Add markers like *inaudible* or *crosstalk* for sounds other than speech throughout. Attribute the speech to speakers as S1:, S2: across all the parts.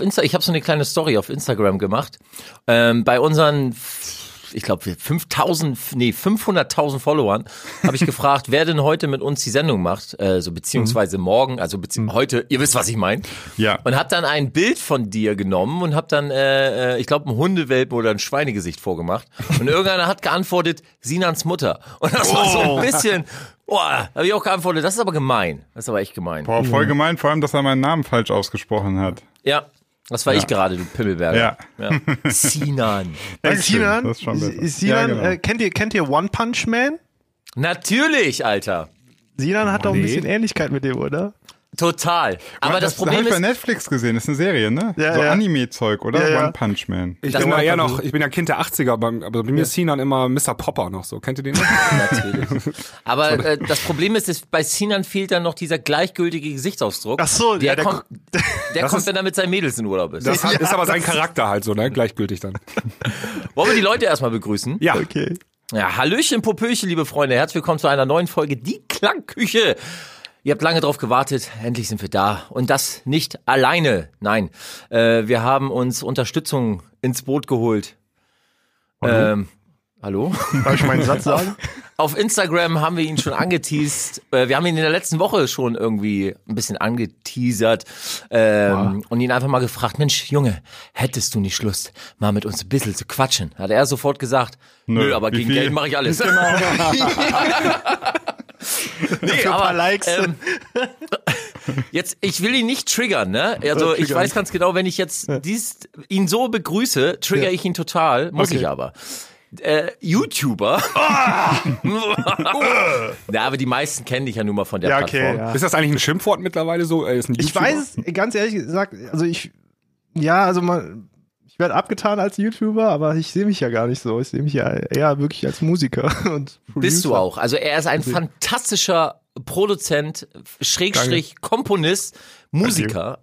S1: Insta ich habe so eine kleine Story auf Instagram gemacht. Ähm, bei unseren, ich glaube, 5000, nee, 500.000 Followern habe
S2: *laughs*
S1: ich gefragt, wer denn heute mit uns die Sendung macht, äh, so beziehungsweise morgen, also bezieh heute, ihr wisst, was ich meine.
S2: Mhm. Ja.
S1: Und habe dann ein Bild von dir genommen und habe dann, äh, äh, ich glaube, ein Hundewelpen oder ein Schweinegesicht vorgemacht. Und irgendeiner hat geantwortet, Sinans Mutter. Und das war so
S2: Oh.
S1: ein bisschen, boah, habe ich auch geantwortet, das ist aber gemein. Das ist aber echt gemein.
S2: Boah, voll gemein, vor allem, dass er meinen Namen falsch ausgesprochen hat.
S1: Ja, das war ich gerade, du Pimmelberger.
S2: Ja.
S1: Ja. Sinan.
S2: Dankeschön,
S3: Sinan,
S2: das ist schon besser.
S3: Sinan
S2: Ja, genau.
S3: äh, kennt, ihr, kennt ihr One Punch Man?
S1: Natürlich, Alter.
S3: Sinan hat doch ein
S2: Nee.
S3: bisschen Ähnlichkeit mit dem, oder?
S1: Total. Aber das, Problem
S2: habe ich
S1: ist, ne?
S2: bei Netflix gesehen, das ist eine Serie, ne?
S3: Ja,
S2: so
S3: ja.
S2: Anime-Zeug, oder?
S3: Ja, ja.
S2: One Punch Man.
S4: Ich
S1: Das
S4: bin
S1: war
S4: ja eher
S1: einfach
S4: noch, ich bin ja Kind der 80er, aber, aber bei mir ist Sinan immer Mr. Popper noch so. Kennt
S3: *laughs*
S4: ihr den?
S1: natürlich. *laughs* Aber äh, das Problem ist, ist, bei Sinan fehlt dann noch dieser gleichgültige Gesichtsausdruck.
S3: Ach so,
S1: der
S3: ja, der
S1: kommt, *laughs* der kommt
S4: ist-
S1: wenn er mit seinen Mädels in Urlaub ist.
S4: Das hat, ist aber sein Charakter halt so, ne? Gleichgültig dann.
S1: Wollen wir die Leute erstmal begrüßen?
S4: Ja.
S3: Okay.
S1: Ja, Hallöchen, Popöchen, liebe Freunde. Herzlich willkommen zu einer neuen Folge Die Klangküche. Ihr habt lange drauf gewartet. Endlich sind wir da. Und das nicht alleine. Nein, äh, wir haben uns Unterstützung ins Boot geholt. Ähm, hallo?
S3: Darf ich meinen Satz sagen?
S1: Also, Auf Instagram haben wir ihn schon angeteased. Äh, Wir haben ihn in der letzten Woche schon irgendwie ein bisschen angeteasert ähm, und ihn einfach mal gefragt, Mensch, Junge, hättest du nicht Lust, mal mit uns ein bisschen zu quatschen? Hat er sofort gesagt, nö, aber
S2: wie
S1: gegen
S2: viel?
S1: Geld mache ich alles.
S3: Genau.
S1: *laughs*
S3: *laughs*
S1: nee,
S3: Für ein paar Likes.
S1: ähm, jetzt, ich will ihn nicht triggern, ne?
S3: Äh,
S1: Also ich weiß ganz genau, wenn ich jetzt dies, ihn so begrüße, trigger ich ihn total, muss ich aber. Äh, YouTuber.
S3: Ah!
S1: *laughs* Na, aber die meisten kennen dich ja nun mal von der
S3: Ja, okay,
S1: Plattform.
S3: ja.
S4: Ist das eigentlich ein Schimpfwort mittlerweile so? Äh, Ist ein
S3: *laughs* Ich
S4: YouTuber?
S3: weiß, es, ganz ehrlich gesagt, also ich, ja, also man, ich werde abgetan als YouTuber, aber ich sehe mich ja gar nicht so. Ich sehe mich ja eher wirklich als Musiker *laughs* und Producer.
S1: Bist du auch. Also er ist ein fantastischer Produzent, Schrägstrich, Komponist, Musiker.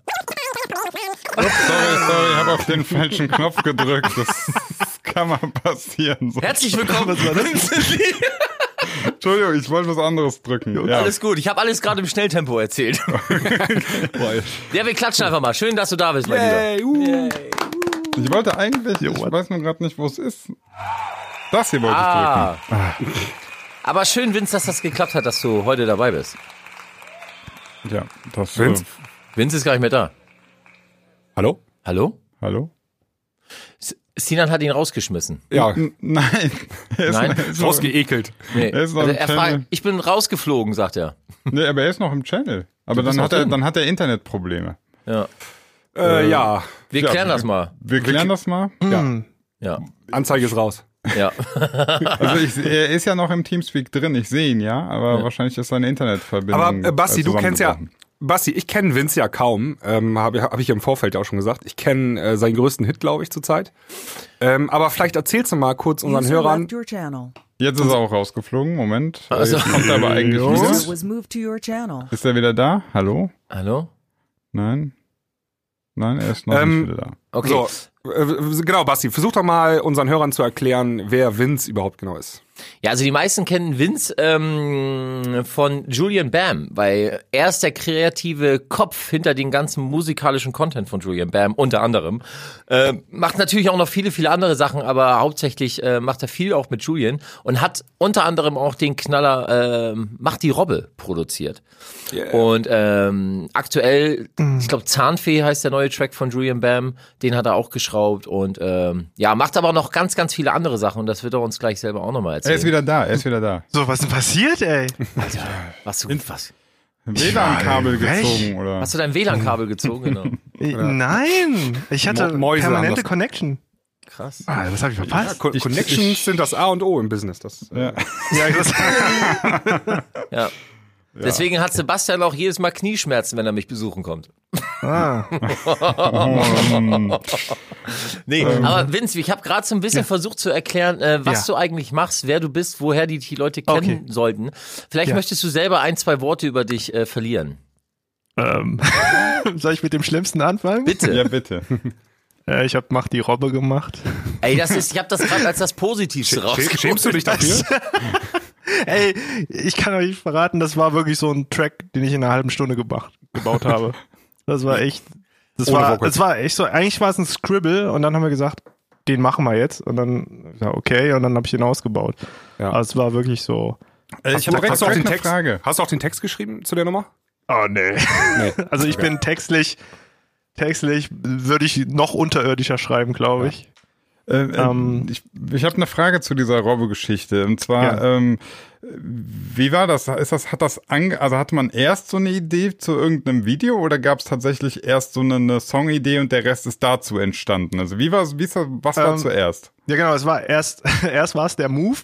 S2: Sorry, sorry, ich habe auf den falschen Knopf gedrückt. Das *laughs* kann mal passieren. So.
S3: *laughs*
S1: Herzlich willkommen. Vincent Lee.
S2: Entschuldigung, ich wollte was anderes drücken. Ja.
S1: Alles gut, ich habe alles gerade im Schnelltempo
S3: *laughs*
S1: erzählt. ja, wir klatschen einfach mal. Schön, dass du da bist, mein Lieber.
S4: Ey, uh.
S2: Ich wollte eigentlich, ich
S3: what?
S2: weiß nur gerade nicht, wo es ist. Das hier wollte
S1: Ah. Aber schön, Vince, dass das geklappt hat, dass du heute dabei bist.
S2: ich drücken. Ja, das
S4: Vince?
S2: äh,
S1: Vince ist gar nicht mehr da.
S4: Hallo?
S1: Hallo?
S2: Hallo?
S1: Sinan hat ihn rausgeschmissen.
S4: Ja.
S2: N nein. *laughs* Er ist,
S1: Nein?
S2: Er ist noch,
S4: Rausgeekelt.
S1: Nee.
S2: Er ist noch
S1: Also
S2: im
S1: er
S2: Channel.
S1: fragt, ich bin rausgeflogen, sagt er.
S2: nee, aber er ist noch im Channel. Aber
S1: bist
S2: dann
S1: noch
S2: hat, er,
S1: drin.
S2: dann hat er Internetprobleme.
S1: Ja.
S4: Äh, ja.
S1: Wir
S2: Ja,
S1: klären
S2: wir-
S1: das mal.
S2: Wir klären das mal.
S4: ja.
S1: Ja.
S4: Anzeige ist raus.
S2: *laughs*
S1: Ja.
S2: Also ich, er ist ja noch im Teamspeak drin, ich sehe ihn ja, aber wahrscheinlich ist seine Internetverbindung.
S4: Aber äh, Basti,
S2: äh,
S4: du kennst ja.
S2: zusammengebrochen.
S4: Basti, ich kenne Vince ja kaum. Ähm, Habe hab ich ja im Vorfeld ja auch schon gesagt. Ich kenne äh, seinen größten Hit, glaube ich, zurzeit. Ähm, aber vielleicht erzählst du mal kurz unseren
S5: User
S4: Hörern.
S5: left your channel.
S2: Jetzt ist er auch rausgeflogen, Moment. Also, Jetzt kommt er aber eigentlich
S5: User
S2: wieder.
S5: was moved to your channel.
S2: Ist er wieder da? Hallo?
S1: Hallo?
S2: Nein? Nein, er ist noch
S4: Ähm,
S2: nicht wieder da.
S1: Okay.
S4: So, äh, genau, Basti, versuch doch mal unseren Hörern zu erklären, wer Vince überhaupt genau ist.
S1: Ja, also die meisten kennen Vince ähm, von Julian Bam, weil er ist der kreative Kopf hinter dem ganzen musikalischen Content von Julian Bam, unter anderem. Ähm, macht natürlich auch noch viele, viele andere Sachen, aber hauptsächlich äh, macht er viel auch mit Julian und hat unter anderem auch den Knaller ähm, Macht die Robbe produziert. Und ähm, aktuell, ich glaube, Zahnfee heißt der neue Track von Julian Bam. Den hat er auch geschraubt und ähm, ja, macht aber noch ganz, ganz viele andere Sachen und das wird er uns gleich selber auch nochmal
S2: Er ist
S1: erzählen.
S2: wieder da, er ist wieder da.
S3: So, was ist denn
S2: *laughs*
S3: passiert, ey?
S1: Hast du, was,
S2: WLAN-Kabel
S3: Welch?
S2: gezogen, oder?
S1: hast du dein WLAN-Kabel gezogen?
S2: *laughs*
S1: Genau.
S3: Äh, Nein, ich hatte
S4: Mo- Mäuse haben
S3: permanente
S4: das-
S3: Connection.
S1: Krass.
S3: Ah, das habe ich
S4: Ja,
S3: verpasst.
S4: Co
S2: ich-
S4: Connections
S2: ich-
S4: sind das A und O im Business. Das, äh,
S2: Ja. *laughs*
S1: Ja.
S3: Ja, das,
S1: Deswegen hat Sebastian auch jedes Mal Knieschmerzen, wenn er mich besuchen kommt.
S3: ah,
S1: Nee, Ähm. aber Vince, ich habe gerade so ein bisschen versucht zu erklären, äh, was
S3: Ja.
S1: du eigentlich machst, wer du bist, woher die, die Leute kennen sollten. Vielleicht
S3: Ja.
S1: möchtest du selber ein, zwei Worte über dich äh, verlieren.
S3: ähm, *laughs* soll ich mit dem Schlimmsten anfangen?
S1: Bitte.
S2: Ja, bitte.
S3: Äh, ich habe Macht die Robbe gemacht.
S1: Ey, das ist, ich habe das gerade als das Positivste
S4: Schä-
S1: rausgeholt.
S4: Schämst du dich dafür?
S3: Ey, ich kann euch
S4: *laughs*
S3: verraten, das war wirklich so ein Track, den ich in einer halben Stunde gemacht, gebaut habe. Das war echt Das
S4: Ohne
S3: war,
S4: Vocals.
S3: das war echt so, eigentlich war es ein Scribble und dann haben wir gesagt, den machen wir jetzt. Und dann, hab ich gesagt, okay, und dann habe ich ihn ausgebaut.
S4: Ja.
S3: Aber es war wirklich so,
S2: Ich hab
S4: hast, du auch
S2: direkt
S4: den
S2: eine
S4: Text,
S2: Frage.
S4: hast du auch den Text geschrieben zu der Nummer?
S3: oh nee.
S4: Nee.
S3: *laughs* Also ich bin textlich, textlich würde ich noch unterirdischer schreiben, glaube ich.
S2: Äh, äh,
S3: Ähm,
S2: ich ich habe eine Frage zu dieser Robbe-Geschichte. Und zwar, ähm, wie war das? Ist das, hat das ange also hatte man erst so eine Idee zu irgendeinem Video oder gab es tatsächlich erst so eine, eine Songidee und der Rest ist dazu entstanden? Also wie war wie ist das, was war
S3: Ähm,
S2: zuerst?
S3: Ja genau, es war erst, *laughs* erst war es der Move,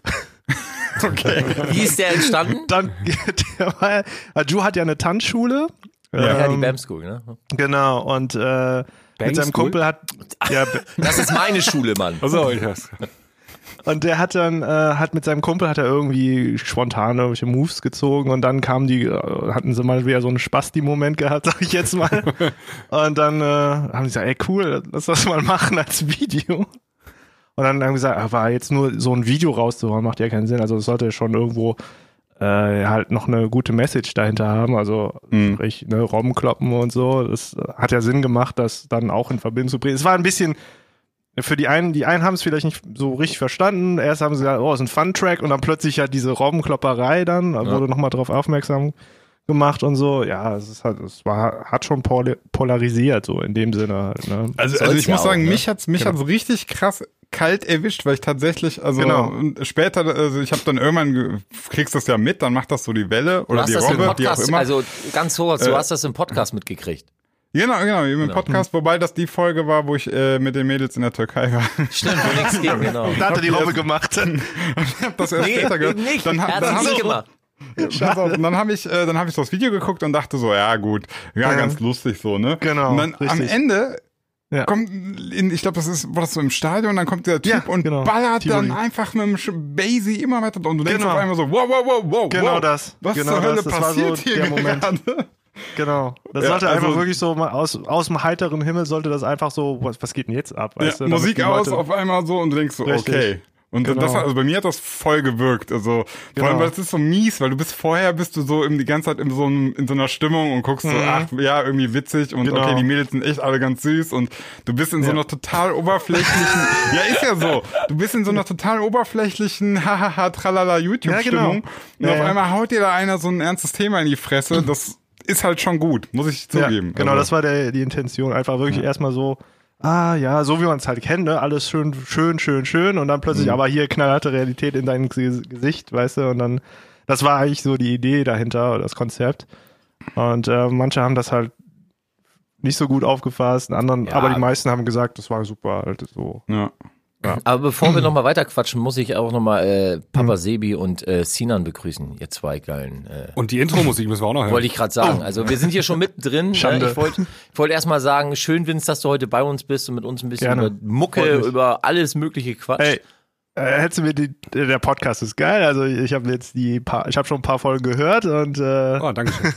S2: Okay.
S1: Wie ist der entstanden?
S3: dann *laughs* der war, also Ju hat ja eine Tanzschule.
S1: Ja, die
S3: Ähm,
S1: Bam School, ne?
S3: Genau, und äh, mit seinem
S4: School?
S3: Kumpel hat ja, b-
S1: Das ist meine Schule, Mann.
S4: Also, ich weiß.
S3: und der hat dann äh, hat mit seinem Kumpel hat er irgendwie spontan irgendwelche Moves gezogen und dann kamen die äh, hatten sie mal wieder so einen Spasti-Moment gehabt, *laughs* sag ich jetzt mal. Und dann äh, haben die gesagt, ey cool, lass das mal machen als Video. Und dann haben wir gesagt, aber jetzt nur so ein Video rauszuhauen, macht ja keinen Sinn. Also es sollte schon irgendwo äh, halt noch eine gute Message dahinter haben. Also sprich, ne, Robbenkloppen und so. Das äh, hat ja Sinn gemacht, das dann auch in Verbindung zu bringen. Es war ein bisschen, für die einen, die einen haben es vielleicht nicht so richtig verstanden. Erst haben sie gesagt, oh, ist ein Fun-Track und dann plötzlich halt diese Robbenklopperei dann, da wurde nochmal drauf aufmerksam gemacht und so. Ja, es ist halt, es war, hat schon poli- polarisiert, so in dem Sinne halt, ne?
S2: Also,
S1: Soll's
S2: also ich
S1: ja
S2: muss
S1: auch,
S2: sagen,
S1: ne?
S2: mich hat's mich hat's richtig krass kalt erwischt, weil ich tatsächlich also
S3: Genau.
S2: und später also ich habe dann irgendwann ge- kriegst das ja mit, dann macht das so die Welle
S1: Du
S2: oder
S1: hast
S2: die
S1: das im
S2: Robbe, die auch
S1: Podcast,
S2: immer. Äh.
S1: also ganz hoch, du hast das im Podcast mitgekriegt.
S2: genau, genau, im Podcast,
S3: Mhm.
S2: wobei das die Folge war, wo ich äh, mit den Mädels in der Türkei war. *laughs*
S1: Stimmt, wo nichts ging, genau.
S3: Da hat er die Robbe *laughs* gemacht.
S2: ich habe das erst
S1: Nee,
S2: später gehört.
S1: eben nicht.
S2: Dann,
S1: er
S2: hab-
S1: hat
S2: dann
S1: es nicht
S2: habe
S1: gemacht.
S2: *laughs* Pass auf, und dann habe ich, äh, dann habe ich das Video geguckt und dachte so, ja gut, ja,
S3: Ja.
S2: ganz lustig so, ne?
S3: Genau,
S2: Und dann am
S3: richtig.
S2: Ende
S3: Ja.
S2: kommt, in, ich glaube, das ist, war das so im Stadion, dann kommt der Typ
S3: Ja,
S2: und
S3: genau.
S2: ballert
S3: Timuri.
S2: dann einfach mit dem Sch- Basie immer weiter und du denkst
S3: Genau.
S2: auf einmal so, wow, wow, wow, wow,
S3: Genau
S2: wow,
S3: das,
S2: was
S3: genau
S2: zur Hölle
S3: das, das war so
S2: passiert hier
S3: der Moment.
S2: *laughs* gerade?
S3: Genau. Das
S2: Ja,
S3: sollte
S2: also-
S3: einfach wirklich so mal aus, aus dem heiteren Himmel sollte das einfach so, was, was geht denn jetzt ab?
S2: Ja,
S3: weißt du, damit die
S2: Musik aus,
S3: Leute-
S2: auf einmal so und du denkst so,
S3: Richtig.
S2: okay. Und
S3: Genau.
S2: das, also bei mir hat das voll gewirkt. Also vor allem,
S3: Genau.
S2: weil es ist so mies, weil du bist vorher bist du so im, die ganze Zeit in so, einem, in so einer Stimmung und guckst so, ach ja, irgendwie witzig und
S3: Mhm. Genau.
S2: okay, die Mädels sind echt alle ganz süß und du bist in so einer total oberflächlichen,
S3: *laughs*
S2: ja ist ja so, du bist in so einer total oberflächlichen, *laughs* hahaha, tralala YouTube-Stimmung und
S3: genau. Ja,
S2: auf
S3: ja.
S2: einmal haut dir da einer so ein ernstes Thema in die Fresse. Das ist halt schon gut, muss ich
S3: Ja,
S2: zugeben.
S3: Genau,
S2: Also-
S3: das war der, die Intention. Einfach wirklich erstmal so, ah ja, so wie man es halt kennt, ne? alles schön, schön, schön, schön und dann
S2: Mhm.
S3: plötzlich aber hier knallharte Realität in dein Ges- Gesicht, weißt du, und dann, das war eigentlich so die Idee dahinter, oder das Konzept. Und äh, manche haben das halt nicht so gut aufgefasst, und anderen,
S1: Ja.
S3: aber die meisten haben gesagt, das war super, halt so.
S2: ja.
S1: Aber bevor
S3: *clears throat*
S1: wir nochmal weiterquatschen, muss ich auch nochmal äh,
S3: Mhm.
S1: Papa Sebi und äh, Sinan begrüßen, ihr zwei geilen. Äh,
S4: *laughs* Und die Intro-Musik müssen wir auch noch hören.
S1: wollte ich gerade sagen. Also wir sind hier schon mittendrin.
S3: Oh. Schande.
S1: Äh, Ich wollte ich wollt erstmal sagen, schön, Vince, dass du heute bei uns bist und mit uns ein bisschen
S3: Gerne.
S1: über Mucke,
S3: Freut mich.
S1: über alles mögliche Quatsch.
S3: Ey, äh, hättest du mir die, der Podcast ist geil, also ich habe jetzt die paar, ich habe schon ein paar Folgen gehört und äh,
S4: Oh, danke schön.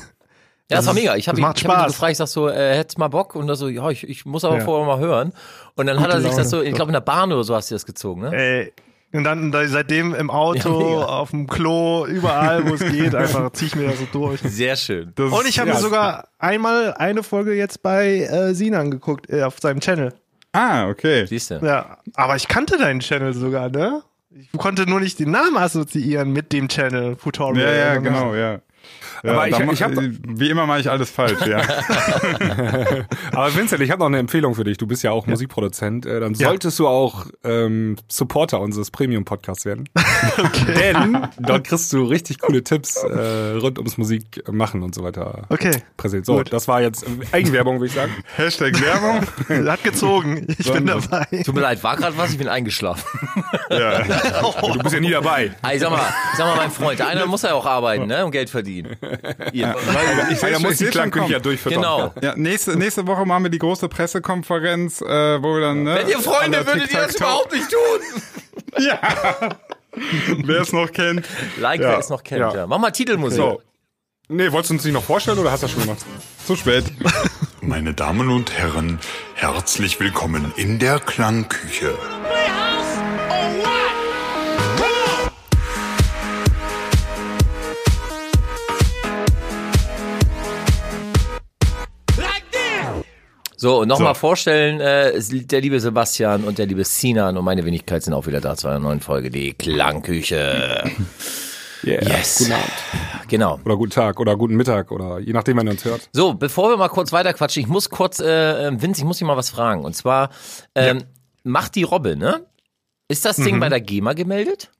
S1: Ja, das,
S3: Das
S1: war
S3: ist-
S1: mega. Ich habe
S3: das
S1: ihn,
S3: macht
S1: ich hab ihn
S3: Spaß.
S1: gefragt, ich sag so, äh, hättest mal Bock? Und er so, ja, ich, ich muss aber
S3: Ja.
S1: vorher mal hören. Und dann hat
S3: Gute
S1: er sich das so,
S3: Laune.
S1: ich glaube in der Bahn oder so hast du das gezogen, ne?
S3: Ey. Und dann da- seitdem im
S1: Ja,
S3: Auto,
S1: mega.
S3: auf dem Klo, überall, wo
S2: *laughs*
S3: es geht, einfach zieh ich mir das so durch.
S1: Sehr schön.
S2: Das-
S3: Und ich habe
S2: ja,
S3: mir sogar einmal eine Folge jetzt bei äh, Sinan geguckt, äh, auf seinem Channel.
S2: Ah, okay.
S1: Siehst du?
S3: Ja, aber ich kannte deinen Channel sogar, ne? Ich konnte nur nicht den Namen assoziieren mit dem Channel Tutorial.
S2: Ja, ja,
S3: *laughs*
S2: genau, ja. ja
S4: Aber ich-
S2: da ma-
S4: ich hab-
S2: wie immer mache ich alles falsch, *laughs* ja.
S4: Aber Vincent, ich habe noch eine Empfehlung für dich. Du bist ja auch Musikproduzent. Äh, Dann solltest du auch ähm, Supporter
S2: *laughs*
S4: unseres Premium-Podcasts werden. Denn *laughs* dort kriegst du richtig coole Tipps äh, rund ums Musik machen und so weiter.
S3: Okay.
S4: Präsent. So,
S3: Gut.
S4: das war jetzt äh, Eigenwerbung, würde ich sagen.
S2: Hashtag Werbung.
S3: *laughs* Hat gezogen. Ich bin dabei.
S1: Tut mir leid, war gerade was, ich bin eingeschlafen.
S2: *laughs* Ja.
S4: *laughs* Du bist ja nie dabei.
S1: Ey, sag mal, sag mal, mein Freund, *laughs* einer muss ja auch arbeiten, ne? Und Geld verdienen. Ihr,
S2: Ich seh
S4: Einer
S2: schon-
S4: muss
S2: ich seh
S4: die
S2: schon
S4: Klangküche ja
S2: kommen.
S4: durchfüttern.
S1: genau.
S2: Ja, nächste, nächste Woche machen wir die große Pressekonferenz, äh, wo wir dann, ne?
S1: Wenn ihr Freunde,
S2: alle
S1: würdet ihr das
S2: TikTok-
S1: überhaupt nicht tun.
S2: Wer es noch kennt.
S1: Like, wer es noch kennt. Ja.
S4: ja.
S1: Mach mal Titelmusik.
S4: So. Nee, wolltest du uns nicht noch vorstellen oder hast du das schon gemacht?
S2: Zu spät.
S5: Meine Damen und Herren, herzlich willkommen in der Klangküche.
S6: Playhouse or what? Come on! Like this!
S1: So, und nochmal vorstellen, äh, der liebe Sebastian und der liebe Sinan und meine Wenigkeit sind auch wieder da zu einer neuen Folge, die Klangküche.
S4: Yeah.
S1: Yes.
S4: Guten Abend.
S1: genau.
S4: Oder guten Tag oder guten Mittag oder je nachdem, wann ihr uns hört.
S1: So, bevor wir mal kurz weiterquatschen, ich muss kurz, äh, äh, Vince, ich muss dich mal was fragen. Und zwar, ähm, macht die Robbe, ne? Ist das Ding bei der GEMA gemeldet?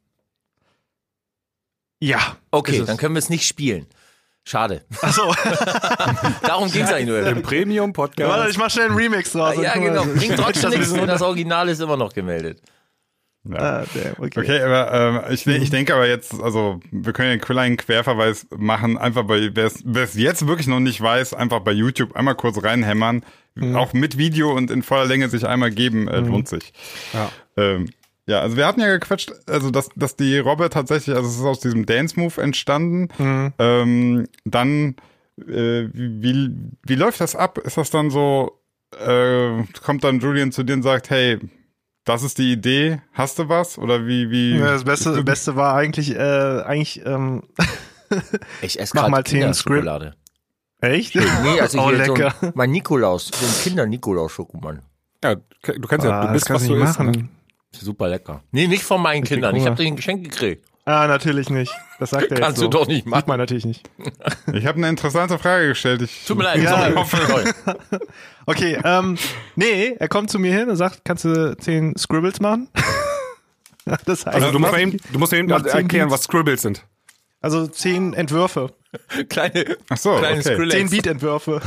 S3: Ja.
S1: Okay,
S3: ist es.
S1: dann können wir es nicht spielen. Schade.
S3: Ach so.
S1: *laughs* Darum ging es eigentlich nur.
S4: Im Premium-Podcast.
S3: Warte, ich mach schnell einen Remix draus.
S1: Ja,
S3: und guck
S1: genau.
S3: mal,
S1: Bringt trotzdem
S3: *laughs* das
S1: nichts.
S3: ist so-
S1: Nur das Original ist immer noch gemeldet.
S3: Ah, damn, okay.
S2: Okay, aber ähm, ich, denk- ich denke aber jetzt, also wir können ja einen kleinen Querverweis machen, einfach bei, wer es- wer es jetzt wirklich noch nicht weiß, einfach bei YouTube einmal kurz reinhämmern, auch mit Video und in voller Länge sich einmal geben, äh, lohnt sich.
S4: Ja.
S2: Ähm, ja, also wir hatten ja gequatscht, also dass, dass die Robbe tatsächlich, also es ist aus diesem Dance-Move entstanden,
S3: Hm,
S2: ähm, dann, äh, wie, wie läuft das ab? Ist das dann so, äh, kommt dann Julian zu dir und sagt, hey, das ist die Idee, hast du was? Oder wie, wie?
S3: Ja, also das Beste, das Beste war eigentlich, äh, eigentlich, ähm, *laughs*
S1: Ich esse
S3: Mach
S1: gerade
S3: mal Tee und Script.
S1: Kinderschokolade.
S3: echt?
S1: Nee, also
S3: oh,
S1: hier
S3: lecker.
S1: so ein, mein Nikolaus, so ein Kinder-Nikolaus-Schokomann.
S4: Ja, du kannst ja,
S3: ah, das
S4: du bist, was
S3: kannst du
S4: du
S3: nicht
S4: isst.
S3: machen.
S4: Ne?
S1: Super lecker. Nee, nicht von meinen Kindern. Ich
S3: Hunger.
S1: habe den geschenkt gekriegt.
S3: Ah, natürlich nicht. Das sagt er
S1: Kannst
S3: jetzt so.
S1: du doch nicht
S3: Sieht
S1: machen.
S3: man natürlich nicht.
S2: Ich habe eine interessante Frage gestellt. Ich,
S1: Tut mir leid,
S3: Ja.
S1: sorry. *laughs* sorry.
S3: Okay, ähm, nee, er kommt zu mir hin und sagt, kannst du zehn Scribbles machen? *laughs* Das heißt,
S4: Also du musst, mal eben, du musst mir eben
S3: Macht Sinn,
S4: erklären,
S3: Beats.
S4: was Scribbles sind.
S3: also zehn Entwürfe.
S1: Kleine,
S2: Ach so,
S1: kleine
S2: okay.
S1: Skrillex.
S3: Zehn Beat-Entwürfe.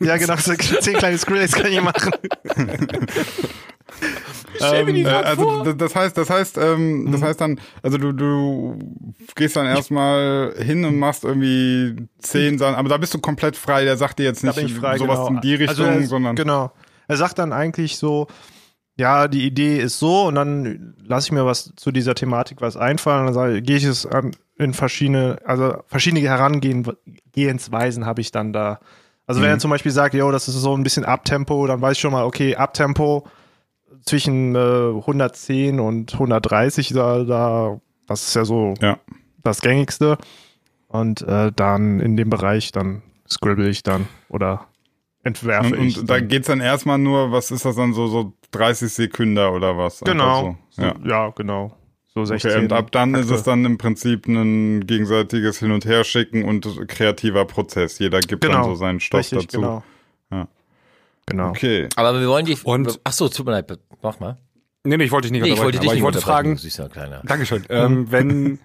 S3: Ja, genau, so *laughs* zehn kleine Scribbles kann ich machen.
S1: Stell mir die
S2: äh,
S1: grad
S2: also
S1: vor.
S2: d- das heißt, das heißt, ähm,
S3: Mhm.
S2: das heißt dann, also du, du gehst dann erstmal hin und machst irgendwie zehn Sachen, aber da bist du komplett frei, der sagt dir jetzt
S3: Da
S2: nicht
S3: bin ich frei,
S2: sowas
S3: genau.
S2: in die Richtung,
S3: also er,
S2: sondern
S3: Genau. Er sagt dann eigentlich so, ja, die Idee ist so und dann lasse ich mir was zu dieser Thematik was einfallen und dann gehe ich es an, in verschiedene, also verschiedene Herangehensweisen habe ich dann da. Also
S2: Mhm.
S3: wenn er zum Beispiel sagt, yo, das ist so ein bisschen Abtempo, dann weiß ich schon mal, okay, Abtempo zwischen äh, 110 und 130, da, da, das ist ja so
S2: ja.
S3: das gängigste. Und äh, dann in dem Bereich, dann scribble ich dann oder entwerfe
S2: Und,
S3: ich.
S2: und da
S3: dann.
S2: geht's dann erstmal nur, was ist das dann so, so 30 Sekunden oder was? Einfach
S3: genau.
S2: So. Ja.
S3: So, ja, genau. So 16.
S2: Okay, und ab dann ist
S3: Takte.
S2: es dann im Prinzip ein gegenseitiges Hin- und Herschicken und kreativer Prozess. Jeder gibt dann
S3: genau.
S2: so seinen Stoff
S3: Richtig,
S2: dazu.
S3: Genau.
S2: Ja.
S3: Genau.
S2: Okay.
S1: Aber wir wollen dich.
S4: Und-
S1: Ach so, tut mir leid. Mach mal.
S4: Nee, nee, ich wollte dich nicht
S1: Nee, ich
S4: unterbrechen,
S1: wollte dich
S4: aber
S1: nicht
S4: ich wollte
S1: unterbrechen,
S4: fragen,
S1: du süßer Kleiner.
S4: Dankeschön.
S3: Mhm.
S4: Ähm,
S3: *laughs*
S4: wenn,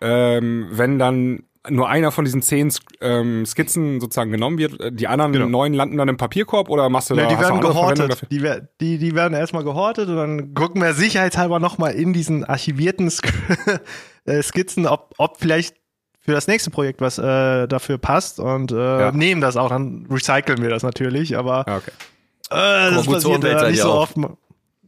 S4: ähm, wenn dann nur einer von diesen zehn Sk- ähm, Skizzen sozusagen genommen wird, äh, die anderen neun landen dann im Papierkorb oder machst du
S3: Ne,
S4: da
S3: Genau. die
S4: hast du
S3: werden
S4: also andere Verwendung dafür?
S3: gehortet. Die, wer- die, die werden erstmal gehortet und dann gucken wir sicherheitshalber nochmal in diesen archivierten Sk *laughs* äh, Skizzen, ob, ob vielleicht für das nächste Projekt was äh, dafür passt und äh, nehmen das auch. Dann recyceln wir das natürlich, aber
S4: Ah, okay.
S3: Äh, das
S1: gut, so
S3: passiert
S1: umweltseid
S3: äh, nicht
S1: ihr
S3: so
S1: auch.
S3: oft.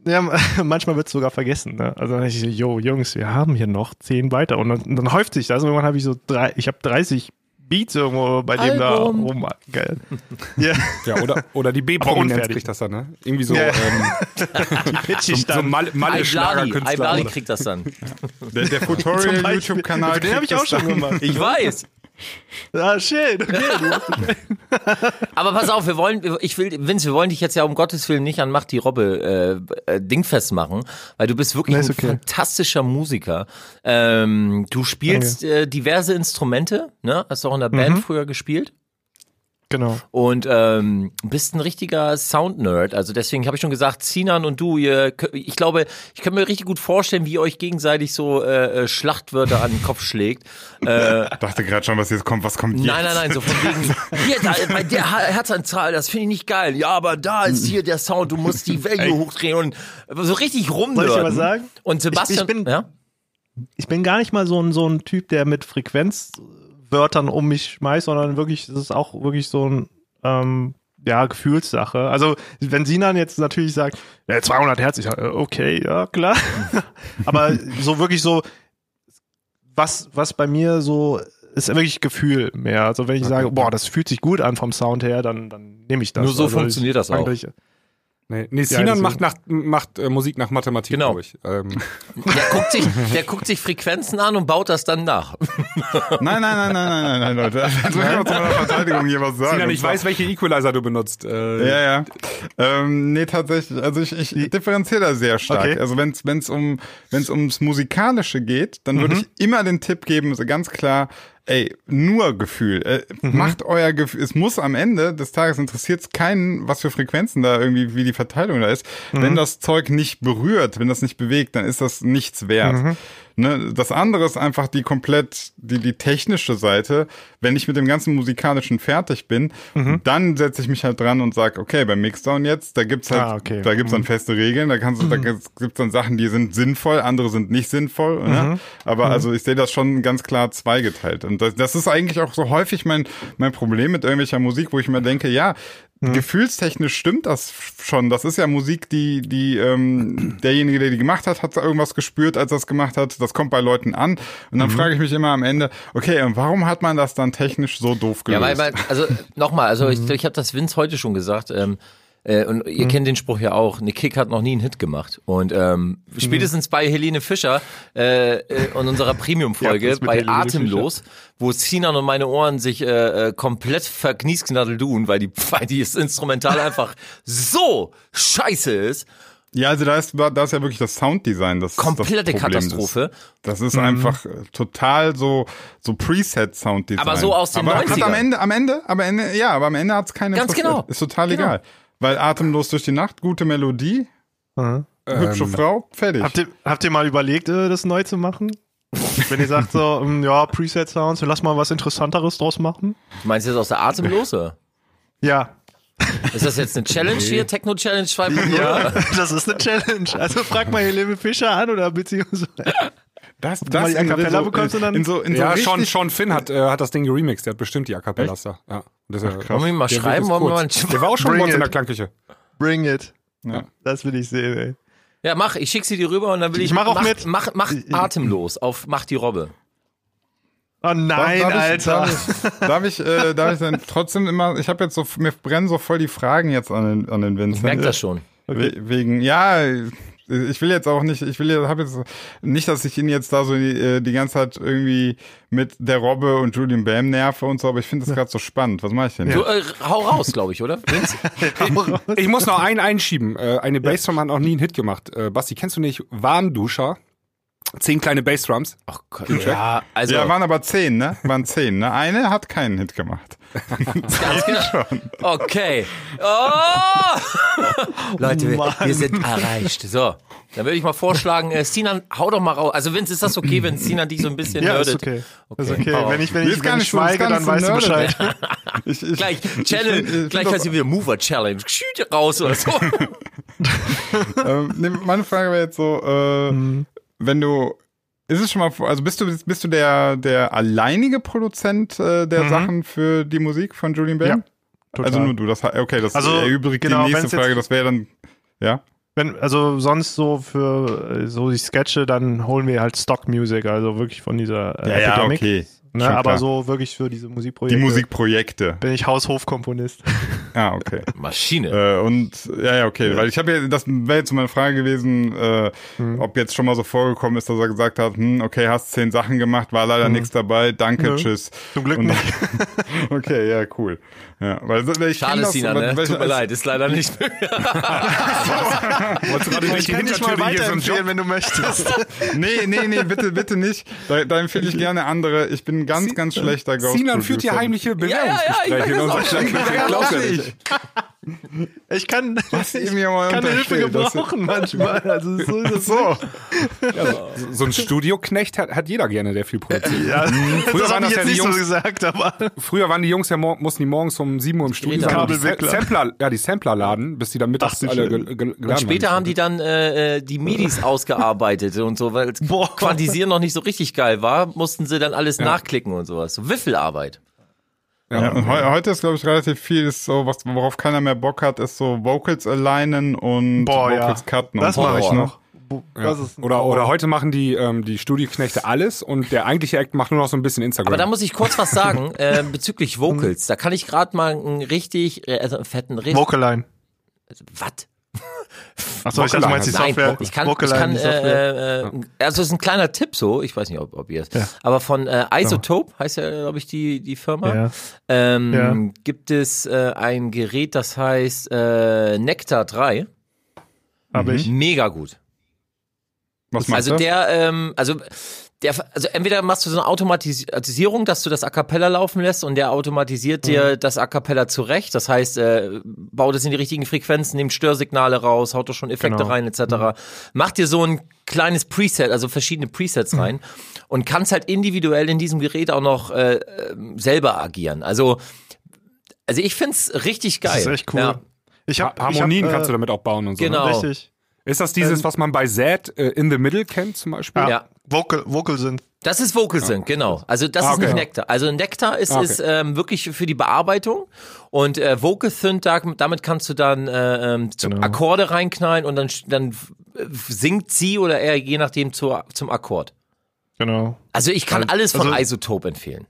S3: Ja, *laughs* manchmal wird es sogar vergessen. Ne? Also dann dachte ich so, yo, Jungs, wir haben hier noch zehn weiter. Und dann, dann häuft sich das. Und irgendwann habe ich so drei, ich habe 30 Beats irgendwo bei dem da
S1: Album.
S3: rum. Geil. *laughs* Ja,
S4: Ja, oder,
S3: *laughs*
S4: oder die B-Prominenz
S3: unfertig.
S4: kriegt das dann, ne? Irgendwie
S3: *laughs*
S4: so,
S3: Ja.
S4: ähm,
S3: pitchig
S4: so
S3: dann.
S4: Malle, Malle
S1: Iblali,
S4: Schlagerkünstler.
S1: Iblali
S4: oder-
S1: kriegt das dann.
S2: Der, *laughs* der
S3: Zum
S2: Tutorial *laughs*
S3: Beispiel.
S2: YouTube-Kanal.
S3: Den habe ich
S2: kriegt
S3: auch
S2: das
S3: schon
S2: dann.
S3: gemacht.
S1: Ich weiß.
S3: Ah, shit. Okay.
S1: Aber pass auf, wir wollen, ich will, Vince, wir wollen dich jetzt ja um Gottes Willen nicht an Macht die Robbe äh, äh, dingfest machen, weil du bist wirklich
S3: Nee, ist
S1: ein
S3: okay.
S1: fantastischer Musiker. Ähm, du spielst äh, diverse Instrumente, ne? Hast auch in der
S3: Mhm.
S1: Band früher gespielt.
S3: genau.
S1: Und ähm, bist ein richtiger Sound-Nerd. Also deswegen habe ich schon gesagt, Sinan und du, ihr, kö- ich glaube, ich kann mir richtig gut vorstellen, wie ihr euch gegenseitig so äh, äh, Schlachtwörter an den Kopf schlägt. Äh,
S2: Dachte gerade schon, was jetzt kommt, was kommt jetzt?
S1: Nein, nein, nein, so von
S3: *laughs*
S1: wegen, hier, da, bei der Ha- Herzanzahl, das finde ich nicht geil. Ja, aber da
S3: Hm.
S1: ist hier der Sound, du musst die Value hochdrehen und so richtig rumnörden.
S3: Soll ich dir was sagen?
S1: Und Sebastian,
S3: Ich- ich bin-
S1: ja?
S3: Ich bin gar nicht mal so ein, so ein Typ, der mit Frequenzwörtern um mich schmeißt, sondern wirklich, es ist auch wirklich so ein, ähm, ja, Gefühlssache. Also, wenn Sinan jetzt natürlich sagt, ja, 200 Hertz, ich sag, äh, okay, ja, klar. *laughs* Aber so wirklich so, was, was bei mir so, ist wirklich Gefühl mehr. Also, wenn ich sage, boah, das fühlt sich gut an vom Sound her, dann, dann nehme ich das.
S1: Nur so
S3: also, ich
S1: funktioniert das
S3: fang
S1: auch.
S3: Durch,
S4: Nee, nee Sinan
S3: deswegen.
S4: macht, nach, macht äh, Musik nach Mathematik,
S1: Genau.
S4: glaub ich.
S3: *laughs*
S4: Ähm,
S1: Der guckt, sich, der guckt sich Frequenzen an und baut das dann nach.
S2: Nein, nein, nein, nein, nein, nein, nein, Leute. *laughs* Jetzt muss ich mal zu meiner Verteidigung hier was sagen.
S4: Sinan,
S2: Und
S4: ich
S2: zwar-
S4: weiß, welche Equalizer du benutzt. Äh,
S2: Ja, ja. Ähm, nee, tatsächlich, also ich, ich differenziere da sehr stark.
S3: Okay.
S2: Also wenn es um, wenn's ums Musikalische geht, dann
S3: Mhm.
S2: würde ich immer den Tipp geben, so ganz klar, ey, nur Gefühl. Äh,
S3: Mhm.
S2: Macht euer Gefühl. Es muss am Ende des Tages interessiert es keinen, was für Frequenzen da irgendwie, wie die Verteilung da ist.
S3: Mhm.
S2: Wenn das Zeug nicht berührt, wenn das nicht bewegt, dann ist das nichts wert.
S3: Mhm.
S2: Ne, das andere ist einfach die komplett, die, die technische Seite. Wenn ich mit dem ganzen musikalischen fertig bin,
S3: Mhm.
S2: dann setze ich mich halt dran und sag, okay, beim Mixdown jetzt, da gibt's halt,
S3: Ah, okay.
S2: da gibt's dann feste Regeln, da kannst du, da gibt's dann Sachen, die sind sinnvoll, andere sind nicht sinnvoll, ne? Aber also ich sehe das schon ganz klar zweigeteilt. Und das, das ist eigentlich auch so häufig mein, mein Problem mit irgendwelcher Musik, wo ich mir denke, ja, Gefühlstechnisch stimmt das schon. Das ist ja Musik, die, die ähm, derjenige, der die gemacht hat, hat irgendwas gespürt, als er es gemacht hat. Das kommt bei Leuten an. Und dann frage ich mich immer am Ende, okay, und warum hat man das dann technisch so doof
S1: Ja,
S2: gelöst?
S1: weil, weil also nochmal, also ich, ich habe das Vince heute schon gesagt. Ähm, äh, und ihr kennt den Spruch ja auch, eine Kick hat noch nie einen Hit gemacht. Und ähm, spätestens bei Helene Fischer äh, äh, und unserer Premium-Folge
S2: Ja, das mit
S1: bei
S2: Helene
S1: Atemlos, wo Sinan und meine Ohren sich äh, äh, komplett verkniesknaddel tun, weil die, *laughs* weil die das Instrumental einfach so scheiße ist.
S2: ja, also da ist, da ist ja wirklich das Sounddesign das
S1: Komplette
S2: das Problem
S1: Katastrophe. Mhm.
S2: Das, das ist einfach äh, total so, so Preset-Sounddesign.
S1: Aber so aus den
S2: aber hat
S1: 90ern.
S2: am Ende, am Ende, am Ende, ja, aber am Ende hat's keine
S1: Ganz
S2: interessiert.
S1: genau.
S2: Ist total
S1: Genau.
S2: egal. Weil atemlos durch die Nacht, gute Melodie, hübsche Frau, fertig.
S3: Ähm, Habt ihr, habt ihr mal überlegt, äh, das neu zu machen? Wenn ihr
S2: *laughs*
S3: sagt so, ähm, ja, Preset-Sounds, lass mal was Interessanteres draus machen.
S1: Meinst du jetzt aus der Atemlose?
S3: Ja,
S1: Ist das jetzt eine Challenge hier? Techno-Challenge 2.0?
S3: ja, *laughs* das ist eine Challenge. Also frag mal Helene Fischer an
S2: *laughs*
S3: oder beziehungsweise
S2: Das, das
S3: mal die A cappella bekommst und dann-
S2: in so, in so
S4: Ja,
S2: richtig-
S4: Sean, Sean Finn hat, äh, hat das Ding geremixed. Der hat bestimmt die A Cappellas da. Ja. Das ist ja-
S1: Wollen wir ihn mal
S4: Der Weg
S1: schreiben?
S4: ist
S1: Wollen wir mal
S4: kurz. Der war auch schon bei
S3: Bring
S4: uns in
S3: it.
S4: der Klangküche.
S3: Bring It.
S2: Ja.
S3: Das will ich sehen, ey. Oh
S1: Ja, mach, ich schick sie dir rüber und dann will ich.
S3: Ich mach auch mit.
S1: Mach, mach atemlos auf Mach die Robbe.
S3: Oh nein,
S2: darf,
S3: Alter. *laughs*
S2: Ich, darf, ich- darf ich, äh, darf ich dann trotzdem immer, ich habe jetzt so, mir brennen so voll die Fragen jetzt an den, an den Vincent.
S1: Merkt das schon.
S2: We wegen, ja, ich will jetzt auch nicht, ich will jetzt, hab jetzt nicht, dass ich ihn jetzt da so die, äh, die ganze Zeit irgendwie mit der Robbe und Julian Bam nerve und so, aber ich finde das gerade so spannend. Was mache ich denn?
S1: Du, äh, hau raus, glaube ich, oder? Vince?
S4: Ich muss noch einen einschieben. Äh, eine Bassdrum hat noch nie einen Hit gemacht. Äh, Basti, kennst du nicht Warmduscher? Zehn kleine Bassdrums.
S1: Ach Gott. Ja, also.
S2: Ja, waren aber zehn, ne? Waren zehn, ne? Eine hat keinen Hit
S3: *laughs*
S2: gemacht.
S1: ganz genau. Okay. Oh! *laughs* Leute, wir, wir sind erreicht. So. Dann würde ich mal vorschlagen, äh, Sinan, hau doch mal raus. Also, Vince, ist das okay, wenn Sinan dich so ein bisschen
S3: Ja, ist
S1: nerdet?
S3: okay. Ist
S1: Okay,
S3: okay.
S1: hau
S3: Wenn
S1: auf.
S3: ich, wenn
S2: Mir
S3: ich,
S2: ist gar
S3: wenn ich
S2: nicht so- ist
S3: schweige,
S2: gar
S3: dann
S2: nicht so
S3: weißt du
S2: nerdig.
S3: Bescheid.
S2: *laughs* Ich, ich,
S1: Gleich,
S2: ich find
S1: Challenge, gleich
S2: das-
S1: heißt sie wieder Mover Challenge. Schüt raus oder so.
S2: ähm, nee, meine Frage wäre jetzt so, äh,
S3: Mhm.
S2: wenn du, ist es schon mal, vor- also bist du bist du der der alleinige Produzent äh, der Sachen für die Musik von Julian Bam?
S3: Mhm. Ja,
S2: also nur du, das okay, das
S3: Also,
S2: erübrigt
S3: genau,
S2: die nächste
S3: wenn's jetzt-
S2: Frage, das wäre dann ja.
S3: Wenn, also sonst so für äh, so die Sketche, dann holen wir halt Stock Music, also wirklich von dieser äh, Epidemic. Ne,
S2: Schon
S3: aber
S2: klar.
S3: so wirklich für diese
S2: die
S3: Musikprojekte
S2: Musikprojekte.
S3: bin ich
S4: *laughs*
S3: Haushofkomponist.
S2: *laughs* Ah, okay.
S1: Maschine.
S2: Äh, und ja, ja, okay, weil ich habe ja, das wäre jetzt meine Frage gewesen, äh, ob jetzt schon mal so vorgekommen ist, dass er gesagt hat, hm, okay, hast zehn Sachen gemacht, war leider nichts dabei, danke,
S3: Nö.
S2: tschüss.
S3: Zum Glück
S2: Und-
S3: nicht.
S2: *laughs* Okay, ja, cool. Ja, weil, weil ich kenn
S1: Schade,
S2: das,
S1: Sinan,
S2: weil,
S1: ne?
S2: weil-
S1: Tut mir
S2: als-
S1: leid, ist leider nicht möglich.
S4: Wolltest du gerade durch die Hintertür hier so einen Job?
S3: wenn du möchtest.
S4: *laughs*
S2: Nee, nee, nee, bitte, bitte nicht. Da, da empfehle ich gerne andere. Ich bin ein ganz, ganz schlechter Ghost.
S4: Sinan führt hier
S2: Producer.
S4: heimliche
S1: ja, ja, ich
S4: Bewerbungsgespräche
S1: merk
S4: in
S1: das
S4: unserer
S1: auch schon.
S4: Klangküche. Glaubst du nicht?
S3: Ich kann,
S2: Was ihr mir mal
S3: kann Hilfe
S2: unterstellt, dass-
S3: gebrauchen manchmal. Also so ist
S4: *laughs*
S3: es
S2: So,
S4: So- So ein Studioknecht hat, hat jeder gerne, der viel produziert.
S3: Ja,
S4: Früher
S3: das habe
S4: waren das
S3: ich
S4: ja
S3: jetzt
S4: die
S3: nicht so
S4: Jungs-
S3: gesagt, aber
S4: Früher waren die Jungs ja mor mussten die morgens um 7 Uhr im Studio
S1: Später.
S4: sein und die Sa-
S3: Kabelwickler.
S4: Sampler, ja, die Sampler laden, bis die dann mittags
S3: Ach,
S4: alle
S3: sicher.
S4: ge ge geladen
S1: Und später
S4: haben.
S1: haben die dann äh, äh, die
S3: *laughs*
S1: Midis ausgearbeitet und so, weil
S3: Boah.
S1: Quantisieren noch nicht so richtig geil war, mussten sie dann alles nachklicken und sowas. So Wiffelarbeit.
S2: ja, und Äh, heu- heute ist, glaube ich, relativ viel, ist so, was, worauf keiner mehr Bock hat, ist so Vocals alignen und
S3: Boah, ja.
S2: Vocals cutten.
S3: das
S2: und
S3: mache ich
S2: sowas, ne?
S3: noch. Das ist
S4: Oder, oder heute machen die, ähm, die Studioknechte alles und der eigentliche Act macht nur noch so ein bisschen Instagram.
S1: Aber da muss ich kurz was
S3: *laughs*
S1: sagen äh, bezüglich Vocals. Da kann ich gerade mal einen richtig äh, also einen fetten Riss.
S3: Vocaline.
S1: Was?
S3: Achso, ich dachte, du meinst die
S1: Nein,
S3: Software.
S1: ich kann, ich
S3: Vocalize,
S1: kann
S3: die Software.
S1: äh, äh, also es ist ein kleiner Tipp so, ich weiß nicht, ob, ob ihr es, aber von äh, Isotope heißt ja, glaube ich, die, die Firma,
S3: Ja.
S1: Ähm,
S3: Ja.
S1: gibt es äh, ein Gerät, das heißt äh, Nectar 3,
S3: Hab
S4: Mhm.
S3: ich.
S1: mega gut.
S2: Was macht
S1: Also
S2: er?
S1: der, ähm, also der, also entweder machst du so eine Automatisierung, dass du das A cappella laufen lässt und der automatisiert
S3: Mhm.
S1: dir das A cappella zurecht. Das heißt, äh, baut es in die richtigen Frequenzen, nimmt Störsignale raus, haut da schon Effekte
S3: Genau.
S1: rein, etc. Macht dir so ein kleines Preset, also verschiedene
S3: Mhm.
S1: Presets rein und kannst halt individuell in diesem Gerät auch noch äh, ähm, selber agieren. Also, also ich find's richtig geil.
S3: Das ist echt cool.
S1: Ja.
S3: Ich hab,
S4: Harmonien
S3: ich hab,
S4: kannst du
S3: äh,
S4: damit auch bauen und so.
S1: Genau.
S4: Ne?
S1: damit-
S3: Richtig.
S4: Ist das dieses, was man bei Zed äh, in the Middle kennt zum Beispiel?
S3: Ja.
S1: Ja.
S3: Vocal, Vocal sind.
S1: Das ist Vocal Sync, genau. Also das
S4: Ah,
S1: ist nicht
S4: okay.
S1: Nektar. Also Nektar ist,
S4: Ah, okay.
S1: ist ähm, wirklich für die Bearbeitung und äh, Vocal Sync, da- damit kannst du dann äh, ähm, zu Akkorde reinknallen und dann, dann äh, singt sie oder er je nachdem zu, zum Akkord.
S3: Genau.
S1: Also ich kann alles von
S3: also-
S1: Isotope empfehlen.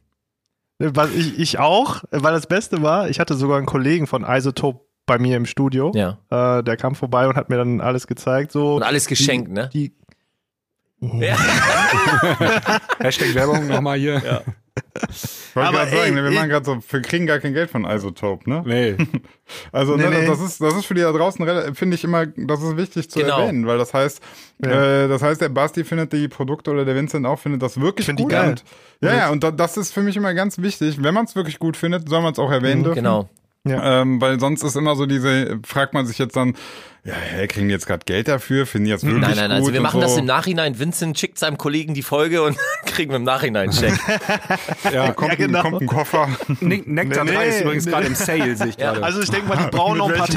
S3: Was ich, ich auch, weil das Beste war, ich hatte sogar einen Kollegen von Isotope bei mir im Studio.
S1: Ja.
S3: Äh, der kam vorbei und hat mir dann alles gezeigt. So
S1: Und alles geschenkt,
S3: die,
S1: ne?
S3: Die,
S4: *laughs* Hashtag Werbung nochmal hier.
S2: Ich wollte
S3: aber
S2: gerade sagen,
S3: ey,
S2: wir
S3: ey.
S2: machen gerade so, wir kriegen gar kein Geld von Isotope, ne?
S4: Nee.
S2: Also
S3: Nee,
S2: ne,
S3: nee.
S2: Das, ist, das ist für die da draußen, rela- finde ich immer, das ist wichtig zu
S1: Genau.
S2: erwähnen, weil das heißt,
S3: Ja.
S2: äh, das heißt, der Basti findet die Produkte oder der Vincent auch findet das wirklich
S3: Find die
S2: gut.
S3: geil.
S2: Und, ja, ja, und da, das ist für mich immer ganz wichtig. Wenn man es wirklich gut findet, soll man es auch
S3: Mhm.
S2: erwähnen dürfen.
S1: Genau.
S2: Ähm, weil sonst ist immer so diese, fragt man sich jetzt dann, ja, hä, kriegen die jetzt gerade Geld dafür? Finden die jetzt wirklich
S1: Nein, nein,
S2: gut?
S1: also wir
S2: und
S1: machen
S2: so.
S1: das im Nachhinein. Vincent schickt seinem Kollegen die Folge und *laughs* kriegen wir im Nachhinein einen Check.
S2: ja, kommt,
S3: Ja, genau.
S2: kommt ein Koffer.
S4: Ne Nektar
S3: Nee,
S4: 3 ist übrigens
S3: nee.
S4: gerade im Sale, sehe ich gerade.
S3: also ich denke
S2: *laughs*
S3: mal, die brauchen noch ein paar
S2: welchem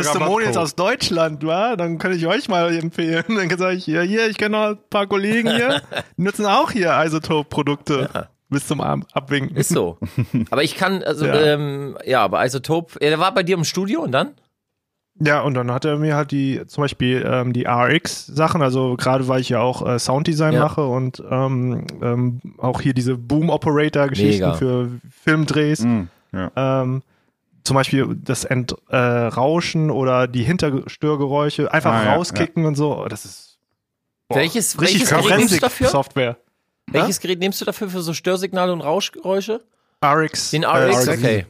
S2: Rabattcode?
S3: Testimonials aus Deutschland, wa? Dann könnte ich euch mal empfehlen. *laughs* Dann sage ich, hier, hier, ich kenne noch ein paar Kollegen
S1: *laughs*
S3: hier, die nutzen auch hier Isotope-Produkte. Bis zum Ab Abwinken.
S1: Ist so. Aber ich kann, also ja,
S3: Ja.
S1: ähm, ja aber Isotope, ja, der war bei dir im Studio und dann?
S3: Ja, und dann hat er mir halt die, zum Beispiel ähm, die RX-Sachen, also gerade weil ich ja auch äh, Sounddesign
S1: Ja.
S3: mache und ähm, ähm, auch hier diese Boom-Operator-Geschichten
S1: Mega.
S3: für Filmdrehs.
S2: Hm, ja.
S3: Ähm, zum Beispiel das Entrauschen äh, Rauschen oder die Hinterstörgeräusche einfach
S2: Ah, ja,
S3: rauskicken und so. Oh, Das ist
S1: welches welches
S3: richtig
S1: Gerät nimmst du dafür?
S3: Forensik-Software.
S1: Welches Gerät nimmst du dafür für so Störsignale und Rauschgeräusche?
S3: RX.
S1: Den RX?
S3: Äh,
S1: okay.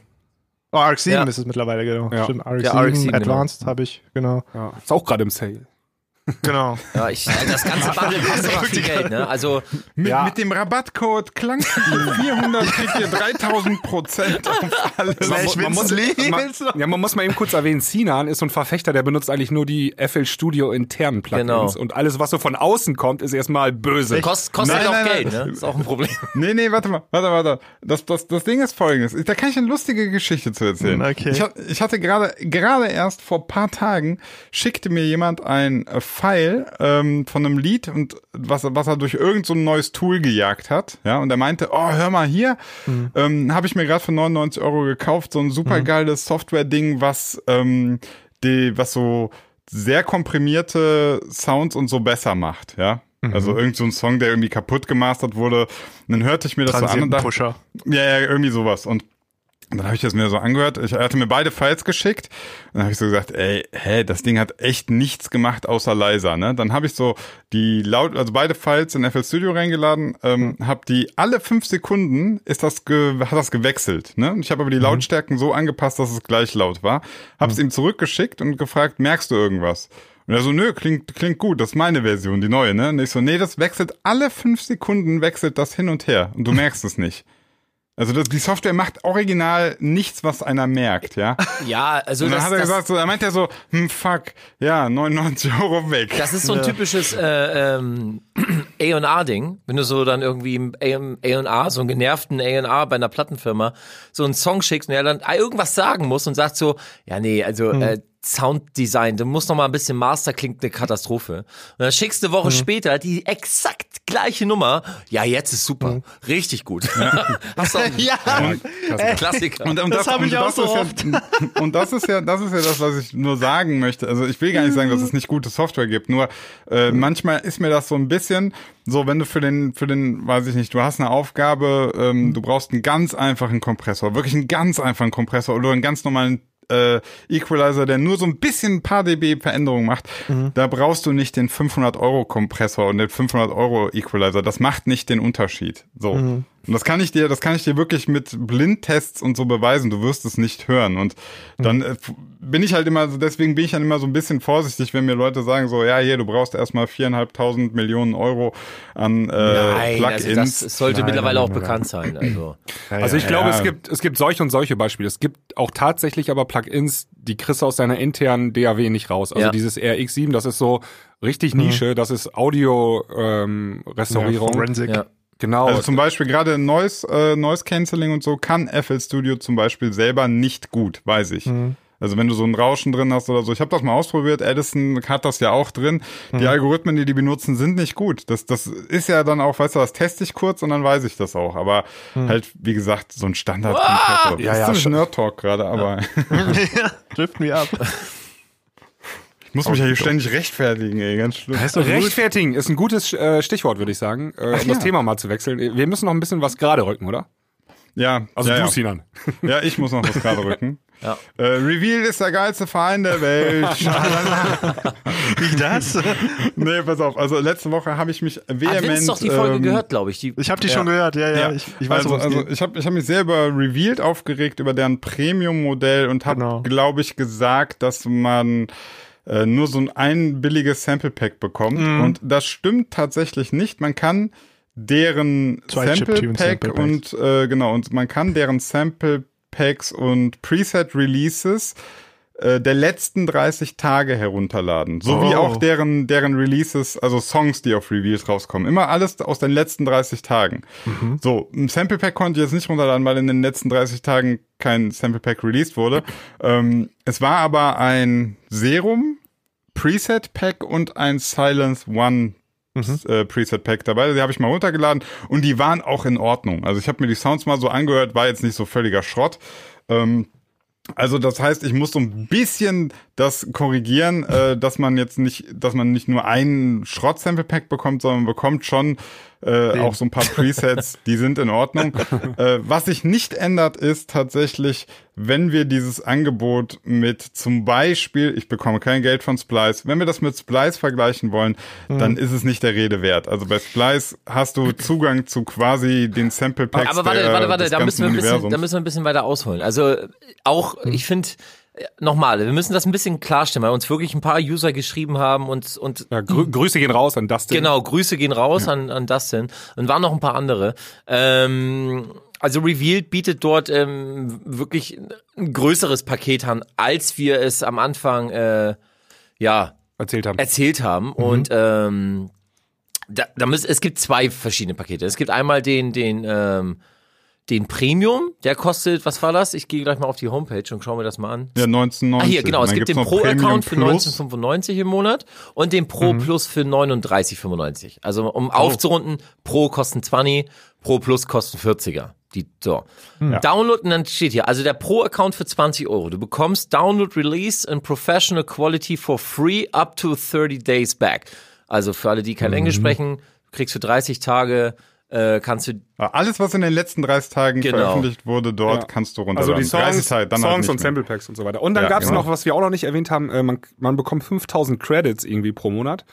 S3: Oh, RX7
S1: Ja.
S3: ist es mittlerweile, genau.
S4: Ja.
S3: Stimmt,
S1: Der
S3: RX7,
S1: RX-7, genau.
S3: Advanced habe ich, genau.
S4: ja. Ist auch gerade im Sale.
S3: Genau.
S1: Ja, ich, das ganze *laughs* Bundle kostet aber viel Geld, ne? Also,
S2: Mit,
S4: Ja.
S2: mit dem Rabattcode Klangspiel 400 kriegt ihr 3000 Prozent auf alles.
S4: Man,
S3: ich
S4: mu- man,
S3: will's
S4: muss,
S3: lesen.
S4: man, ja, man muss mal eben kurz erwähnen, Sinan ist so ein Verfechter, der benutzt eigentlich nur die FL Studio internen Plugins
S1: Genau.
S4: und alles, was so von außen kommt, ist erstmal böse.
S1: kost, kostet
S2: Nein,
S1: auch
S2: nein,
S1: Geld,
S2: nein.
S1: ne? Ist auch ein Problem.
S2: Nee, nee, warte mal, warte, warte. Das, das, das Ding ist folgendes. Ich- Da kann ich eine lustige Geschichte zu erzählen.
S3: Okay.
S2: Ich, hat- ich hatte gerade, gerade erst vor paar Tagen schickte mir jemand ein äh, File ähm, von einem Lied und was, er- was er durch irgend so ein neues Tool gejagt hat. Ja, und er meinte, oh, hör mal hier, ähm, habe ich mir gerade für 99 Euro gekauft, so ein supergeiles Software-Ding, was, ähm, die, was so sehr komprimierte Sounds und so besser macht, ja. Also irgend so ein Song, der irgendwie kaputt gemastert wurde. Und dann hörte ich mir das so an und dachte,
S3: Transienten-Pusher.
S2: ja, ja, irgendwie sowas. Und dann habe ich das mir so angehört. Ich hatte mir beide Files geschickt. Und dann habe ich so gesagt, ey, hä, das Ding hat echt nichts gemacht außer leiser. Ne? Dann habe ich so die laut, also beide Files in FL Studio reingeladen, ähm, habe die alle fünf Sekunden ist das ge, hat das gewechselt. Ne? Und ich habe aber die Lautstärken so angepasst, dass es gleich laut war. Habe es ihm zurückgeschickt und gefragt, merkst du irgendwas? Und er so, nö, klingt, klingt gut, das ist meine Version, die neue, ne? Und ich so, nee, das wechselt alle fünf Sekunden, wechselt das hin und her. Und du merkst es nicht. Also das, die Software macht original nichts, was einer merkt,
S3: *laughs*
S2: ja.
S1: Ja, also
S2: Und dann
S1: das,
S2: hat er
S1: das,
S2: gesagt, so, er meint ja so, hm, fuck, ja, 99 Euro weg.
S1: das ist so ein typisches äh, ähm, *clears throat* A&R-Ding, wenn du so dann irgendwie im A&R, so einen genervten A&R bei einer Plattenfirma, so einen Song schickst und er dann irgendwas sagen muss und sagt so, ja nee, also
S3: Hm.
S1: äh, Sounddesign, du musst noch mal ein bisschen Master, klingt eine Katastrophe. Und dann schickst du eine Woche
S3: Hm.
S1: später die exakt gleiche Nummer, ja jetzt ist super, richtig gut. Hast du auch einen
S3: Hm. *laughs* Ja,
S1: Klassiker.
S2: Und, und
S3: Das hab ich auch so
S2: ist Ja, *laughs* und das ist ja, das ist ja das, was ich nur sagen möchte. Also ich will gar nicht sagen, dass es nicht gute Software gibt. Nur äh,
S3: Mhm.
S2: manchmal ist mir das so ein bisschen so, wenn du für den, für den, weiß ich nicht, du hast eine
S3: Mhm.
S2: Aufgabe, ähm, du brauchst einen ganz einfachen Kompressor, wirklich einen ganz einfachen Kompressor oder einen ganz normalen äh, Equalizer, der nur so ein bisschen ein paar dB Veränderungen macht,
S1: Mhm.
S2: da brauchst du nicht den 500 Euro Kompressor und den 500 Euro Equalizer. Das macht nicht den Unterschied. So.
S1: Mhm.
S2: Und das kann ich dir, das kann ich dir wirklich mit Blindtests und so beweisen. Du wirst es nicht hören. Und
S1: Mhm.
S2: dann äh, f- bin ich halt immer, so- deswegen bin ich dann immer so ein bisschen vorsichtig, wenn mir Leute sagen so, ja, hier, du brauchst erstmal viereinhalbtausend Millionen Euro an äh,
S1: Nein, also das
S2: Plugins.
S1: sollte mittlerweile auch bekannt sein.
S3: *clears throat*
S1: Also.
S4: Also ich glaube,
S2: ja.
S4: es gibt es gibt solche und solche Beispiele. Es gibt auch tatsächlich aber Plugins, die kriegst du aus deiner internen DAW nicht raus. Also
S1: Ja.
S4: dieses RX7, das ist so richtig Nische, das ist Audio ähm, Restaurierung.
S3: Forensic.
S1: Ja.
S4: genau.
S2: Also zum Beispiel gerade Noise, äh, Noise Cancelling und so kann FL Studio zum Beispiel selber nicht gut, weiß ich. Also wenn du so ein Rauschen drin hast oder so. Ich habe das mal ausprobiert, Edison hat das ja auch drin. Die Algorithmen, die die benutzen, sind nicht gut. Das, das ist ja dann auch, weißt du, das teste ich kurz und dann weiß ich das auch. Aber halt, wie gesagt, so ein standard ah,
S4: Ja, ja,
S2: Das ist
S4: schon.
S2: ein Nerd-Talk gerade, aber
S1: *laughs*
S3: Driften wir ab.
S2: ich muss mich ja hier ständig rechtfertigen, ey, ganz schlimm.
S4: Rechtfertigen ist ein gutes äh, Stichwort, würde ich sagen, äh, um das Thema mal zu wechseln. Wir müssen noch ein bisschen was gerade rücken, oder?
S2: Ja,
S4: Also
S2: ja,
S4: du,
S2: ja.
S4: Sinan.
S2: Ja, ich muss noch was gerade rücken. Äh, Reveal ist der geilste Verein der *laughs* Welt.
S3: Wie das?
S2: nee, pass auf. Also letzte Woche habe ich mich
S1: Hat
S2: vehement.
S1: Vince Ah, doch die Folge
S2: ähm,
S1: gehört, glaube ich. Die,
S3: Ich habe die schon gehört, ja, ja.
S2: Ja,
S3: Ich, ich weiß,
S2: also,
S3: worum es
S2: also
S3: geht.
S2: ich habe ich hab mich selber revealed aufgeregt über deren Premium-Modell und habe,
S3: Genau.
S2: glaube ich, gesagt, dass man äh, nur so ein, ein billiges Sample-Pack bekommt.
S3: Mhm.
S2: Und das stimmt tatsächlich nicht. Man kann deren
S3: Zwei Chiptune
S2: Sample-Pack und
S3: Sample-Packs.
S2: äh, genau, und man kann deren Sample-Packs und Preset-Releases äh, der letzten 30 Tage herunterladen. So wie
S3: Oh.
S2: auch deren, deren Releases, also Songs, die auf Reveals rauskommen. Immer alles aus den letzten 30 Tagen. So, ein Sample Pack konnte ich jetzt nicht runterladen, weil in den letzten 30 Tagen kein Sample Pack released wurde. ähm, es war aber ein Serum, Preset Pack und ein Silence One äh, Preset Pack dabei. Die habe ich mal runtergeladen und die waren auch in Ordnung. Also ich habe mir die Sounds mal so angehört, war jetzt nicht so völliger Schrott. Ähm, also das heißt, ich muss so ein bisschen das korrigieren, äh, dass man jetzt nicht, dass man nicht nur einen Schrott-Sample-Pack bekommt, sondern man bekommt schon äh, auch so ein paar Presets, die sind in Ordnung. äh, was sich nicht ändert, ist tatsächlich, wenn wir dieses Angebot mit zum Beispiel, ich bekomme kein Geld von Splice, wenn wir das mit Splice vergleichen wollen, dann ist es nicht der Rede wert. Also bei Splice hast du Zugang zu quasi den Sample-Packs.
S1: Aber warte,
S2: der-
S1: warte, warte,
S2: des
S1: da müssen, wir
S2: ganzen
S1: ein bisschen,
S2: Universums. Hm.
S1: da müssen wir ein bisschen weiter ausholen. Also äh, auch, ich finde, nochmal, wir müssen das ein bisschen klarstellen, weil uns wirklich ein paar User geschrieben haben und, und
S4: *laughs* Ja, grü Grüße gehen raus an Dustin.
S1: Genau, Grüße gehen raus an, an Dustin. Und waren noch ein paar andere. Ähm, also Revealed bietet dort ähm, wirklich ein größeres Paket an, als wir es am Anfang äh, ja,
S4: Erzählt haben.
S1: erzählt haben. Und ähm, da, da müssen, es gibt zwei verschiedene Pakete. Es gibt einmal den, den, ähm, den Premium, der kostet, was war das? Ich gehe gleich mal auf die Homepage und schaue mir das mal an.
S2: Ja, 1990.
S1: Ah, hier, genau. Es
S2: Dann
S1: gibt den
S2: gibt's noch Premium
S1: Pro-Account für
S2: Plus. Mhm.
S1: 1995 im Monat und den Pro Plus für 39,95. Also,
S2: Oh.
S1: um aufzurunden, Pro kosten 20, Pro Plus kosten 40er. Die, so.
S2: Hm.
S1: Download, und dann steht hier, also der Pro-Account für 20 Euro. Du bekommst Download, Release and Professional Quality for free up to 30 days back. Also für alle, die
S2: Mhm.
S1: kein Englisch sprechen, du kriegst für 30 Tage, äh, kannst du
S2: Ah, Alles, was in den letzten 30 Tagen
S1: Genau.
S2: veröffentlicht wurde, dort
S4: Ja.
S2: kannst du
S4: Also
S2: runterladen.
S4: die Songs,
S2: 30 Tage, dann halt
S4: Songs
S2: nicht
S4: und
S2: mehr.
S4: Sample Packs und so weiter. Und dann
S2: Ja,
S4: gab's
S2: genau.
S4: noch, was wir auch noch nicht erwähnt haben, äh, man, man bekommt 5000 Credits irgendwie pro Monat.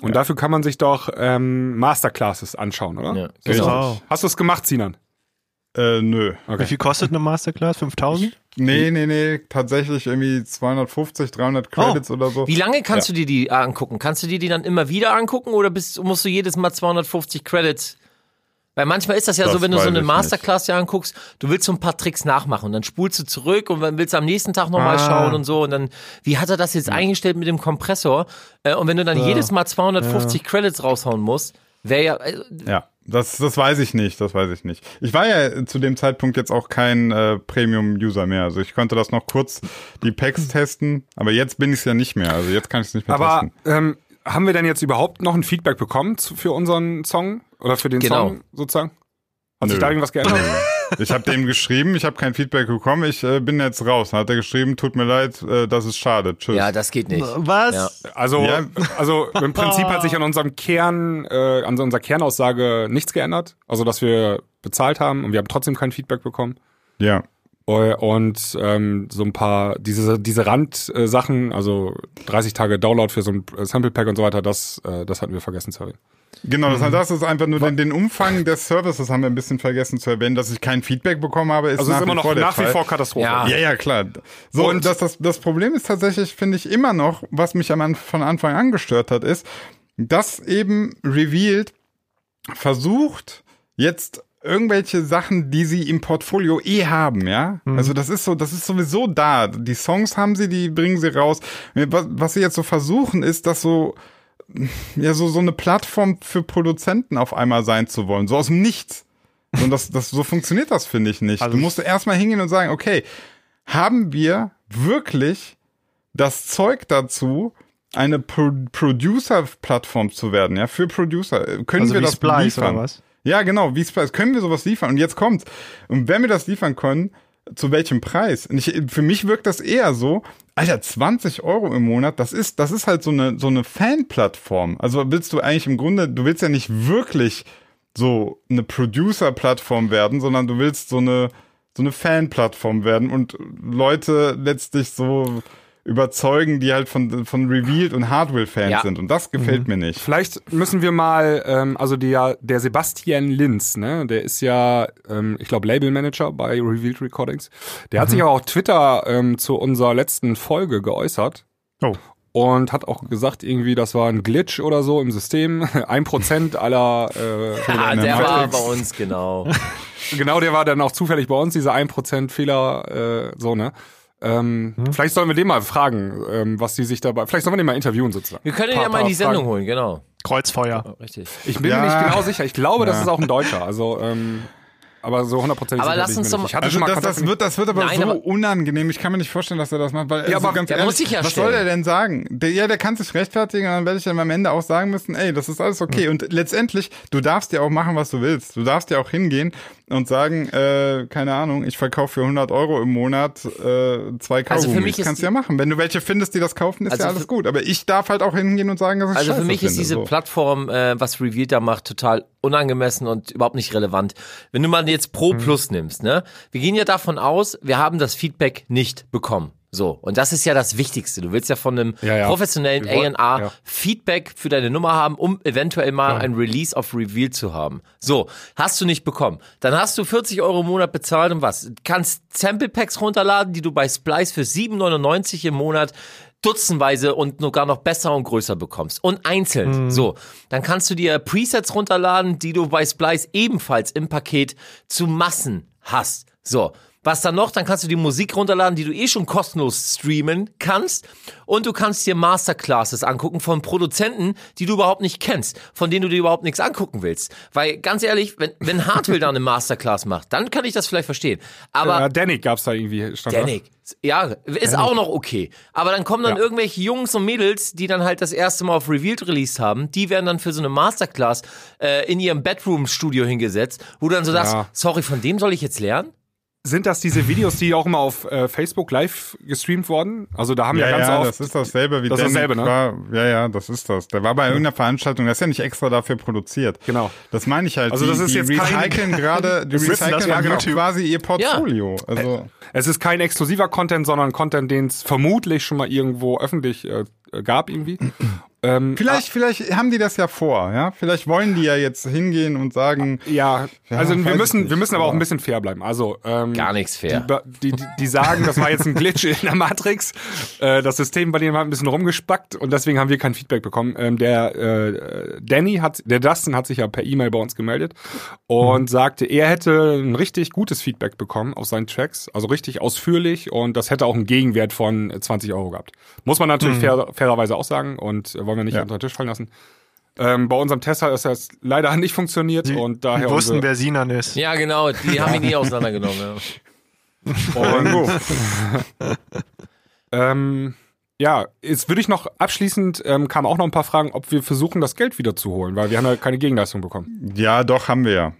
S4: Und dafür kann man sich doch ähm, Masterclasses anschauen, oder?
S1: Ja,
S4: Das
S1: genau.
S4: ist- Hast du es gemacht, Sinan?
S2: Äh, nö.
S3: Wie viel kostet eine Masterclass? 5000?
S2: Nee, nee, nee. Tatsächlich irgendwie 250, 300 Credits oder so.
S1: Oh. Wie lange kannst du dir die angucken? Kannst du dir die dann immer wieder angucken oder bist, musst du jedes Mal 250 Credits? Weil manchmal ist das ja
S2: Das
S1: so, wenn du
S2: weiß
S1: so eine
S2: ich
S1: Masterclass dir anguckst, du willst so ein paar Tricks nachmachen und dann spulst du zurück und dann willst du am nächsten Tag
S2: Ah.
S1: nochmal mal schauen und so und dann, wie hat er das jetzt eingestellt mit dem Kompressor? Äh, Und wenn du dann jedes Mal 250 Credits raushauen musst, wäre ja, äh,
S2: Ja, das, das weiß ich nicht, das weiß ich nicht. Ich war ja zu dem Zeitpunkt jetzt auch kein äh, Premium-User mehr. Also ich konnte das noch kurz die
S1: Hm.
S2: Packs testen, aber jetzt bin ich es ja nicht mehr. Also jetzt kann ich es nicht mehr
S4: Aber
S2: testen.
S4: ähm, haben wir denn jetzt überhaupt noch ein Feedback bekommen zu, für unseren Song? Oder für den
S1: Genau.
S4: Song sozusagen?
S2: Nö.
S4: Hat sich da irgendwas geändert?
S2: Ich habe dem geschrieben, ich habe kein Feedback bekommen, ich äh, bin jetzt raus. Dann hat er geschrieben, tut mir leid, äh, das ist schade. Tschüss.
S1: ja, das geht nicht.
S3: Was?
S1: Ja.
S4: Also,
S2: Ja.
S4: also im Prinzip hat sich an unserem Kern, äh, an unserer Kernaussage nichts geändert. Also, dass wir bezahlt haben und wir haben trotzdem kein Feedback bekommen.
S2: ja.
S4: Äh, Und ähm, so ein paar, diese, diese Randsachen, also 30 Tage Download für so ein Sample-Pack und so weiter, das, äh, das hatten wir vergessen zu erwähnen.
S2: Genau,
S4: Mhm.
S2: das, das ist einfach nur den, den Umfang des Services haben wir ein bisschen vergessen zu erwähnen, dass ich kein Feedback bekommen habe. Ist
S4: Also
S2: nach
S4: es ist immer
S2: wie
S4: noch
S2: vor der
S4: nach wie
S2: Fall.
S4: vor Katastrophe.
S1: Ja.
S2: Ja, ja, klar. So, und
S4: Und-
S2: das, das, das Problem ist tatsächlich, finde ich, immer noch, was mich am, Anf- von Anfang an gestört hat, ist, dass eben Revealed versucht, jetzt irgendwelche Sachen, die sie im Portfolio eh haben, ja.
S4: Mhm.
S2: Also das ist so, das ist sowieso da. Die Songs haben sie, die bringen sie raus. Was, was sie jetzt so versuchen, ist, dass so ja so so eine Plattform für Produzenten auf einmal sein zu wollen, so aus dem Nichts. Und das, das so funktioniert das finde ich nicht.
S3: Also
S2: du
S3: es-
S2: musst erstmal hingehen und sagen, okay, haben wir wirklich das Zeug dazu, eine Pro Producer-Plattform zu werden, ja, für Producer. Äh, Können
S3: Also
S2: wir
S3: wie
S2: das
S3: Splice
S2: liefern?
S3: oder was?
S2: Ja, genau, wie Splice. Können wir sowas liefern? Und jetzt kommt's. Und wenn wir das liefern können, zu welchem Preis? Und ich, für mich wirkt das eher so, Alter, 20 Euro im Monat, das ist, das ist halt so eine, so eine Fan-Plattform. Also willst du eigentlich im Grunde, du willst ja nicht wirklich so eine Producer-Plattform werden, sondern du willst so eine, so eine Fan-Plattform werden und Leute letztlich so überzeugen, die halt von, von Revealed und Hardware-Fans
S1: Ja.
S2: sind. Und das gefällt mir nicht.
S4: Vielleicht müssen wir mal, ähm, also der, der Sebastian Linz, ne, der ist ja, ähm, ich glaube, Labelmanager bei Revealed Recordings. Der
S2: Mhm.
S4: hat sich auch auf Twitter ähm, zu unserer letzten Folge geäußert.
S3: Oh.
S4: Und hat auch gesagt, irgendwie, das war ein Glitch oder so im System. *laughs* Ein Prozent aller, äh,
S1: Ah,
S2: der
S1: der war
S2: Matrix.
S1: bei uns, genau.
S4: genau, der war dann auch zufällig bei uns, dieser ein Prozent Fehler, äh, so, ne. Ähm,
S2: Hm?
S4: Vielleicht sollen wir den mal fragen, ähm, was die sich dabei, vielleicht sollen wir den mal interviewen sozusagen.
S1: Wir können ihn
S4: Paar-
S1: ja mal in die
S4: paar Fragen.
S1: Sendung holen, genau.
S3: Kreuzfeuer.
S1: Richtig.
S4: Ich bin
S2: Ja.
S4: mir nicht genau sicher. Ich glaube, das ist auch ein Deutscher. Also, ähm, aber so hundertprozentig.
S1: Aber
S4: sicher
S1: lass
S4: bin ich
S1: uns
S4: mir
S1: doch
S4: nicht.
S1: mal-
S4: Ich hatte
S2: Also
S4: schon mal
S2: das, das,
S4: Kontakt mit-
S2: wird, das wird aber
S1: Nein,
S2: so
S1: aber-
S2: unangenehm. Ich kann mir nicht vorstellen, dass er das macht, weil
S4: Ja,
S2: also
S4: aber
S2: ganz
S1: der
S2: ehrlich,
S1: muss sich ja
S2: was
S1: stellen.
S2: soll er denn sagen? Der, ja, der kann sich rechtfertigen und dann werde ich ihm am Ende auch sagen müssen, ey, das ist alles okay.
S1: Hm.
S2: Und letztendlich, du darfst ja auch machen, was du willst. Du darfst ja auch hingehen und sagen, äh, keine Ahnung, ich verkaufe für 100 Euro im Monat äh, zwei Kaugummis.
S1: Also für mich ist
S2: kannst
S1: die-
S2: du ja machen. Wenn du welche findest, die das kaufen, ist
S1: Also
S2: ja
S1: für-
S2: alles gut. Aber ich darf halt auch hingehen und sagen, dass ich
S1: Also
S2: scheiße
S1: für mich ist
S2: finde,
S1: diese
S2: so.
S1: Plattform, äh, was Revealed da macht, total unangemessen und überhaupt nicht relevant. Wenn du mal jetzt
S4: Mhm.
S1: Pro Plus nimmst, ne? Wir gehen ja davon aus, wir haben das Feedback nicht bekommen. So, und das ist ja das Wichtigste. Du willst ja von einem
S4: Ja, ja.
S1: professionellen
S4: Wir wollen-
S1: A&R
S4: ja.
S1: Feedback für deine Nummer haben, um eventuell mal ein Release auf Reveal zu haben. So, hast du nicht bekommen. Dann hast du 40 Euro im Monat bezahlt und was? Kannst Sample Packs runterladen, die du bei Splice für 7,99 im Monat dutzendweise und sogar noch besser und größer bekommst. Und einzeln. So. Dann kannst du dir Presets runterladen, die du bei Splice ebenfalls im Paket zu Massen hast. So. Was dann noch? Dann kannst du die Musik runterladen, die du eh schon kostenlos streamen kannst. Und du kannst dir Masterclasses angucken von Produzenten, die du überhaupt nicht kennst, von denen du dir überhaupt nichts angucken willst. Weil ganz ehrlich, wenn, wenn Hardwell da eine Masterclass macht, dann kann ich das vielleicht verstehen. Aber
S4: Äh, Danik gab's da irgendwie. Stand
S1: Danik, ja, ist auch noch okay. Aber dann kommen dann
S4: Ja.
S1: irgendwelche Jungs und Mädels, die dann halt das erste Mal auf Revealed released haben, die werden dann für so eine Masterclass äh, in ihrem Bedroom-Studio hingesetzt, wo du dann so sagst,
S4: Ja.
S1: sorry, von dem soll ich jetzt lernen?
S4: Da. Sind das diese Videos, die auch immer auf äh, Facebook live gestreamt wurden? Also da haben
S2: Ja,
S4: ja, ganz
S2: ja,
S4: oft.
S2: das ist dasselbe wie
S4: Das ist
S2: Danny
S4: dasselbe, ne?
S2: war, ja, ja, das ist das. Der war bei irgendeiner Veranstaltung, der ist ja nicht extra dafür produziert.
S4: Genau.
S2: Das meine ich halt.
S4: Also das
S2: die,
S4: ist
S2: die
S4: jetzt kein-
S2: recyceln
S4: *laughs*
S2: gerade, die
S3: Das wissen das
S2: recyceln
S3: von
S2: gerade
S4: genau.
S3: YouTube.
S2: quasi ihr Portfolio. Also
S4: es ist kein exklusiver Content, sondern Content, den es vermutlich schon mal irgendwo öffentlich äh, gab irgendwie. ähm,
S2: vielleicht, vielleicht haben die das ja vor, ja? Vielleicht wollen die ja jetzt hingehen und sagen,
S4: Ja,
S2: Ja,
S4: also
S2: weiß
S4: wir
S2: ich
S4: müssen,
S2: nicht,
S4: wir müssen aber auch
S2: aber-
S4: ein bisschen fair bleiben. Also ähm,
S1: Gar nichts fair.
S4: Die, be- die, die, die sagen, das war jetzt ein Glitch in der Matrix. Äh, das System bei denen war ein bisschen rumgespackt und deswegen haben wir kein Feedback bekommen. Ähm, der äh, Danny hat, der Dustin hat sich ja per E-Mail bei uns gemeldet
S2: Mhm.
S4: und sagte, er hätte ein richtig gutes Feedback bekommen auf seinen Tracks, also richtig ausführlich und das hätte auch einen Gegenwert von 20 Euro gehabt. Muss man
S2: Mhm.
S4: natürlich fair, fairerweise auch sagen und äh, wollen wir nicht unter den Tisch fallen lassen. Ähm, bei unserem Test hat das leider *laughs* nicht funktioniert und daher
S3: Wir wussten,
S4: unsere-
S3: wer Sinan ist.
S1: Ja, genau, die haben ihn nie auseinandergenommen. *laughs* Ja.
S4: Und, *laughs* ähm, ja, jetzt würde ich noch abschließend, ähm, kamen auch noch ein paar Fragen, ob wir versuchen, das Geld wiederzuholen, weil wir haben ja keine Gegenleistung bekommen.
S2: ja, doch haben wir ja.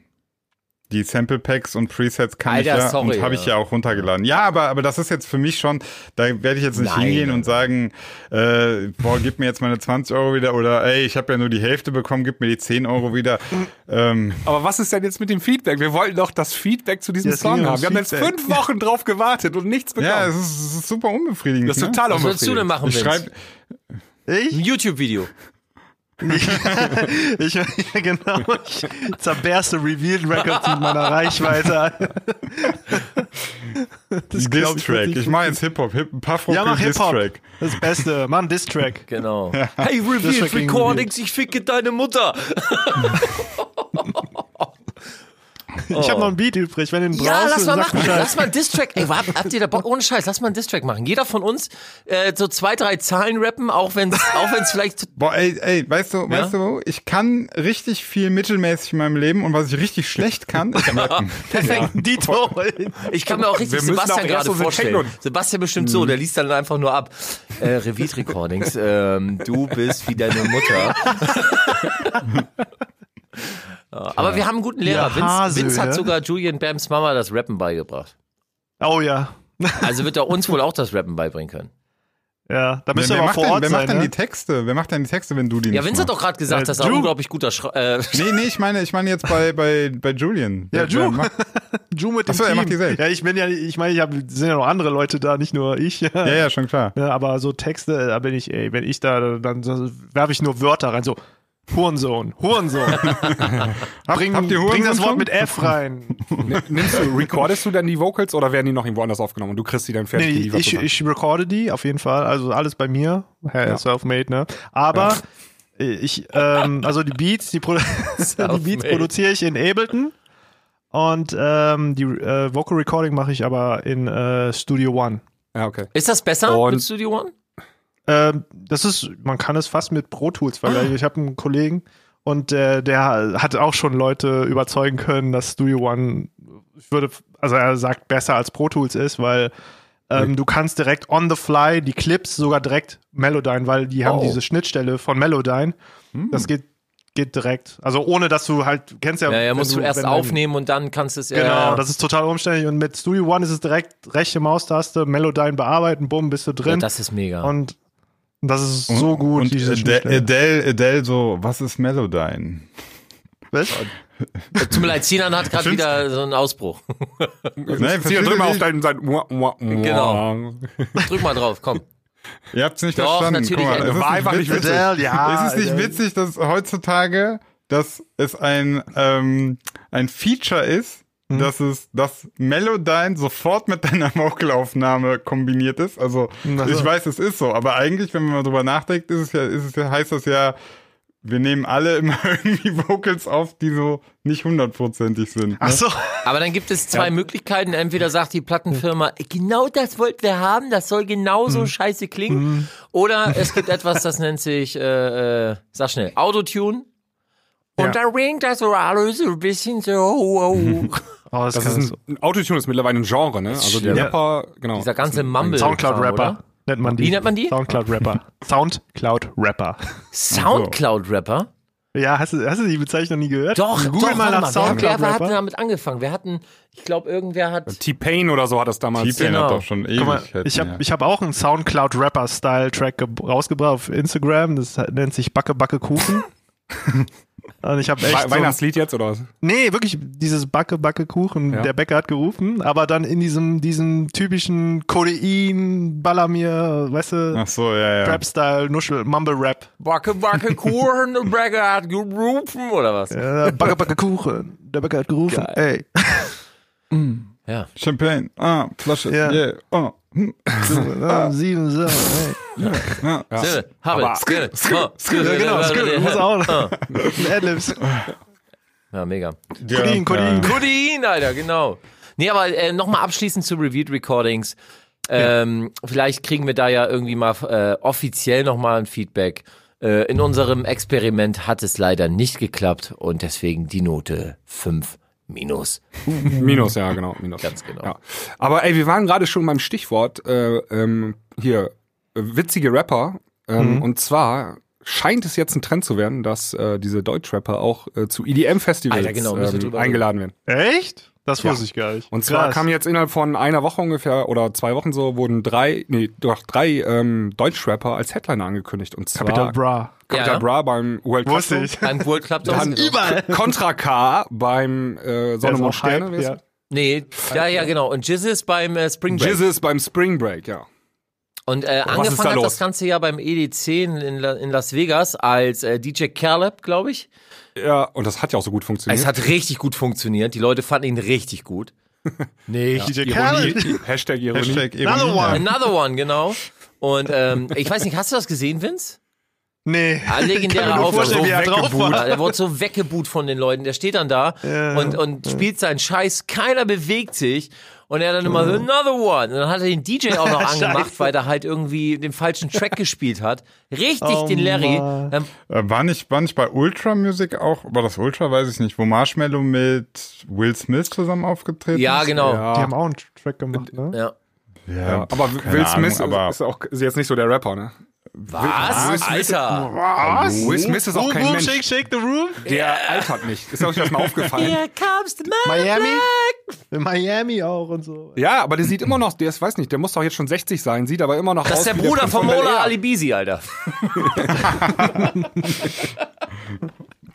S2: die Sample Packs und Presets kann
S1: Alter,
S2: ich ja
S1: sorry,
S2: und habe ich
S1: ja.
S2: ja auch runtergeladen. Ja, aber aber das ist jetzt für mich schon, da werde ich jetzt nicht
S1: Nein.
S2: hingehen und sagen, äh, boah, gib mir jetzt meine 20 Euro wieder oder ey, ich habe ja nur die Hälfte bekommen, gib mir die 10 Euro wieder.
S3: Genau.
S2: Ähm,
S4: Aber was ist denn jetzt mit dem Feedback? Wir wollten doch das Feedback zu diesem
S3: Ja, es ging
S4: Song
S3: ja
S4: haben.
S3: ums
S4: Wir haben jetzt
S2: Feedback.
S4: fünf Wochen drauf gewartet und nichts bekommen.
S2: ja, es ist, es ist super unbefriedigend.
S4: das ist
S2: ne?
S4: total
S1: Was sollst du denn
S4: unbefriedigend.
S1: machen,
S2: Ich
S1: Vince?
S2: schreibe
S3: Ich?
S1: Ein YouTube-Video.
S3: *laughs* Ich, *laughs* ja, genau, ich zerberste Revealed Records mit
S2: *laughs*
S3: meiner Reichweite.
S2: Das
S3: glaub ich
S2: Diss-Track.
S3: wirklich.
S2: Ich mache jetzt Hip-Hop. Hip Puff
S3: Ja, mach Hip-Hop.
S2: Diss-Track.
S3: Das Beste. Mach
S2: *laughs*
S3: einen Diss-Track.
S1: Genau. Hey, Revealed
S3: war gegen
S1: Recordings, ich ficke deine Mutter.
S2: Oh.
S3: Ich habe noch einen Beat übrig. Wenn du ihn brauchst,
S1: Ja, lass mal
S3: dann sag
S1: machen.
S3: Bescheid.
S1: Lass mal einen Distrack. Ey, habt, habt ihr da Bock? Ohne Scheiß, lass mal einen Distrack machen. Jeder von uns äh, so zwei, drei Zahlen rappen, auch wenn auch wenn's vielleicht.
S2: Boah, ey, ey, weißt du, weißt du, ich kann richtig viel mittelmäßig in meinem Leben und was ich richtig schlecht
S3: *laughs*
S2: kann, ich kann rappen.
S1: Perfekt.
S3: Dito.
S1: Ich kann mir auch
S4: Wir
S1: richtig
S4: müssen auch
S1: Sebastian
S4: erst
S1: gerade
S4: unsere
S1: vorstellen.
S4: Techno-
S1: Sebastian bestimmt so, der liest dann einfach nur ab. Äh, Reviet Recordings, *laughs* ähm, du bist wie deine Mutter. *laughs* Ja, Aber wir haben einen guten Lehrer.
S3: Ja,
S1: Vince, Vince hat
S3: Hasehöhe.
S1: sogar Julian Bams Mama das Rappen beigebracht.
S3: Oh ja.
S1: Also wird er uns wohl auch das Rappen beibringen können.
S3: Ja, da müsst ihr
S2: wer
S3: aber
S2: macht,
S3: vor
S2: denn,
S3: Ort
S2: wer
S3: sein.
S2: macht denn
S3: ne?
S2: die Texte? Wer macht denn die Texte, wenn du die
S1: Ja,
S2: nicht
S1: Vince hat
S2: machst?
S1: doch gerade gesagt,
S3: Äh,
S1: dass er ein
S3: Ju-
S1: unglaublich guter Schra äh, *laughs*
S2: Nee, nee, ich meine, ich meine jetzt bei, bei, bei Julian.
S3: Ja,
S2: Wer- wer
S3: Ju.
S2: macht-
S3: Ju mit dem
S2: Ach so, er
S3: Team.
S2: macht die selbst.
S3: Ja, ich bin ja, ich meine, ich hab, sind ja noch andere Leute da, nicht nur ich. Ja,
S2: Ja, ja, schon klar.
S3: Ne, aber so Texte, äh, da bin ich, ey, wenn ich da, dann werfe ich nur Wörter rein, so Hurensohn, Hurensohn. bring,
S2: *laughs* habt ihr Hurensohn
S3: bring das Wort
S2: schon?
S3: mit
S2: *laughs*
S3: F rein.
S4: Nimmst du, recordest du dann die Vocals oder werden die noch irgendwo anders aufgenommen und du kriegst die dann fertig
S3: Nee,
S4: geliefert?
S3: ich,
S4: sozusagen?
S3: ich recorde die auf jeden Fall. Also alles bei mir. Hey, Selfmade, ne? Aber ich, ähm, also die Beats, die, Produ *laughs* die Beats
S1: Selfmade.
S3: produziere ich in Ableton. Und ähm, die äh, Vocal Recording mache ich aber in äh, Studio One.
S4: ja, okay.
S1: Ist das besser
S4: Und-
S1: mit Studio One?
S3: Ähm, das ist, man kann es fast mit Pro Tools vergleichen. Ich habe einen Kollegen und äh, der hat auch schon Leute überzeugen können, dass Studio One, ich würde, also er sagt, besser als Pro Tools ist, weil ähm, du kannst direkt on the fly die Clips sogar direkt Melodyne, weil die haben
S1: Oh.
S3: diese Schnittstelle von Melodyne. Das geht, geht direkt. Also ohne, dass du halt, du kennst ja.
S1: Ja, ja,
S3: wenn
S1: musst du erst
S3: wenn dein-
S1: aufnehmen und dann kannst du es
S3: Genau,
S1: ja,
S3: das ist total umständlich. Und mit Studio One ist es direkt rechte Maustaste, Melodyne bearbeiten, bumm, bist du
S1: ja,
S3: drin.
S1: das ist mega.
S3: Und das ist so gut,
S2: Und äh,
S3: diese
S2: Adele,
S3: Schnittstelle.
S2: Adele, Adele so, was ist Melodyne?
S3: Was?
S1: Tut mir leid, Sinan hat gerade wieder so einen Ausbruch.
S2: Nein,
S4: Zieh
S2: versteht
S4: drück
S2: ihr
S4: mal auf
S2: nicht?
S4: deinen Seiten.
S1: Genau.
S4: Genau.
S1: Drück mal drauf, komm.
S2: Ihr habt's nicht
S1: Doch,
S2: verstanden.
S1: natürlich,
S2: Guck mal,
S1: ey,
S2: es ist
S4: war einfach nicht
S2: witzig.
S3: Adele, ja.
S2: Es ist nicht
S3: Adele.
S2: witzig, dass heutzutage dass es ein, ähm, ein Feature ist,
S3: Mhm.
S2: dass es dass Melodyne sofort mit deiner Vocalaufnahme kombiniert ist. Also
S3: Ach so.
S2: ich weiß, es ist so, aber eigentlich, wenn man mal drüber nachdenkt, ist es ja, ist es ja, heißt das ja, wir nehmen alle immer *laughs* irgendwie Vocals auf, die so nicht hundertprozentig sind.
S3: Ach
S2: Ne?
S3: so.
S1: Aber dann gibt es zwei Möglichkeiten. Entweder sagt die Plattenfirma,
S3: Hm.
S1: genau das wollten wir haben, das soll genauso scheiße klingen.
S3: Hm.
S1: Oder es gibt etwas, das nennt sich, äh, äh, sag schnell, Autotune. Und
S3: Ja.
S1: da ringt das so alles so ein bisschen so. Oh, oh.
S3: *laughs* Oh, das,
S4: Das
S3: kann
S4: ist
S3: so.
S4: ein, ein Autotune ist mittlerweile ein Genre, ne? Also die
S1: stimmt.
S4: Rapper, genau.
S1: Dieser ganze Mumble.
S3: Soundcloud-Rapper.
S1: oder?
S3: Nennt man die.
S1: Wie nennt man die? *laughs*
S3: Soundcloud-Rapper. Soundcloud-Rapper.
S1: Soundcloud-Rapper?
S3: Ja, hast du, hast du die Bezeichnung nie gehört?
S1: Doch,
S3: Google
S1: doch,
S3: mal
S1: warte Wer,
S3: nach
S1: wer hat denn
S3: Soundcloud-Rapper.
S1: damit angefangen? Wir hatten, ich glaube, irgendwer hat.
S4: T-Pain oder so hat das damals.
S2: T-Pain
S1: genau.
S2: hat doch schon
S3: Guck mal,
S2: ewig.
S3: ich habe ich hab auch einen Soundcloud-Rapper-Style-Track ge- rausgebracht auf Instagram. Das nennt sich Backe Backe Kuchen. Und ich habe echt.
S4: We
S3: so-
S4: Weihnachtslied jetzt oder was?
S3: Nee, wirklich dieses Backe, Backe, Kuchen.
S4: Ja.
S3: Der Bäcker hat gerufen, aber dann in diesem, diesem typischen Kodein, Ballamir, weißt du,
S2: Ach so, ja, ja.
S3: Rap-Style, Nuschel, Mumble-Rap.
S1: Backe, Backe, Kuchen, und Backe hat gerufen, oder was? Ja.
S3: Äh, Backe, Backe, Kuchen. Der Bäcker hat gerufen, ey.
S2: Champagne, ah, Flasche,
S3: Ja.
S2: yeah, oh, hm,
S3: Ah, Sieben, so, ey.
S2: ja.
S1: Habel, Habel, Skill, Skill, Skill,
S3: Ja, genau, das
S1: Skill,
S3: muss auch noch. Adlibs.
S1: Ja, mega.
S3: Kodein, Kodein, Kodein.
S1: Protein, Alter, genau. Nee, aber äh, nochmal abschließend zu Reviewed Recordings. Ähm, Vielleicht kriegen wir da ja irgendwie mal äh, offiziell nochmal ein Feedback. Äh, in unserem Experiment hat es leider nicht geklappt und deswegen die Note 5 minus.
S4: Minus, ja, genau. Minus.
S1: Ganz genau.
S4: Ja. Aber ey, wir waren gerade schon beim
S3: Mhm.
S4: Stichwort äh, ähm, hier äh, witzige Rapper. Ähm, Und zwar scheint es jetzt ein Trend zu werden, dass äh, diese Deutschrapper auch äh, zu EDM-Festivals
S1: Alter, genau, müssen wir
S4: ähm,
S1: drüber
S4: eingeladen werden.
S3: Echt? Das wusste ich gar nicht.
S4: Und zwar
S3: Krass.
S4: kam jetzt innerhalb von einer Woche ungefähr oder zwei Wochen so, wurden drei, nee, doch drei ähm, Deutschrapper als Headliner angekündigt. Und zwar
S3: Capital Bra.
S4: Capital
S1: Ja.
S4: Bra beim World Cup.
S3: Wusste ich.
S1: Ein World Club
S4: Dann *laughs* Contra K beim äh, Sonne,
S3: Also
S4: Mond,
S3: auch
S4: Sterne.
S3: Hype,
S4: wer ist-
S3: ja.
S1: Nee, ja, ja, genau. Und Jizzes beim äh, Spring Break.
S4: Jizzes beim Spring Break, ja.
S1: Und äh,
S4: ist da
S1: angefangen hat
S4: los?
S1: das Ganze ja beim EDC in, in, La- in Las Vegas als äh, DJ Caleb, glaube ich.
S4: Mhm. Ja, und das hat ja auch so gut
S1: Es
S4: funktioniert.
S1: hat richtig gut funktioniert. Die Leute fanden ihn richtig gut. Nicht.
S3: DJ Khaled.
S4: Hashtag Ironie.
S2: *laughs* Hashtag
S3: Another
S2: Ironie.
S3: one.
S1: Another one, genau. Und ähm, ich weiß nicht, hast du das gesehen, Vince?
S3: Nee.
S1: Ah, legendärer
S3: Kann mir nur
S1: Auftritt.
S3: vorstellen, wie er drauf
S1: Ja,
S3: war.
S1: Der wurde so weggeboot von den Leuten. Der steht dann da und, und spielt seinen Scheiß. Keiner bewegt sich. Und er dann immer so,
S3: Genau.
S1: another one. Und dann hat er den DJ
S3: *laughs*
S1: auch noch angemacht, weil er halt irgendwie den falschen Track gespielt hat. Richtig
S3: Oh
S1: den Larry. Ähm, Dann,
S2: Äh, War nicht, war nicht bei Ultra Music auch, war das Ultra, weiß ich nicht, wo Marshmallow mit Will Smith zusammen aufgetreten
S1: ja,
S2: ist?
S1: genau. Ja.
S4: Ja.
S3: Die haben auch einen Track gemacht, ne?
S2: Ja,
S4: Aber
S2: keine
S4: Will Smith
S2: Ahnung, aber
S4: ist, ist auch ist jetzt nicht so der Rapper, ne?
S1: Was? Alter.
S4: Was? Will Smith ist auch
S3: Boom,
S4: kein
S3: boom,
S4: Mensch.
S3: shake, shake the room.
S4: Der altert nicht. Ist euch das mal aufgefallen?
S1: Here comes the man.
S3: Miami. In Miami auch und so.
S4: Ja, aber der sieht immer noch, der ist, weiß nicht, der muss doch jetzt schon 60 sein, sieht aber immer noch
S1: Das
S4: aus
S1: ist der
S4: wie
S1: Bruder
S4: Prinz
S1: von
S4: Bel-Air.
S1: Mola Alibisi, Alter.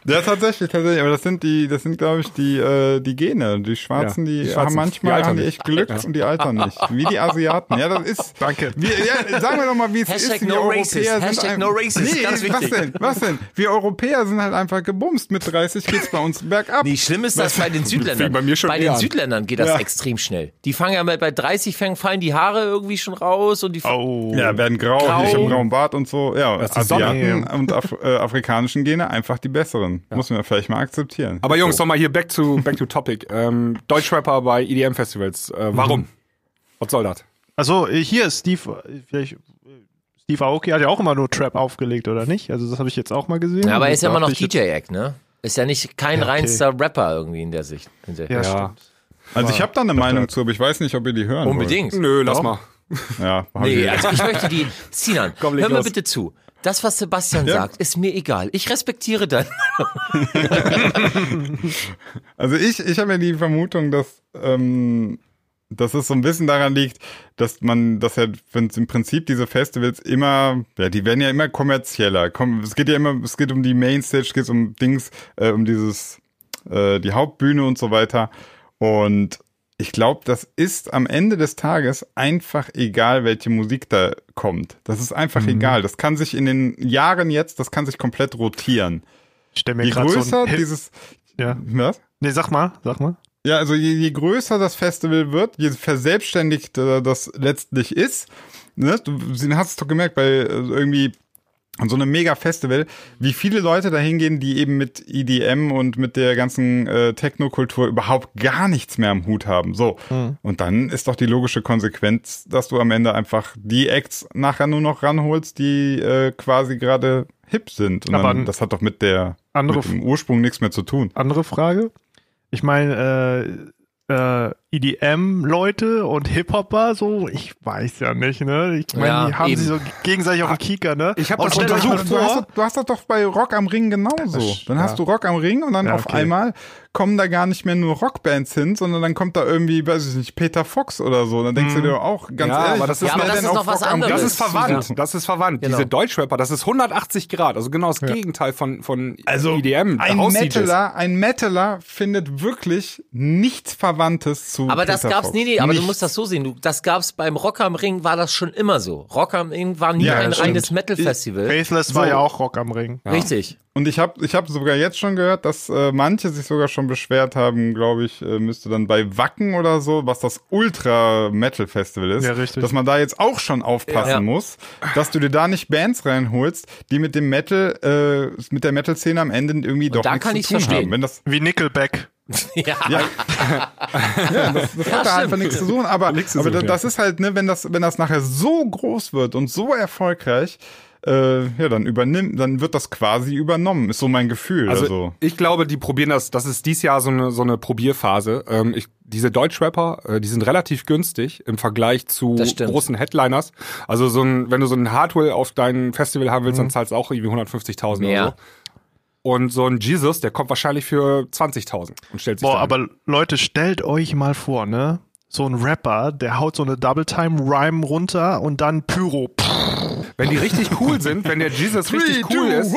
S2: Ja, tatsächlich, tatsächlich. Aber das sind die, das sind, glaube ich, die, äh, die Gene. Die Schwarzen,
S4: Ja,
S2: die,
S4: die Schwarzen.
S2: haben
S4: Die
S2: manchmal
S4: altern
S2: haben die
S4: nicht.
S2: echt Glück und die altern nicht. Wie die Asiaten. Ja, das
S4: *laughs*
S2: ist.
S3: Danke.
S2: Wir, ja, sagen wir doch mal, wie es
S1: Hashtag
S2: ist. Wir
S1: no
S2: Europäer
S1: racist.
S2: sind
S1: Hashtag
S2: ein-
S1: no racist.
S2: Nee,
S1: Ganz
S2: was
S1: wichtig.
S2: denn? Was denn? Wir Europäer sind halt einfach gebumst. Mit 30 geht's bei uns bergab.
S1: Nee, schlimm ist das
S4: *laughs*
S1: bei den Südländern.
S4: fing bei mir schon
S1: den
S4: eher an.
S1: Südländern geht das
S4: Ja.
S1: extrem schnell. Die fangen ja mal bei 30 fangen, fallen die Haare irgendwie schon raus und die
S3: Oh.
S2: Ja, werden grau,
S1: Grau.
S2: nicht im grauen Bart und so. Ja,
S4: ist die Sonne.
S2: Asiaten und Af äh, afrikanischen Gene einfach die besseren. Muss man vielleicht mal akzeptieren.
S4: Aber Jungs, nochmal hier back to, back to topic. Ähm, Deutschrapper bei EDM-Festivals. Äh, warum? Was soll das?
S3: Also hier Steve, äh, vielleicht äh, Steve Aoki hat ja auch immer nur Trap aufgelegt oder nicht? Also das habe ich jetzt auch mal gesehen.
S1: Ja, aber er ist ja immer
S3: Dachte
S1: noch
S3: ich jetzt-
S1: DJ-Act, ne? Ist ja nicht kein
S3: okay.
S1: reinster Rapper irgendwie in der Sicht. In der
S3: Ja,
S4: Ja.
S3: stimmt.
S2: also ich habe da eine Meinung zu, aber ich weiß nicht, ob ihr die hören
S1: Unbedingt.
S4: Nö, lass mal.
S2: Wollt. Ja, hab
S1: Nee,
S2: ich-
S1: also ich möchte die. Sinan,
S4: Komm, leg
S1: hör mir
S4: los.
S1: bitte zu. Das, was Sebastian sagt, ist mir egal. Ich respektiere das.
S2: Also ich, ich habe ja die Vermutung, dass, ähm, dass es so ein bisschen daran liegt, dass man, dass ja, wenn im Prinzip diese Festivals immer, ja, die werden ja immer kommerzieller. Komm, es geht ja immer, es geht um die Mainstage, es geht um Dings, äh, um dieses, äh, die Hauptbühne und so weiter. Und ich glaube, das ist am Ende des Tages einfach egal, welche Musik da kommt. Das ist einfach
S3: Mhm.
S2: egal. Das kann sich in den Jahren jetzt, das kann sich komplett rotieren.
S3: Ich stell mir
S2: Je
S3: gerade so
S2: größer
S3: ein Hit,
S2: dieses,
S3: ja.
S2: was?
S3: Nee, sag mal, sag mal.
S2: Ja, also je, je größer das Festival wird, je verselbstständigter das letztlich ist, ne? du du hast es doch gemerkt bei äh, irgendwie an so einem Mega-Festival, wie viele Leute da hingehen, die eben mit EDM und mit der ganzen äh, Technokultur überhaupt gar nichts mehr am Hut haben. So, und dann ist doch die logische Konsequenz, dass du am Ende einfach die Acts nachher nur noch ranholst, die äh, quasi gerade hip sind. Und
S3: Aber
S2: dann,
S3: n-
S2: das hat doch mit der
S3: andere
S2: mit dem Ursprung nichts mehr zu tun.
S3: Andere Frage. Ich meine, äh, äh, EDM-Leute und Hip-Hopper, so, ich weiß ja nicht, ne? Ich meine,
S1: Ja,
S3: die haben
S1: eben. Ah,
S3: sie so gegenseitig auf dem Kieker, ne?
S4: Ich hab
S3: Und
S4: das
S3: stell euch
S4: untersucht.
S3: mal
S2: Du hast,
S3: vor,
S2: das- du hast das doch bei Rock am Ring genauso. Dann hast du Rock am Ring und dann
S3: Ja,
S2: auf
S3: okay.
S2: einmal kommen da gar nicht mehr nur Rockbands hin, sondern dann kommt da irgendwie, weiß ich nicht, Peter Fox oder so. Dann denkst du dir auch, ganz
S4: Mhm. Ja,
S2: ehrlich,
S4: aber das
S2: was
S4: ist
S2: soll
S4: noch-
S2: denn
S1: das ist
S2: auf
S1: noch was
S2: Rock am Ring?
S1: anderes.
S4: Das ist verwandt.
S1: Susan.
S4: Das ist verwandt.
S1: Genau.
S4: Diese Deutschrapper, das ist 180 Grad. Also genau das Gegenteil von, von E EDM.
S2: Also Ein
S4: House DJs.
S2: Metaler, ein Metaler findet wirklich nichts Verwandtes zu
S1: Aber
S2: Peter
S1: das gab's,
S2: Fox.
S1: nee, nee, aber du
S2: Nichts.
S1: musst das so sehen. Du, das gab's beim Rock am Ring, war das schon immer so. Rock am Ring war nie
S2: Ja,
S1: ein
S2: das stimmt.
S1: reines Metal-Festival.
S3: Faithless war ja auch Rock am Ring.
S1: Richtig.
S2: Und ich habe ich hab sogar jetzt schon gehört, dass äh, manche sich sogar schon beschwert haben, glaube ich, äh, müsste dann bei Wacken oder so, was das Ultra-Metal-Festival ist,
S3: Ja, richtig.
S2: dass man da jetzt auch schon aufpassen
S1: Ja.
S2: muss, dass du dir da nicht Bands reinholst, die mit dem Metal, äh, mit der Metal-Szene am Ende irgendwie doch
S1: da
S2: nichts
S1: kann
S2: zu
S1: ich's
S2: tun
S1: verstehen.
S2: haben. Wenn das,
S3: Wie Nickelback.
S1: *laughs*
S2: ja. ja, das, das hat da
S1: stimmt.
S2: einfach nichts zu tun. Aber,
S4: zu
S2: aber
S4: suchen,
S2: da- das ist halt, ne, wenn das, wenn das nachher so groß wird und so erfolgreich, äh, ja, dann übernimmt, dann wird das quasi übernommen, ist so mein Gefühl. Also,
S4: Also ich glaube, die probieren das. Das ist dies Jahr so eine so eine Probierphase. Ähm, ich diese Deutschrapper, äh, die sind relativ günstig im Vergleich zu
S1: Das stimmt.
S4: großen Headliners. Also so ein, wenn du so einen Hardwell auf dein Festival haben
S2: Mhm.
S4: willst, dann zahlst du auch irgendwie 150.000
S1: Mehr.
S4: Euro. Und so ein Jesus, der kommt wahrscheinlich für 20.000 und stellt sich
S3: Boah,
S4: da
S3: aber
S4: hin.
S3: Leute, stellt euch mal vor, ne? So ein Rapper, der haut so eine Double-Time-Rhyme runter und dann Pyro. Pff,
S4: Wenn die richtig cool sind, wenn der Jesus richtig cool ist,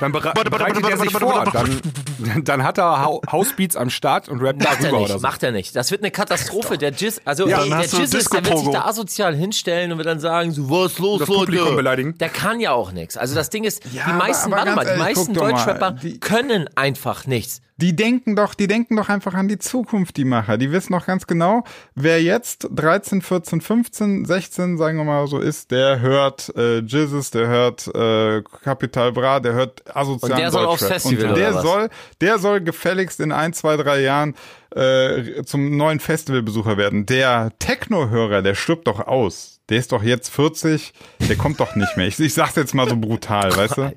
S4: dann bere- bereitet er sich vor. Dann, dann hat er Hau- Housebeats am Start und rappt
S1: Macht er
S4: darüber oder
S1: nicht,
S4: so.
S1: macht er nicht. Das wird eine Katastrophe. Der Jizz, also
S3: Ja,
S1: ey,
S3: dann
S1: der
S3: hast du
S1: Jizz ist, der wird sich
S3: Disco-Pogo.
S1: da asozial hinstellen und wird dann sagen, so, was ist los,
S4: Das
S1: Leute?
S4: Publikum beleidigen.
S1: Der kann ja auch nichts. Also das Ding ist, die
S2: aber-
S1: meisten,
S2: aber
S1: warte
S2: ganz
S1: mal, die
S2: ehrlich,
S1: meisten
S2: guck doch mal,
S1: Deutschrapper
S2: die-
S1: können einfach nichts.
S2: Die denken doch, die denken doch einfach an die Zukunft, die Macher. Die wissen doch ganz genau, wer jetzt 13, 14, 15, 16, sagen wir mal so ist, der hört äh, Jesus, der hört äh, Capital Bra, der hört asozialen
S1: Und der soll
S2: Deutschrap.
S1: aufs Festival
S2: Und der
S1: oder was?
S2: soll, der soll gefälligst in ein, zwei, drei Jahren äh, zum neuen Festivalbesucher werden. Der Techno-Hörer, der stirbt doch aus. Der ist doch jetzt 40, der kommt doch nicht mehr. Ich, ich sag's jetzt mal so brutal, weißt du?
S1: *laughs*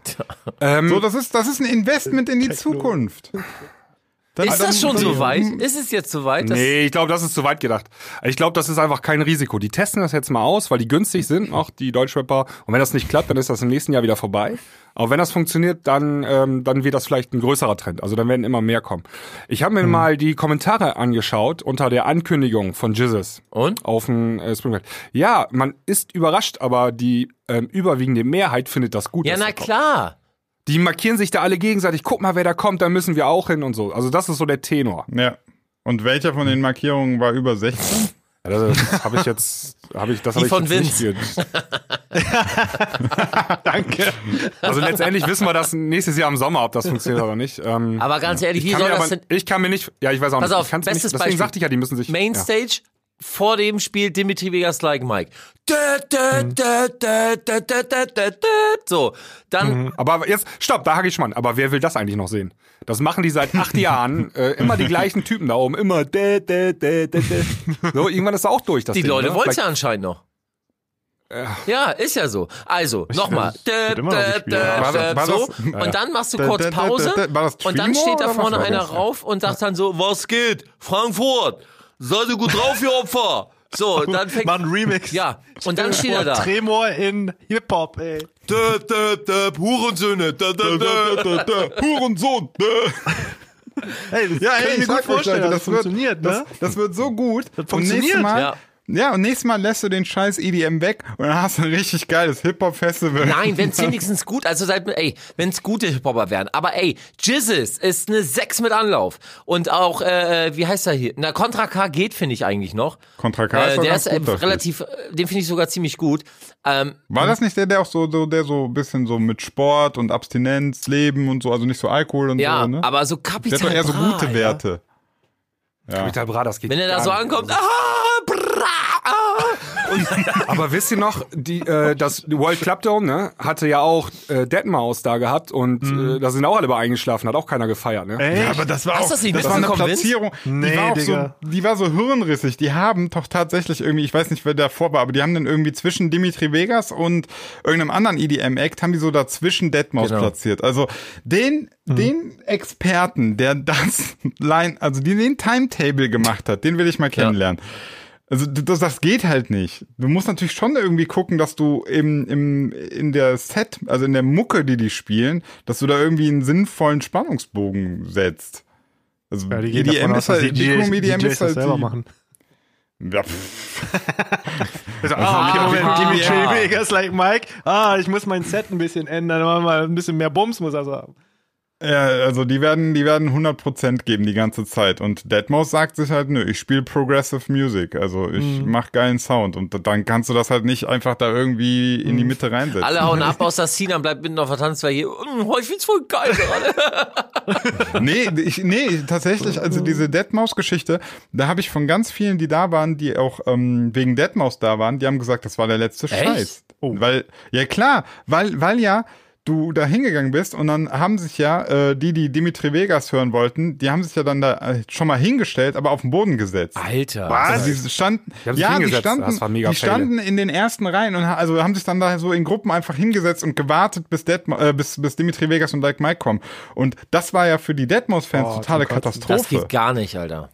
S2: Ähm,
S1: Alter.
S2: So, das ist, das ist ein Investment in die Zukunft. Dann-
S1: Ist das
S2: dann-
S1: schon so
S2: dann-
S1: weit? Ist es jetzt so weit? dass-
S4: Nee, ich glaube, das ist zu weit gedacht. Ich glaube, das ist einfach kein Risiko. Die testen das jetzt mal aus, weil die günstig sind, auch die Deutschrapper. Und wenn das nicht klappt, dann ist das im nächsten Jahr wieder vorbei. Aber wenn das funktioniert, dann, ähm, dann wird das vielleicht ein größerer Trend. Also dann werden immer mehr kommen. Ich habe mir
S1: Mhm.
S4: mal die Kommentare angeschaut unter der Ankündigung von Jizzes.
S1: Und?
S4: Auf dem äh, Springfield. Ja, man ist überrascht, aber die ähm, überwiegende Mehrheit findet das gut.
S1: Ja,
S4: dass
S1: na
S4: er kommt.
S1: klar.
S4: Die markieren sich da alle gegenseitig. Guck mal, wer da kommt, da müssen wir auch hin und so. Also das ist so der Tenor.
S2: Ja. Und welcher von den Markierungen war über 16?
S4: Ja, das das habe ich jetzt, habe ich, das habe ich
S1: von
S4: jetzt
S1: *laughs*
S4: *laughs* nicht ge-
S3: danke.
S4: Also letztendlich wissen wir das nächstes Jahr im Sommer, ob das funktioniert oder nicht. Ähm,
S1: Aber ganz ehrlich, wie
S4: ich kann,
S1: soll
S4: mir
S1: das
S4: aber,
S1: denn?
S4: ich kann mir nicht, ja, ich weiß auch
S1: Pass
S4: nicht.
S1: auf,
S4: ich kann's
S1: bestes
S4: nicht, deswegen
S1: Beispiel.
S4: sagte ich ja, die müssen sich.
S1: Mainstage vor dem Spiel Dimitri Vegas Like Mike. Dö, dö, dö, dö, dö, dö, dö, dö, dö. So, dann
S4: Ja. Aber jetzt, stopp, da hake ich schon an. Aber wer will das eigentlich noch sehen? Das machen die seit acht
S1: *laughs*
S4: Jahren, äh, immer die gleichen Typen da oben, immer. Dä, dä, dä, dä, dä. So, irgendwann ist auch durch, das
S1: die
S4: Ding,
S1: Leute
S4: ne?
S1: wollen es
S4: Vielleicht-
S1: ja anscheinend noch. Ja, ist ja so. Also, nochmal.
S3: das wird immer noch gespielt.
S2: War das- war
S1: So,
S2: das-
S1: und dann machst du
S2: Dä, dä,
S1: kurz
S2: dä,
S1: Pause
S2: dä, war das
S1: und dann
S2: Twingo
S1: steht da
S2: oder was
S1: vorne
S2: war
S1: einer
S2: das?
S1: rauf und sagt dann so, was geht? Frankfurt! Seid ihr gut drauf, ihr Opfer? So,
S2: *laughs*
S1: dann fängt...
S3: Mach einen Remix.
S1: Ja, und dann steht er da.
S3: Tremor in Hip-Hop, ey.
S1: Dö, dö, dö, Hurensöhne. Dö, *laughs* dö, dö.
S2: Hurensohn!
S3: Hey, das kann ich mir gut vorstellen, dass das funktioniert, ne?
S2: Das, das wird so gut. Das
S3: funktioniert.
S2: Und nächstes Mal,
S1: Ja.
S2: ja. und nächstes Mal lässt du den scheiß EDM weg und dann hast du ein richtig geiles Hip-Hop-Festival. *laughs*
S1: Nein, wenn's wenigstens gut, also seid, ey, wenn's gute Hip-Hopper wären. Aber ey, Jizzes ist eine 6 mit Anlauf. Und auch, äh, wie heißt er hier? Na, Contra K geht, finde ich eigentlich noch.
S2: Contra K
S1: Äh,
S2: ist doch
S1: der
S2: ganz
S1: ist äh,
S2: gut dafür.
S1: relativ, äh, den finde ich sogar ziemlich gut. Ähm,
S2: War das nicht der, der auch so, so, der so ein bisschen so mit Sport und Abstinenz, Leben und so, also nicht so Alkohol und
S1: ja,
S2: so, ne?
S1: aber so
S2: der
S1: Kapital
S2: hat doch eher so
S1: Bra,
S2: gute
S1: ja.
S2: Werte.
S4: Capital Bra, das geht
S1: Wenn er da
S4: gar
S1: so
S4: nicht.
S1: ankommt,
S2: also.
S1: ah, bra, ah.
S4: Aber wisst ihr noch, die, äh, das World Club Dome ne, hatte ja auch äh, Deadmaus da gehabt und äh, da sind auch alle bei eingeschlafen, hat auch keiner gefeiert. Ne?
S3: Ey,
S2: aber das war
S1: Hast
S2: auch,
S1: das nicht
S2: war eine
S1: mitbekommen, Vince?
S2: Platzierung,
S3: Nee,
S2: die, war auch
S3: Digga.
S2: so, die war so hirnrissig. Die haben doch tatsächlich irgendwie, ich weiß nicht, wer davor war, aber die haben dann irgendwie zwischen Dimitri Vegas und irgendeinem anderen E EDM-Act, haben die so dazwischen Deadmau5
S1: Genau.
S2: platziert. Also den,
S3: Mhm.
S2: den Experten, der das Line, also die den Timetable gemacht hat, den will ich mal kennenlernen. Also d- das, das geht halt nicht. Du musst natürlich schon irgendwie gucken, dass du im, im, in der Set, also in der Mucke, die die spielen, dass du da irgendwie einen sinnvollen Spannungsbogen setzt. Also
S3: Ja, die gehen
S2: EDM
S3: davon aus,
S2: ist halt,
S3: dass die DJs,
S2: Diplom- EDM ist
S3: DJs das
S2: halt
S3: selber
S2: die-
S3: machen.
S2: Ja, pff.
S3: Ah, okay, Moment,
S1: ah,
S3: Dimitri
S1: ah.
S3: Vegas, like Mike. Ah, ich muss mein Set ein bisschen ändern, machen wir mal ein bisschen mehr Bums muss er haben.
S2: ja, also die werden, die werden 100% geben die ganze Zeit. Und Deadmau5 sagt sich halt, nö, ich spiele Progressive Music, also ich
S3: Mhm.
S2: mach geilen Sound. Und dann kannst du das halt nicht einfach da irgendwie in
S3: Mhm.
S2: die Mitte reinsetzen.
S1: Alle hauen ab aus der Sinan, bleibt mitten auf der Tanzfläche. Hm, oh, ich find's voll geil gerade.
S2: Nee, ich, nee, tatsächlich, also diese Deadmaus-Geschichte, da habe ich von ganz vielen, die da waren, die auch ähm, wegen Deadmaus da waren, die haben gesagt, das war der letzte
S1: Echt?
S2: Scheiß. Weil, ja klar, weil, weil ja du da hingegangen bist und dann haben sich ja äh, die, die Dimitri Vegas hören wollten, die haben sich ja dann da äh, schon mal hingestellt, aber auf den Boden gesetzt.
S1: Alter.
S2: Also die standen,
S4: Die haben sich
S2: ja, die
S4: hingesetzt.
S2: standen,
S4: Das war mega
S2: die standen in den ersten Reihen und ha- also haben sich dann da so in Gruppen einfach hingesetzt und gewartet, bis, Detmo, äh, bis, bis Dimitri Vegas
S4: Oh,
S2: und Like Mike kommen. Und das war ja für die Deadmos-Fans totale Katastrophe.
S1: Das geht gar nicht, Alter.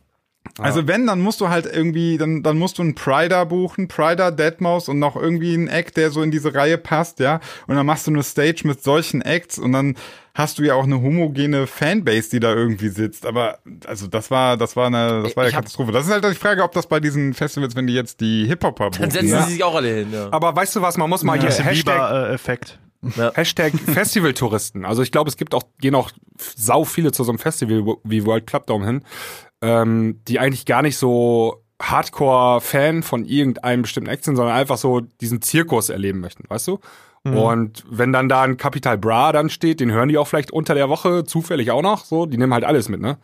S2: Also wenn, dann musst du halt irgendwie, dann, dann musst du einen Prider buchen, Prider, Deadmaus und noch irgendwie einen Act, der so in diese Reihe passt, ja. Und dann machst du eine Stage mit solchen Acts und dann hast du ja auch eine homogene Fanbase, die da irgendwie sitzt. Aber also das war, das war eine, das war eine
S1: Ich hab-
S2: Katastrophe. Das ist halt die Frage, ob das bei diesen Festivals, wenn die jetzt die Hip-Hopper buchen.
S1: Dann setzen
S2: ja?
S1: sie sich auch alle hin. Ja.
S4: Aber weißt du was, man muss mal hier
S3: Bisschen
S4: Hashtag,
S3: Biber-Effekt.
S4: Hashtag Festivaltouristen. Also ich glaube, es gibt auch, gehen auch sau viele zu so einem Festival wie World Club Dome hin, ähm, die eigentlich gar nicht so Hardcore-Fan von irgendeinem bestimmten Act sind, sondern einfach so diesen Zirkus erleben möchten, weißt du? Und wenn dann da ein Capital Bra dann steht, den hören die auch vielleicht unter der Woche zufällig auch noch, so, die nehmen halt alles mit, ne?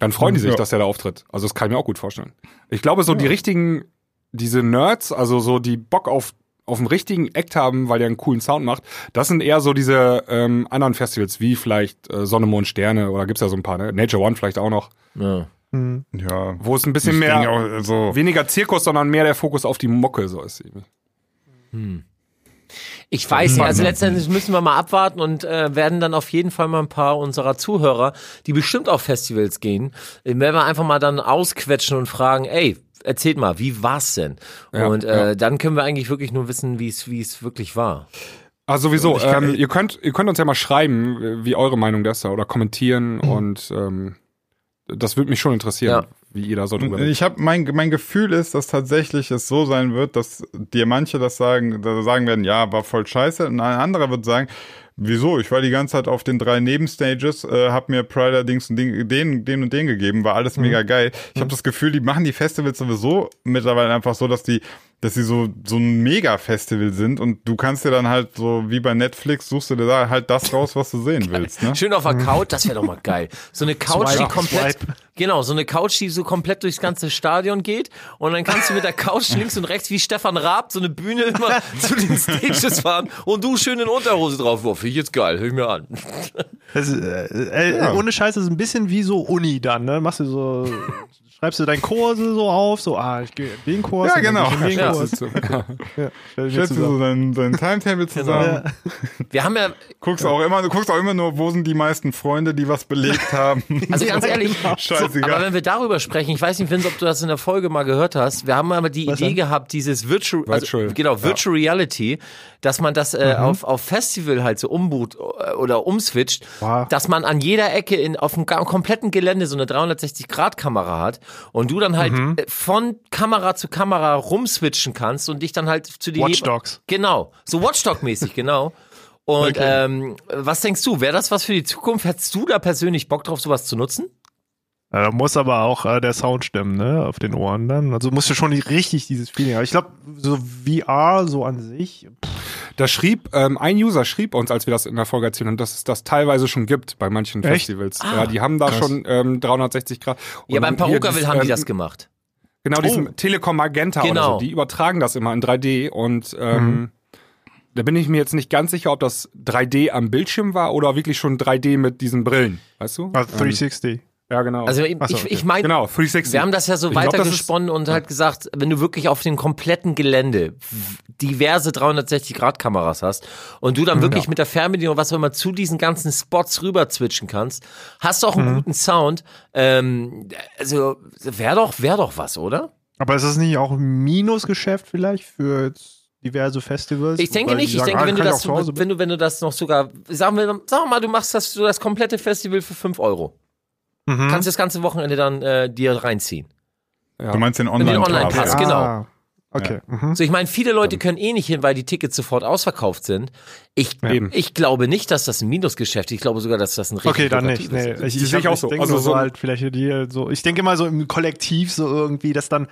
S4: Dann freuen die sich,
S2: Ja.
S4: dass der da auftritt. Also das kann ich mir auch gut vorstellen. Ich glaube, so die richtigen, diese Nerds, also so die Bock auf auf einen richtigen Act haben, weil der einen coolen Sound macht, das sind eher so diese ähm, anderen Festivals, wie vielleicht äh, Sonne, Mond, Sterne oder gibt's ja so ein paar, ne? Nature One vielleicht auch noch,
S1: Ja.
S2: ja.
S4: wo es ein bisschen
S2: Ich denke
S4: mehr,
S2: auch, also so.
S4: weniger Zirkus, sondern mehr der Fokus auf die Mucke so ist. irgendwie.
S1: Ich weiß nicht, also letztendlich müssen wir mal abwarten und äh, werden dann auf jeden Fall mal ein paar unserer Zuhörer, die bestimmt auf Festivals gehen, äh, werden wir einfach mal dann ausquetschen und fragen, ey, erzählt mal, wie war's denn? und äh, dann können wir eigentlich wirklich nur wissen, wie es wie es wirklich war.
S4: Ah, sowieso. ähm, ihr, könnt, ihr könnt uns ja mal schreiben, äh, wie eure Meinung das da oder
S2: *clears throat*
S4: kommentieren und ähm, das würde mich schon interessieren,
S1: Ja.
S4: wie ihr da so drüber denkt.
S2: Ich habe mein mein Gefühl ist, dass tatsächlich es so sein wird, dass dir manche das sagen, da sagen werden, ja, war voll scheiße, und ein anderer wird sagen, wieso? Ich war die ganze Zeit auf den drei Nebenstages, äh, hab mir Pride Dings und Ding, den, den und den gegeben, war alles mega geil. Ich habe das Gefühl, die machen die Festivals sowieso mittlerweile einfach so, dass die dass sie so so ein Mega-Festival sind und du kannst dir dann halt so wie bei Netflix suchst du dir da halt das raus, was du sehen willst. Ne?
S1: Schön auf der Couch, das wäre doch mal geil. So eine Couch, die
S3: Mhm. Swipe,
S1: komplett,
S3: swipe.
S1: genau, so eine Couch, die so komplett durchs ganze Stadion geht und dann kannst du mit der Couch links und rechts wie Stefan Raab so eine Bühne
S3: *laughs*
S1: immer zu den Stages fahren und du schön in Unterhose drauf. Boah, finde ich jetzt geil, hör ich mir an.
S3: Das, ist, äh, äh, Ohne Scheiß, das ist ein bisschen wie so Uni dann, ne? Machst du so, schreibst du deinen Kurse so auf, so, ah, ich gehe in den Kurs.
S2: Ja,
S3: und dann
S2: genau.
S3: geh ich in Den
S1: Ja.
S3: Kurs.
S2: *laughs*
S3: Ja, stell dir
S2: Schätzt du so
S3: zusammen.
S2: dein, dein Timetable zusammen.
S3: Ja.
S1: Wir haben ja,
S2: Guckst auch immer, du guckst auch immer nur, wo sind die meisten Freunde, die
S1: *laughs*
S2: was belegt haben.
S1: also ganz ehrlich, aber
S2: *laughs* Scheißegal.
S1: wenn wir darüber sprechen, ich weiß nicht, Vince, ob du das in der Folge mal gehört hast, wir haben mal die Idee gehabt, dieses Virtual,
S4: Virtual,
S1: also, genau, Virtual Reality, dass man das äh, auf, auf Festival halt so umboot äh, oder umswitcht, dass man an jeder Ecke in, auf dem ga- kompletten Gelände so eine 360-Grad-Kamera hat und du dann halt äh, von Kamera zu Kamera rumswitchen kannst und dich dann halt zu den
S3: Watch Dogs.
S1: Genau, so
S4: *laughs*
S1: Watchdog-mäßig, genau. Und ähm, was denkst du, wäre das was für die Zukunft? Hättest du da persönlich Bock drauf, sowas zu nutzen?
S3: Ja, da muss aber auch äh, der Sound stimmen, ne? Auf den Ohren dann. Also musst du schon die- richtig dieses Feeling haben. Ich glaube, so VR so an sich. pff,
S4: Da schrieb, ähm, ein User schrieb uns, als wir das in der Folge erzählt haben, dass es das teilweise schon gibt bei manchen
S3: Echt?
S4: Festivals. ja, die haben da schon ähm, 360 Grad. Und
S1: Ah. Ja, beim
S4: dann hier
S1: Paruka will
S4: dies-
S1: haben die
S4: ähm,
S1: das gemacht.
S4: Genau, diesen Telekom Magenta oder
S1: Genau.
S4: so. Die übertragen das immer in 3D und ähm,
S3: Mhm.
S4: da bin ich mir jetzt nicht ganz sicher, ob das 3D am Bildschirm war oder wirklich schon 3D mit diesen Brillen. Weißt du?
S3: Also 360.
S4: Ja, genau.
S1: Also ich,
S3: Ach so,
S1: ich,
S3: okay.
S1: ich meine,
S4: genau, 360.
S1: wir haben das ja so
S4: Ich glaub, das ist-
S1: weitergesponnen und halt gesagt, wenn du wirklich auf dem kompletten Gelände w- diverse 360-Grad-Kameras hast und du
S4: Mhm.
S1: dann wirklich mit der Fernbedienung, oder was auch immer, zu diesen ganzen Spots rüber switchen kannst, hast du auch
S4: Mhm.
S1: einen guten Sound. Ähm, also wäre doch, wär doch was, oder?
S3: Aber ist das nicht auch ein Minusgeschäft vielleicht für jetzt diverse Festivals?
S1: Ich denke
S3: Weil die
S1: nicht. Ich
S3: sagen,
S1: denke,
S3: ah,
S1: wenn du,
S3: könnt ihr
S1: das,
S3: auch zu Hause-
S1: wenn, du, wenn du das noch sogar, sagen wir, sagen wir mal, du machst das, du das komplette Festival für 5 Euro.
S3: Mhm.
S1: Kannst das ganze Wochenende dann äh, dir reinziehen.
S2: Du meinst den
S1: Den
S2: Online-Pass.
S1: Online-Pass,
S2: ja.
S1: genau.
S3: Ah, okay. Mhm.
S1: So, ich meine, viele Leute können eh nicht hin, weil die Tickets sofort ausverkauft sind. Ich,
S4: Eben.
S1: ich glaube nicht, dass das ein Minusgeschäft ist. Ich glaube sogar, dass das ein richtig
S3: Okay, dann nicht. Nee,
S1: lukratives ist.
S3: ich
S4: Die
S3: ich,
S4: sehe ich
S3: hab-
S4: auch
S3: ich
S4: so.
S3: denke
S4: Also
S3: nur so,
S4: so ein-
S3: halt vielleicht die so. Ich denke mal so im Kollektiv so irgendwie, dass dann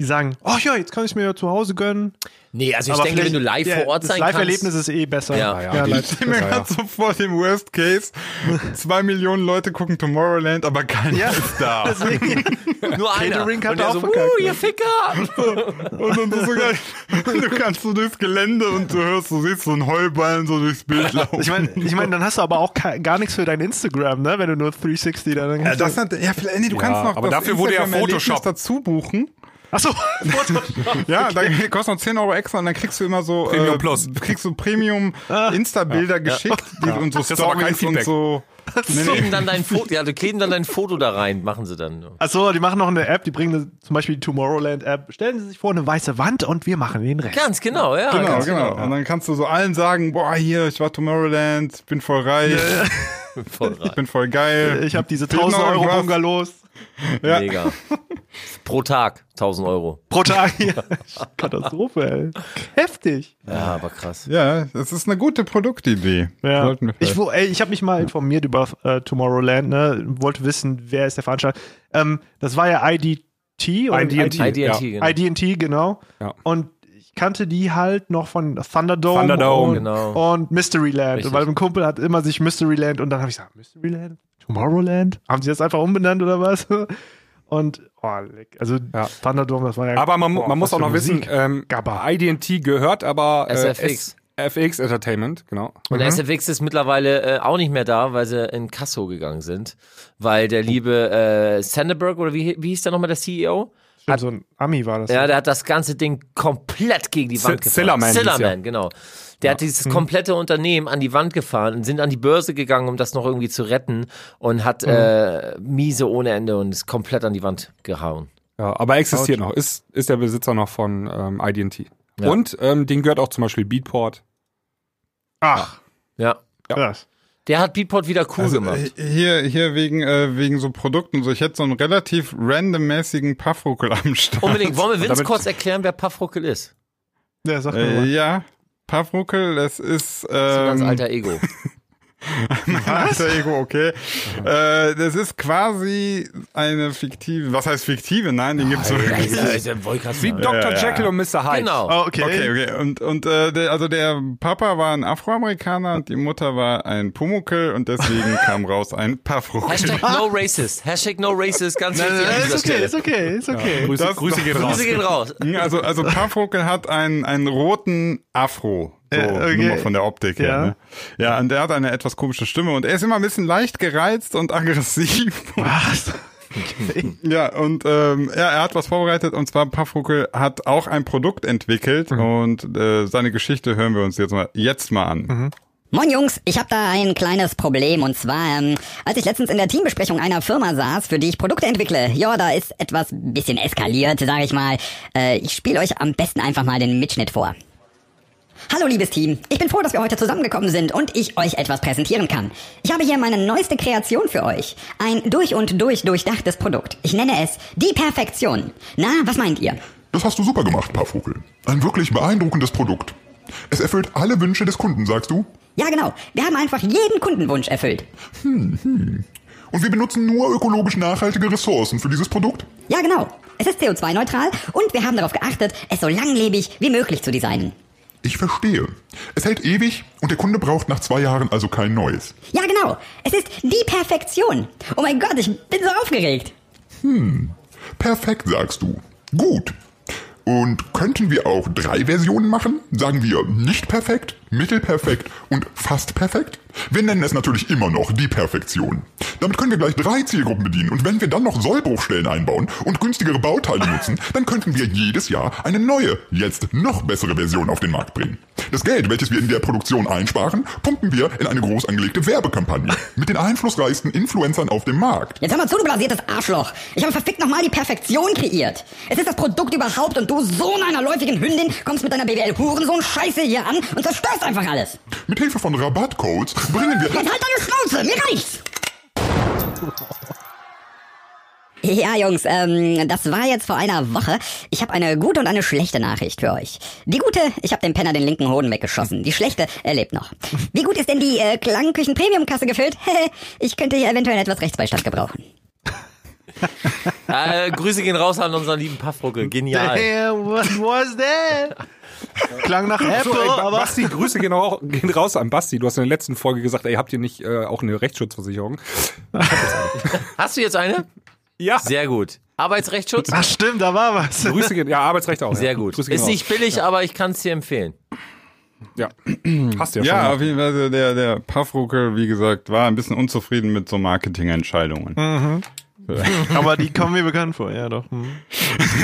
S3: die sagen, oh ja, jetzt kann ich mir ja zu Hause gönnen.
S1: Nee, also ich
S3: Aber
S1: denke, wenn
S3: vielleicht-
S1: du live
S3: ja,
S1: vor Ort
S3: das
S1: sein kannst.
S3: Live-Erlebnis ist eh besser.
S1: Ja.
S4: Ja,
S3: ja,
S4: die-
S3: live.
S2: Ich stelle mir
S4: Ja, ja.
S2: gerade so vor, den Worst Case. Zwei Millionen Leute gucken Tomorrowland, aber keiner
S3: Ja.
S2: ist da.
S3: Deswegen,
S1: *laughs* Nur einer.
S4: Genau.
S3: Catering kann
S1: Und der
S3: da
S1: so,
S3: auch verkackt
S1: uh, ihr Ficker.
S2: Und dann so sogar, du kannst so durchs Gelände und du hörst, du siehst so einen Heuballen so durchs Bild laufen.
S3: *laughs* ich meine, ich mein, dann hast du aber auch ke- gar nichts für dein Instagram, ne? Wenn du nur 360 dann.
S2: ja, das hat, ja, vielleicht, nee, du kannst noch
S4: aber
S2: das
S4: dafür wurde ja
S2: Instagram-Erlebnis
S4: Photoshop.
S2: dazu buchen.
S3: Achso,
S2: Ja, da kostet noch 10 Euro extra und dann kriegst du immer so äh,
S4: Premium Plus.
S2: kriegst du Premium Insta-Bilder geschickt die, und so
S4: Das ist aber kein
S2: Stories und
S4: Feedback.
S2: so. Nee, nee.
S1: Kleben dann dein Foto, ja, du kleben dann dein Foto da rein, machen sie dann.
S3: Achso, die machen noch eine App, die bringen eine- zum Beispiel die Tomorrowland-App. Stellen Sie sich vor eine weiße Wand und wir machen den Rest.
S1: Ganz genau, ja.
S2: Genau,
S1: ganz
S2: genau. Und dann kannst du so allen sagen, boah, hier, ich war Tomorrowland, bin voll reich,
S1: Voll rein.
S2: bin voll geil.
S3: Ich habe diese
S2: Fehlt noch
S3: 1000 Euro
S2: irgendwas?
S3: Bungalows
S2: Ja.
S1: Mega. *laughs* Pro Tag 1000 Euro.
S3: pro Tag. hier. *laughs* Katastrophe, ey. Heftig.
S1: Ja, aber krass.
S2: Ja, das ist eine gute Produktidee.
S3: Ja.
S2: Sollten wir
S3: Ich, wo- ey, ich habe mich mal informiert über äh, Tomorrowland, ne? wollte wissen, wer ist der Veranstalter. Ähm, das war ja IDT. oder-
S4: IDT,
S1: IDT,
S4: Ja.
S1: genau.
S3: IDT, genau.
S4: Ja.
S3: Und ich kannte die halt noch von Thunderdome,
S4: Thunderdome,
S3: und,
S1: genau.
S3: und Mysteryland.
S1: Richtig.
S3: Weil mein Kumpel hat immer sich Mysteryland und dann habe ich gesagt, Mysteryland? Tomorrowland? Haben sie das einfach umbenannt oder was? *laughs* Und, oh, leck. Also
S4: Ja.
S3: Thunderdome, das war ja...
S4: Aber man, mu-
S3: boah,
S4: man muss
S3: was
S4: auch
S3: für
S4: noch
S3: Musik.
S4: wissen, ähm,
S3: Gabba.
S4: IDT gehört aber äh,
S1: SFX.
S4: FX Entertainment, genau.
S1: Und SFX ist mittlerweile äh, auch nicht mehr da, weil sie in Kasso gegangen sind. Weil der liebe äh, Sanderberg, oder wie, wie hieß der nochmal der CEO?
S3: Stimmt, so ein Ami war das.
S1: Ja, der hat das ganze Ding komplett gegen die
S4: Sil-
S1: Wand gefahren.
S4: Sillerman hieß Mhm.
S1: Sillerman,
S4: er.
S1: genau. Der hat dieses komplette Unternehmen an die Wand gefahren und sind an die Börse gegangen, um das noch irgendwie zu retten und hat äh,
S4: Mhm.
S1: miese ohne Ende und ist komplett an die Wand gehauen.
S4: Ja, aber existiert noch, ist, ist der Besitzer noch von ähm, IDT.
S1: Ja.
S4: Und ähm, den gehört auch zum Beispiel Beatport.
S3: Ach,
S1: Ja.
S3: krass.
S1: Der hat Beatport wieder cool
S2: Also,
S1: gemacht.
S2: äh, Hier, hier wegen, äh, wegen so Produkten. So, ich hätte so einen relativ randommäßigen Puffruckel am Start.
S1: Unbedingt. Wollen wir Vince
S4: Damit-
S1: kurz erklären, wer Puffruckel ist?
S3: Ja, sag mir
S2: Äh,
S3: mal.
S2: ja, Puffruckel, das ist,
S1: So ein ganz
S2: ähm,
S1: alter Ego.
S2: alter Ego, okay. Äh, das ist quasi eine fiktive, was heißt fiktive? Nein, die gibt's wirklich.
S4: Wie Dr.
S2: ja, ja.
S4: Jekyll und Mr. Hyde.
S1: Genau.
S3: Oh, okay.
S2: Okay, okay. Und, und äh, der, also der Papa war ein Afroamerikaner und die Mutter war ein Pumuckel und deswegen kam raus ein Puffruckel. *laughs*
S1: Hashtag no racist. Hashtag no racist, ganz
S3: Äh,
S1: wichtig an
S3: ist
S1: dieser
S3: okay,
S1: Stelle.
S3: ist okay, ist okay.
S2: *laughs*
S4: Grüße,
S2: Das-
S4: Grüße gehen raus.
S1: Grüße gehen raus.
S2: Also, also Puffruckel hat einen, einen roten Afro. So,
S3: Ja, okay.
S2: nur mal von der Optik her.
S3: Ja.
S2: Ne? Ja, und der hat eine etwas komische Stimme und er ist immer ein bisschen leicht gereizt und *laughs* aggressiv.
S3: Was?
S2: Ja, und ähm, ja, er hat was vorbereitet und zwar Paffruckel hat auch ein Produkt entwickelt
S4: Mhm.
S2: und äh, seine Geschichte hören wir uns jetzt mal, jetzt mal an.
S4: Mhm.
S7: Moin Jungs, ich habe da ein kleines Problem und zwar, ähm, als ich letztens in der Teambesprechung einer Firma saß, für die ich Produkte entwickle, ja, da ist etwas bisschen eskaliert, sage ich mal. Äh, ich spiele euch am besten einfach mal den Mitschnitt vor. Hallo liebes Team, ich bin froh, dass wir heute zusammengekommen sind und ich euch etwas präsentieren kann. Ich habe hier meine neueste Kreation für euch. Ein durch und durch durchdachtes Produkt. Ich nenne es die Perfektion. Na, was meint ihr?
S5: Das hast du super gemacht, Paffvogel. Ein wirklich beeindruckendes Produkt. Es erfüllt alle Wünsche des Kunden, sagst du?
S7: Ja genau, wir haben einfach jeden Kundenwunsch erfüllt.
S5: Und wir benutzen nur ökologisch nachhaltige Ressourcen für dieses Produkt?
S7: Ja, genau. Es ist CO2-neutral und wir haben darauf geachtet, es so langlebig wie möglich zu designen.
S5: Ich verstehe. Es hält ewig und der Kunde braucht nach zwei Jahren also kein neues.
S7: Ja, genau. Es ist die Perfektion. Oh mein Gott, ich bin so aufgeregt.
S5: Perfekt, sagst du. Gut. Und könnten wir auch drei Versionen machen? Sagen wir nicht perfekt, mittelperfekt und fast perfekt? Wir nennen es natürlich immer noch die Perfektion. Damit können wir gleich drei Zielgruppen bedienen und wenn wir dann noch Sollbruchstellen einbauen und günstigere Bauteile nutzen, dann könnten wir jedes Jahr eine neue, jetzt noch bessere Version auf den Markt bringen. Das Geld, welches wir in der Produktion einsparen, pumpen wir in eine groß angelegte Werbekampagne mit den einflussreichsten Influencern auf dem Markt.
S7: Jetzt hör mal zu, du blasiertes Arschloch. Ich habe verfickt nochmal die Perfektion kreiert. Es ist das Produkt überhaupt und du, Sohn einer läufigen Hündin, kommst mit deiner BWL-Hurensohn-Scheiße hier an und zerstörst einfach alles.
S5: Mit Hilfe von Rabattcodes bringen wir
S7: Jetzt halt deine Schnauze, mir reicht's! Ja, Jungs, ähm, das war jetzt vor einer Woche. Ich habe eine gute und eine schlechte Nachricht für euch. Die gute, ich habe dem Penner den linken Hoden weggeschossen. Die schlechte, er lebt noch. Wie gut ist denn die äh, Klangküchen-Premium-Kasse gefüllt? *laughs* ich könnte hier eventuell etwas Rechtsbeistand gebrauchen.
S1: Äh, Grüße gehen raus an unseren lieben Puffruckel. Genial.
S3: Damn, what was that? Klang nach Apple,
S4: So, ey, Ba-
S3: aber...
S4: Basti, Grüße gehen, auch, gehen raus an Basti. Du hast in der letzten Folge gesagt, ey, habt ihr nicht äh, auch eine Rechtsschutzversicherung?
S1: Hast du jetzt eine?
S4: Ja.
S1: Sehr gut.
S3: *laughs*
S1: Arbeitsrechtsschutz?
S3: Ach stimmt, da war was.
S4: Grüße gehen, ja, Arbeitsrecht auch.
S1: Sehr
S4: ja.
S1: gut.
S4: Grüße gehen
S1: Ist
S4: raus.
S1: nicht billig, aber ich kann es dir empfehlen.
S4: Ja. Hast du ja,
S2: Ja,
S4: schon.
S2: auf jeden Fall,
S4: Mhm.
S2: also der, der Puffruckel, wie gesagt, war ein bisschen unzufrieden mit so Marketingentscheidungen.
S3: Aber die kommen mir bekannt vor, ja doch. Hm.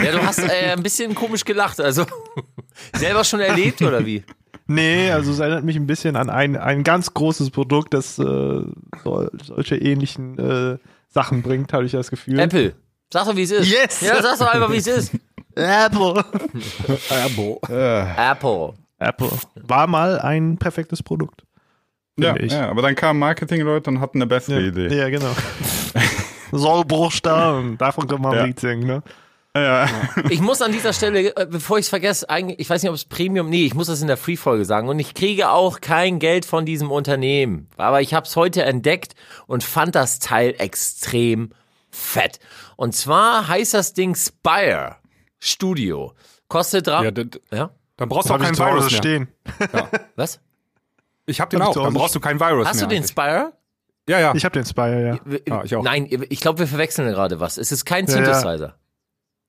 S1: Ja, du hast äh, ein bisschen komisch gelacht. Also *laughs* selber schon erlebt oder wie?
S3: Nee, also es erinnert mich ein bisschen an ein, ein ganz großes Produkt, das äh, sol- solche ähnlichen äh, Sachen bringt, habe ich das Gefühl.
S1: Apple. Sag doch, wie es ist.
S3: Yes.
S1: Ja, sag doch einfach, wie es ist.
S3: Apple.
S4: Abo.
S1: Apple.
S3: Apple. War mal ein perfektes Produkt.
S2: Ja,
S3: ich.
S2: ja, aber dann kamen Marketingleute und hatten eine bessere Idee.
S3: Ja, genau. Sollbruchstaben. Davon kann man
S2: Ja.
S3: ein Lied singen, ne?
S1: Ich muss an dieser Stelle, äh, bevor ich es vergesse, eigentlich, ich weiß nicht, ob es Premium, nee, ich muss das in der Free-Folge sagen. Und ich kriege auch kein Geld von diesem Unternehmen. Aber ich habe es heute entdeckt und fand das Teil extrem fett. Und zwar heißt das Ding Spire Studio. Kostet dra
S4: Ja, das-
S1: ja?
S4: dann brauchst du auch
S3: Hab ich
S4: kein
S3: zu Hause
S4: Virus mehr.
S3: stehen.
S1: Was?
S4: Ich hab den
S3: Hab ich
S4: auch.
S3: zu Hause
S4: Dann brauchst du kein Virus
S1: Hast
S4: mehr.
S1: du den
S4: eigentlich.
S1: Spire?
S4: Ja, ja.
S3: Ich habe den Spire, ja.
S4: Ja, ich auch.
S1: Nein, ich glaube, wir verwechseln gerade was. Es ist kein
S3: Ja, ja.
S1: Synthesizer.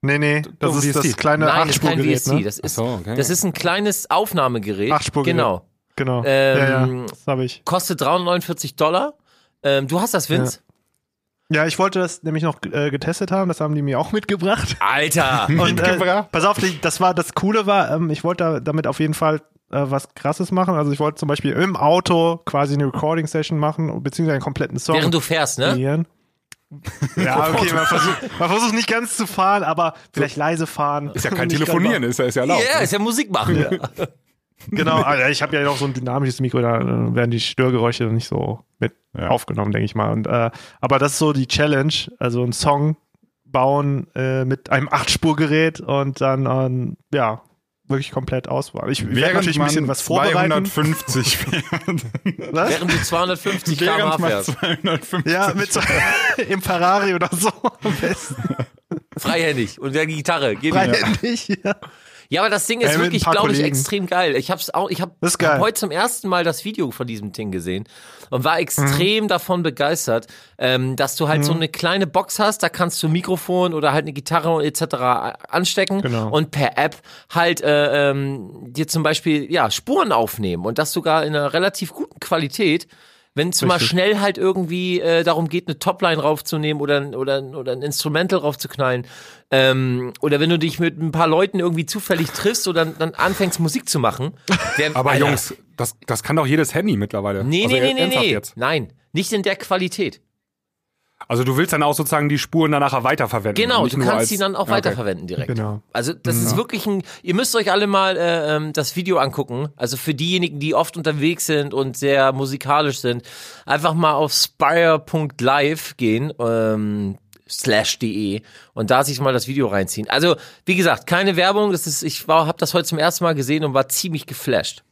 S3: Nee, nee, das
S4: Doch,
S3: ist
S4: VST.
S3: das kleine
S1: Nein, das ist kein
S3: Achtspurgerät,
S1: VST.
S3: ne?
S1: Das, ist,
S4: Ach so, okay.
S1: das ist ein kleines Aufnahmegerät.
S3: Achtspurgerät.
S1: Genau.
S3: Genau. ja,
S1: Ähm,
S3: ja, das habe ich.
S1: Kostet 349 Dollar. Ähm, du hast das, Vince?
S3: Ja, ich wollte das nämlich noch äh, getestet haben, das haben die mir auch mitgebracht.
S1: *laughs* Alter!
S3: *laughs* Und, äh, pass auf, die- das war das Coole war, ähm, ich wollte da- damit auf jeden Fall äh, was Krasses machen. Also ich wollte zum Beispiel im Auto quasi eine Recording-Session machen, beziehungsweise einen kompletten Song.
S1: Während du fährst, ne?
S3: spielen. *laughs* Ja, okay, man versucht, man versucht nicht ganz zu fahren, aber vielleicht leise fahren. *laughs*
S4: ist ja kein Telefonieren, ist ja, ist ja
S1: Ja,
S4: erlaubt.
S1: ist ja Musik machen.
S3: Genau, also ich habe ja noch so ein dynamisches Mikro, da äh, werden die Störgeräusche nicht so mit aufgenommen, denke ich mal. Und, äh, aber das ist so die Challenge, also einen Song bauen äh, mit einem Achtspurgerät und dann, ähm, ja, wirklich komplett ausbauen. Ich werde natürlich ein bisschen was
S2: *laughs*
S3: vorbereiten.
S4: *laughs*
S2: 250
S3: Was?
S1: Während du 250 km/h
S2: während man
S1: fährst.
S2: 250
S3: Ja, mit so, *laughs* im Ferrari oder so am besten.
S1: Freihändig. Und der Gitarre. Geht
S3: *laughs* Ja.
S1: nicht.
S3: ja.
S1: Ja, aber das Ding ist
S3: Ey, mit
S1: wirklich,
S3: ein paar
S1: glaube ich,
S3: Kollegen.
S1: extrem geil. Ich hab's auch, ich habe
S3: Das ist geil. Mhm.
S1: hab heute zum ersten Mal das Video von diesem Ding gesehen und war extrem davon begeistert, ähm, dass du halt so eine kleine Box hast, da kannst du Mikrofon oder halt eine Gitarre etc. anstecken
S3: Genau.
S1: und per App halt äh, ähm, dir zum Beispiel ja Spuren aufnehmen und das sogar in einer relativ guten Qualität. Wenn es mal schnell halt irgendwie äh, darum geht, eine Topline raufzunehmen oder, oder, oder ein Instrumental raufzuknallen, ähm, oder wenn du dich mit ein paar Leuten irgendwie zufällig triffst oder dann, dann anfängst Musik zu
S4: *laughs*
S1: machen. Der,
S4: Aber
S1: Alter.
S4: Jungs, das, das kann doch jedes Handy mittlerweile.
S1: Nee,
S4: also,
S1: nee, nee, nee,
S4: ernsthaft
S1: nee.
S4: Jetzt.
S1: Nein, nicht in der Qualität.
S4: Also du willst dann auch sozusagen die Spuren dann nachher weiterverwenden.
S1: Genau,
S4: nicht
S1: du
S4: nur
S1: kannst
S4: als-
S1: die dann auch
S4: Ja, okay.
S1: weiterverwenden direkt.
S3: Ah, Genau.
S1: Also das ist wirklich ein, ihr müsst euch alle mal äh, ähm, das Video angucken. Also für diejenigen, die oft unterwegs sind und sehr musikalisch sind, einfach mal auf spire.live gehen, ähm, slash de und da sich mal das Video reinziehen. Also wie gesagt, keine Werbung, das ist, ich war, habe das heute zum ersten Mal gesehen und war ziemlich geflasht.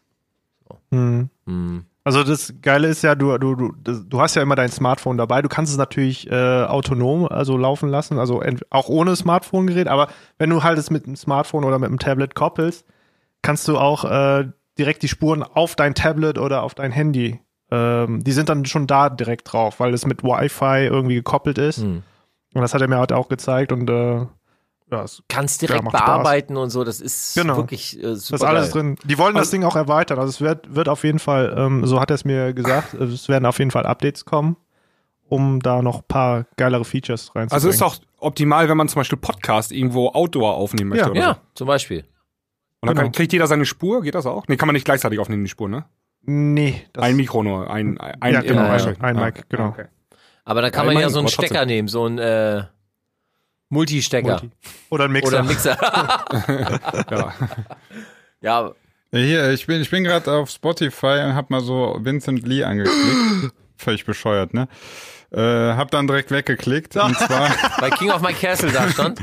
S3: Also das Geile ist ja, du, du, du, das, du hast ja immer dein Smartphone dabei. Du kannst es natürlich äh, autonom also laufen lassen, also ent- auch ohne Smartphone-Gerät. Aber wenn du halt es mit einem Smartphone oder mit einem Tablet koppelst, kannst du auch äh, direkt die Spuren auf dein Tablet oder auf dein Handy. Ähm, die sind dann schon da direkt drauf, weil es mit Wi-Fi irgendwie gekoppelt ist. Und das hat er mir halt auch gezeigt. Und äh, ja, es
S1: Kannst
S3: Ja,
S1: direkt
S3: macht Spaß.
S1: bearbeiten und so, das ist
S3: Genau.
S1: wirklich äh, super
S3: Das ist alles
S1: geil.
S3: drin. Die wollen das Ding auch erweitern. Also es wird, wird auf jeden Fall, ähm, so hat er es mir gesagt, äh, es werden auf jeden Fall Updates kommen, um da noch ein paar geilere Features reinzubringen.
S4: Also ist doch optimal, wenn man zum Beispiel Podcast irgendwo Outdoor aufnehmen möchte.
S3: Ja.
S4: oder So.
S1: Ja, zum Beispiel.
S4: Und dann kann,
S3: Genau.
S4: kriegt jeder seine Spur, geht das auch? Nee, kann man nicht gleichzeitig aufnehmen, die Spur, ne?
S3: Nee, das
S4: Ein Mikro nur, ein, ein,
S3: Ja, genau,
S1: ja,
S3: ein, ein Mic, genau.
S4: okay.
S1: Aber da kann
S4: Ja,
S1: man
S4: ich
S1: ja
S4: mein,
S1: so einen
S4: aber trotzdem.
S1: Stecker nehmen, so einen äh, Multistecker
S3: Multi. Oder ein Mixer.
S1: oder einen Mixer.
S4: Ja.
S1: ja,
S2: Ja, Hier, ich bin, ich bin gerade auf Spotify und hab mal so Vincent Lee *gasps* angeklickt. Völlig bescheuert, ne? Äh, hab dann direkt weggeklickt. *laughs* Und zwar,
S1: bei King of My Castle da stand.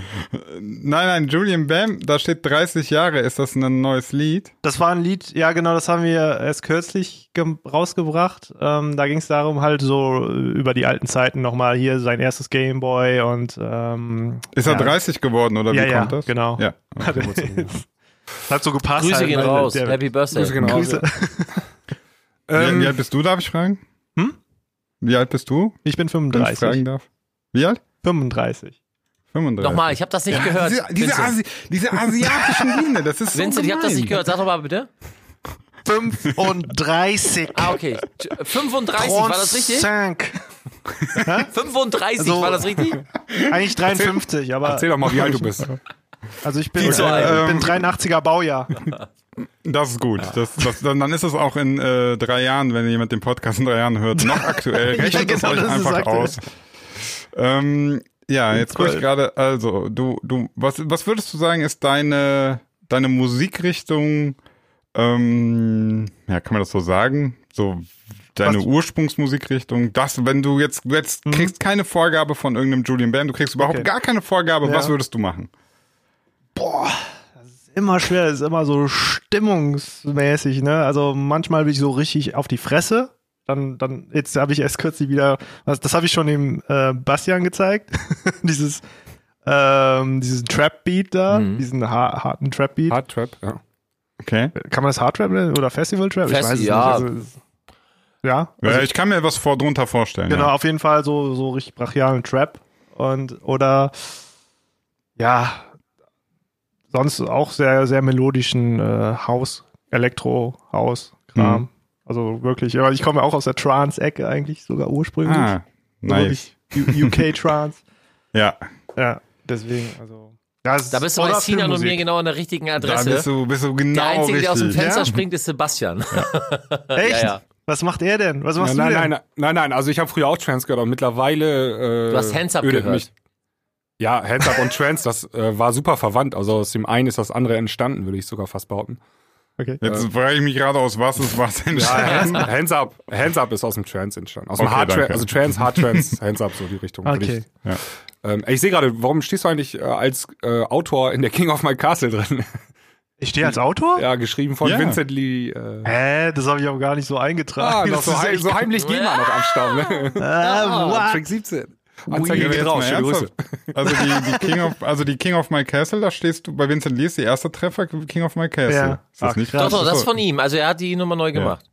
S2: nein, nein, Julian Bam, da steht 30 Jahre, ist das ein neues Lied?
S3: Das war ein Lied, ja genau, das haben wir erst kürzlich gem- rausgebracht. Ähm, da ging es darum, halt so äh, über die alten Zeiten nochmal hier sein erstes Gameboy und ähm,
S2: Ist
S3: ja,
S2: er 30 geworden oder
S3: Ja,
S2: wie
S3: ja,
S2: kommt das?
S3: genau.
S2: *laughs* Ja.
S3: Hat so gepasst.
S1: Grüße
S3: halt,
S1: gehen
S3: ne?
S1: raus.
S3: Der-
S1: Happy Birthday.
S4: Grüße gehen raus.
S3: Grüße.
S2: wie, wie alt
S4: Ähm,
S2: bist du, darf ich fragen? Hm? Wie alt bist du?
S3: Ich bin
S2: Wenn ich
S3: 35.
S2: fragen darf. Wie alt?
S3: 35.
S2: 35.
S1: Nochmal, ich habe das nicht gehört.
S2: Diese, diese,
S1: Vincent,
S2: Asi diese asiatischen Linie, das ist so
S1: Vincent ich habe das
S2: gemein.
S1: nicht gehört. Sag doch mal bitte.
S3: 35.
S1: Ah, okay. T- 35, war das richtig?
S3: Frank.
S1: 35,
S3: Also-
S1: war das richtig?
S3: Eigentlich 53, aber
S4: Erzähl doch mal, wie alt
S3: *laughs*
S4: du bist.
S3: also ich bin,
S1: Viel zu alt.
S3: äh, bin 83er Baujahr.
S2: Das ist gut. Das, das, dann, dann ist es auch in äh, drei Jahren, wenn jemand den Podcast in drei Jahren hört,
S3: *laughs*
S2: noch aktuell.
S3: Ja,
S2: Rechnet
S3: genau,
S2: es
S3: das
S2: euch
S3: ist
S2: einfach
S3: aktuell.
S2: aus. Ähm, ja, jetzt gucke ich gerade, also, du, du, was, was würdest du sagen, ist deine, deine Musikrichtung, ähm, ja, kann man das so sagen? So, deine
S3: Was? Mhm.
S2: Ursprungsmusikrichtung, das, wenn du jetzt, du jetzt kriegst keine Vorgabe von irgendeinem Julian Bam, du kriegst überhaupt
S3: Okay.
S2: gar keine Vorgabe,
S3: Ja.
S2: was würdest du machen?
S3: immer schwer, das ist immer so stimmungsmäßig, ne? Also manchmal bin ich so richtig auf die Fresse. Dann, dann, jetzt habe ich erst kürzlich wieder, was, das habe ich schon dem äh, Bastian gezeigt. *laughs* dieses, ähm, diesen Trap-Beat da,
S1: Mhm.
S3: diesen har harten Trap-Beat.
S4: Hard Trap, ja.
S2: Okay.
S3: Kann man das Hard-Trap nennen oder Festival-Trap?
S1: Fest- ja.
S3: Also, es- ja, Also
S2: ja, ich kann mir was vor, drunter vorstellen.
S3: Genau,
S2: ja.
S3: auf jeden Fall so, so richtig brachialen Trap. Und, oder, ja, sonst auch sehr, sehr melodischen äh, Haus, Elektro, Haus, Kram.
S2: Mhm.
S3: Also wirklich, aber ich komme auch aus der Trance-Ecke eigentlich, sogar ursprünglich.
S2: Ah,
S3: so
S2: nice.
S3: wirklich U-
S4: *laughs*
S3: UK Trance.
S2: Ja.
S3: Ja, deswegen, also. das
S1: Da bist du
S3: ist
S1: bei
S3: voller
S1: Sinan und
S3: Filmmusik.
S1: mir genau an der richtigen
S2: Da
S1: Adresse.
S2: bist du, bist du genau
S1: der Einzige,
S2: richtig.
S1: der aus dem Fenster
S3: Ja.
S1: springt, ist Sebastian. Ja,
S3: Echt?
S1: ja.
S3: Was macht er denn? Was machst
S4: Nein,
S3: du
S4: nein,
S3: denn?
S4: nein, nein, nein, also ich habe früher auch Trance gehört, aber mittlerweile äh,
S1: Du hast Hands Up
S4: ödet
S1: gehört.
S4: ja, Hands Up und Trance, das äh, war super verwandt. Also aus dem einen ist das andere entstanden, würde ich sogar fast behaupten.
S3: Okay.
S2: Jetzt frage ich mich gerade, aus was ist
S1: *laughs*
S2: was
S3: *laughs*
S4: Ja,
S2: entstanden?
S4: Hands, Hands Up, Hands Up ist aus dem Trance entstanden. Aus
S2: Okay,
S4: dem Hard Trance,
S2: danke.
S4: also Trance, Hard Trance, Hands Up, so die Richtung. würde
S3: Okay.
S4: Ich, ähm, ich sehe gerade, warum stehst du eigentlich äh, als äh, Autor in der King of My Castle drin? *laughs*
S3: Ich stehe als Autor?
S4: ja, geschrieben von
S2: Ja.
S4: Vincent Lee.
S3: *laughs*
S4: Äh,
S3: Hä, das habe ich auch gar nicht so
S4: ah,
S3: eingetragen. *laughs*
S4: noch
S3: das
S4: so,
S3: ist
S4: hei
S3: echt-
S4: so heimlich GEMA noch am Stamm.
S3: *laughs*
S4: Ne?
S3: Ah, what?
S4: Trick 17.
S2: Ja,
S4: Anzeige
S2: aber
S4: geht
S2: jetzt
S4: raus,
S2: mal
S4: schöne Grüße.
S2: ernsthaft. Also die, die King of, also die King of My Castle, da stehst du bei Vincent Lee ist der erste Treffer King of My Castle.
S3: Ja.
S2: Ist das
S3: Ach,
S2: nicht
S1: Doch,
S3: krass.
S1: doch, das ist
S2: Achso.
S1: von ihm. Also er hat die Nummer neu gemacht.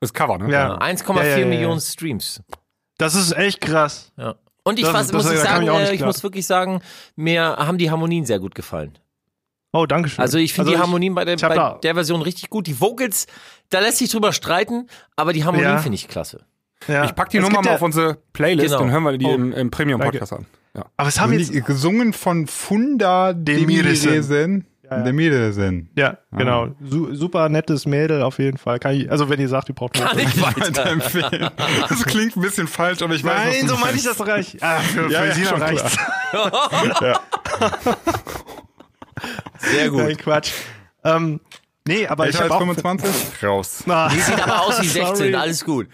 S4: Das Cover, ne?
S3: Ja.
S1: 1,4
S3: Ja, ja, ja, ja.
S1: Millionen Streams.
S3: Das ist echt krass.
S1: Ja. Und ich
S3: Das-
S1: fast,
S3: das-
S1: muss
S3: da
S1: ich
S3: kam
S1: sagen,
S3: ich auch
S1: äh,
S3: nicht
S1: ich
S3: klar.
S1: muss wirklich sagen, mir haben die Harmonien sehr gut gefallen.
S3: Oh, danke schön.
S1: Also ich finde die Harmonien bei, der,
S3: ich hab
S1: bei
S3: da-
S1: der Version richtig gut. Die Vocals, da lässt sich drüber streiten, aber die Harmonien
S3: Ja.
S1: finde ich
S3: *laughs*
S1: klasse.
S3: Ja.
S4: Ich pack die
S3: Es
S4: Nummer
S3: gibt
S4: mal
S3: ja-
S4: auf unsere Playlist,
S1: Genau.
S4: dann hören wir die
S3: Oh.
S4: im, im Premium-Podcast an. Ja.
S3: Aber es haben
S2: Und
S3: jetzt.
S2: die, gesungen von Funda
S3: Demiresen.
S2: Demiresen.
S3: ja.
S2: Demiresen.
S3: Ja, genau. Su super nettes Mädel auf jeden Fall. Kann ich, also wenn ihr sagt, ihr braucht
S1: Kann ich weiter.
S2: Empfehlen. Das klingt ein bisschen falsch, aber ich weiß was
S3: Nein,
S2: du
S3: so meine
S2: meinst.
S3: ich das doch gar nicht. Ah, für,
S2: Ja,
S3: für
S2: ja,
S3: sie
S2: schon
S3: schon reicht's.
S1: Sehr
S3: Nein, Quatsch. Ähm, nee, aber ich,
S2: Älter
S3: habe
S2: als
S3: auch. *laughs*
S2: 25? Raus.
S3: Na,
S1: Die sieht aber aus wie 16,
S3: Sorry.
S1: alles gut.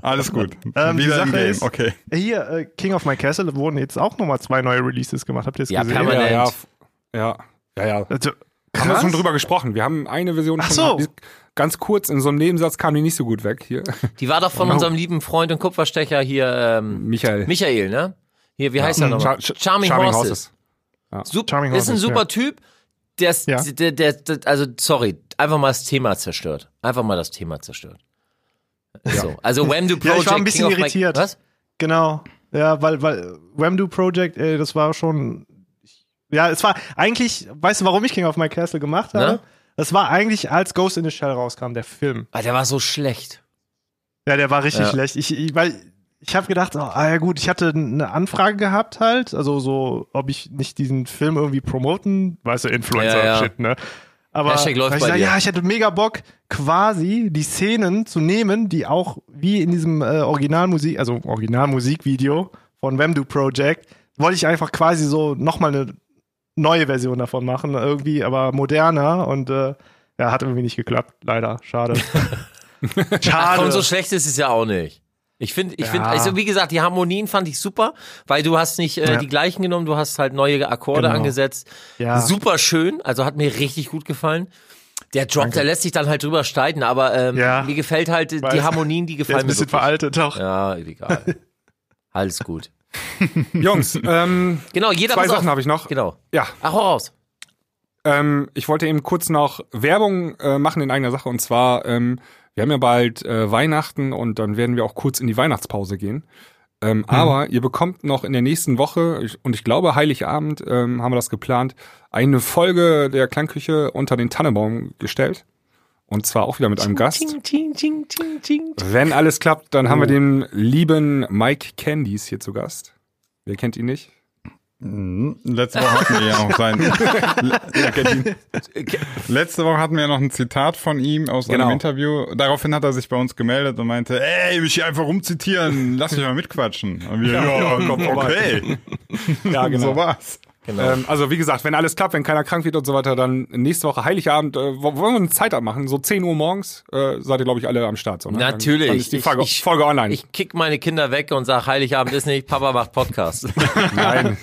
S2: Alles gut.
S3: Ähm, die
S2: Wieder im
S3: Sache
S2: Game.
S3: ist-
S2: okay.
S3: hier, äh, King of My Castle wurden jetzt auch nochmal zwei neue Releases gemacht. Habt ihr das
S1: Ja,
S3: gesehen?
S1: permanent.
S4: Ja, ja,
S1: Permanent.
S4: f- ja, ja, ja.
S3: Also,
S4: Haben wir
S3: krass.
S4: schon drüber gesprochen. Wir haben eine Version
S3: Ach
S4: schon
S3: so.
S4: gehabt, die- ganz kurz in so einem Nebensatz kam die nicht so gut weg hier. *laughs*
S1: Die war doch von unserem lieben Freund und Kupferstecher hier, ähm,
S4: Michael.
S1: Michael, ne? Hier, wie heißt er
S3: Hm.
S1: nochmal?
S4: Char- Char-
S1: Charming, Horses. Sup
S3: Charming
S1: ist ein
S3: Horses,
S1: super
S3: ja.
S1: Typ. Der, ist-
S3: Ja.
S1: der, der, der, also sorry, einfach mal das Thema zerstört. Einfach mal das Thema zerstört. So, also Wham Do
S3: *laughs* Ja,
S1: Project.
S3: ich war ein bisschen
S1: King of My-
S3: irritiert.
S1: Was?
S3: Genau. Ja, weil, weil Wamdu Project, äh, das war schon. Ja, es war eigentlich, weißt du, warum ich King of My Castle gemacht habe?
S1: Ne?
S3: Das war eigentlich, als Ghost in the Shell rauskam, der Film.
S1: Ah, der war so schlecht.
S3: Ja, der war richtig
S1: Ja.
S3: schlecht. Ich, ich, weil ich habe gedacht, oh, ah, ja gut, ich hatte eine Anfrage gehabt halt, also so, ob ich nicht diesen Film irgendwie promoten, weißt du,
S1: Ja, ja.
S3: Influencer-Shit, ne? Aber
S1: Hashtag läuft
S3: hab ich
S1: bei
S3: gesagt,
S1: dir.
S3: ja, ich hatte mega Bock, quasi die Szenen zu nehmen, die auch wie in diesem äh, Originalmusik, also Originalmusikvideo von Wemdu Project, wollte ich einfach quasi so nochmal eine neue Version davon machen, irgendwie, aber moderner und äh, ja, hat irgendwie nicht geklappt, leider.
S1: *laughs*
S3: Schade.
S1: Ach,
S3: Schade.
S1: komm, so schlecht ist es ja auch nicht. Ich finde, ich finde, also wie gesagt, die Harmonien fand ich super, weil du hast nicht äh,
S3: Ja.
S1: die gleichen genommen, du hast halt neue Akkorde
S3: Genau.
S1: angesetzt.
S3: Ja.
S1: Super schön, also hat mir richtig gut gefallen. Der Drop, der lässt sich dann halt drüber streiten, aber ähm,
S3: Ja.
S1: mir gefällt halt die
S3: Weiß.
S1: Harmonien, die
S3: Der ist
S1: gefallen
S3: ein
S1: mir
S3: bisschen
S1: wirklich.
S3: veraltet auch.
S1: Ja, egal.
S3: *laughs*
S1: Alles gut.
S4: Jungs, ähm,
S1: Genau, jeder
S4: zwei
S1: pass auf.
S4: Sachen habe ich noch.
S1: Genau.
S4: Ja,
S1: Ach, hau raus.
S4: ähm, ich wollte eben kurz noch Werbung äh, machen in eigener Sache und zwar, ähm, wir haben ja bald äh, Weihnachten und dann werden wir auch kurz in die Weihnachtspause gehen. Ähm, Aber ihr bekommt noch in der nächsten Woche, ich, und ich glaube Heiligabend ähm, haben wir das geplant, eine Folge der Klangküche unter den Tannenbaum gestellt. Und zwar auch wieder mit einem Gast. Wenn alles klappt, dann haben
S1: *laughs*
S4: wir den lieben Mike Candies hier zu Gast. Wer kennt ihn nicht?
S2: Mhm. Letzte Woche hatten wir ja noch
S4: *laughs*
S2: sein. Le- ja, kennt ihn. Letzte Woche hatten wir ja noch ein Zitat von ihm aus
S4: Genau.
S2: einem Interview. Daraufhin hat er sich bei uns gemeldet und meinte, ey, will ich hier einfach rumzitieren, lass mich mal mitquatschen. Und wir, ja, komm, genau. okay.
S4: Ja,
S1: genau,
S2: So war's.
S4: Ähm, also wie gesagt, wenn alles klappt, wenn keiner krank wird und so weiter, dann nächste Woche Heiligabend, äh, wo- wollen wir eine Zeit abmachen? So 10 Uhr morgens äh, seid ihr, glaube ich, alle am Start. So, ne?
S1: Natürlich.
S4: Dann, dann ist die
S1: Ich-
S4: Folge,
S1: ich-
S4: Folge online.
S1: Ich kick meine Kinder weg und sag, Heiligabend ist nicht, Papa macht Podcast.
S4: Nein.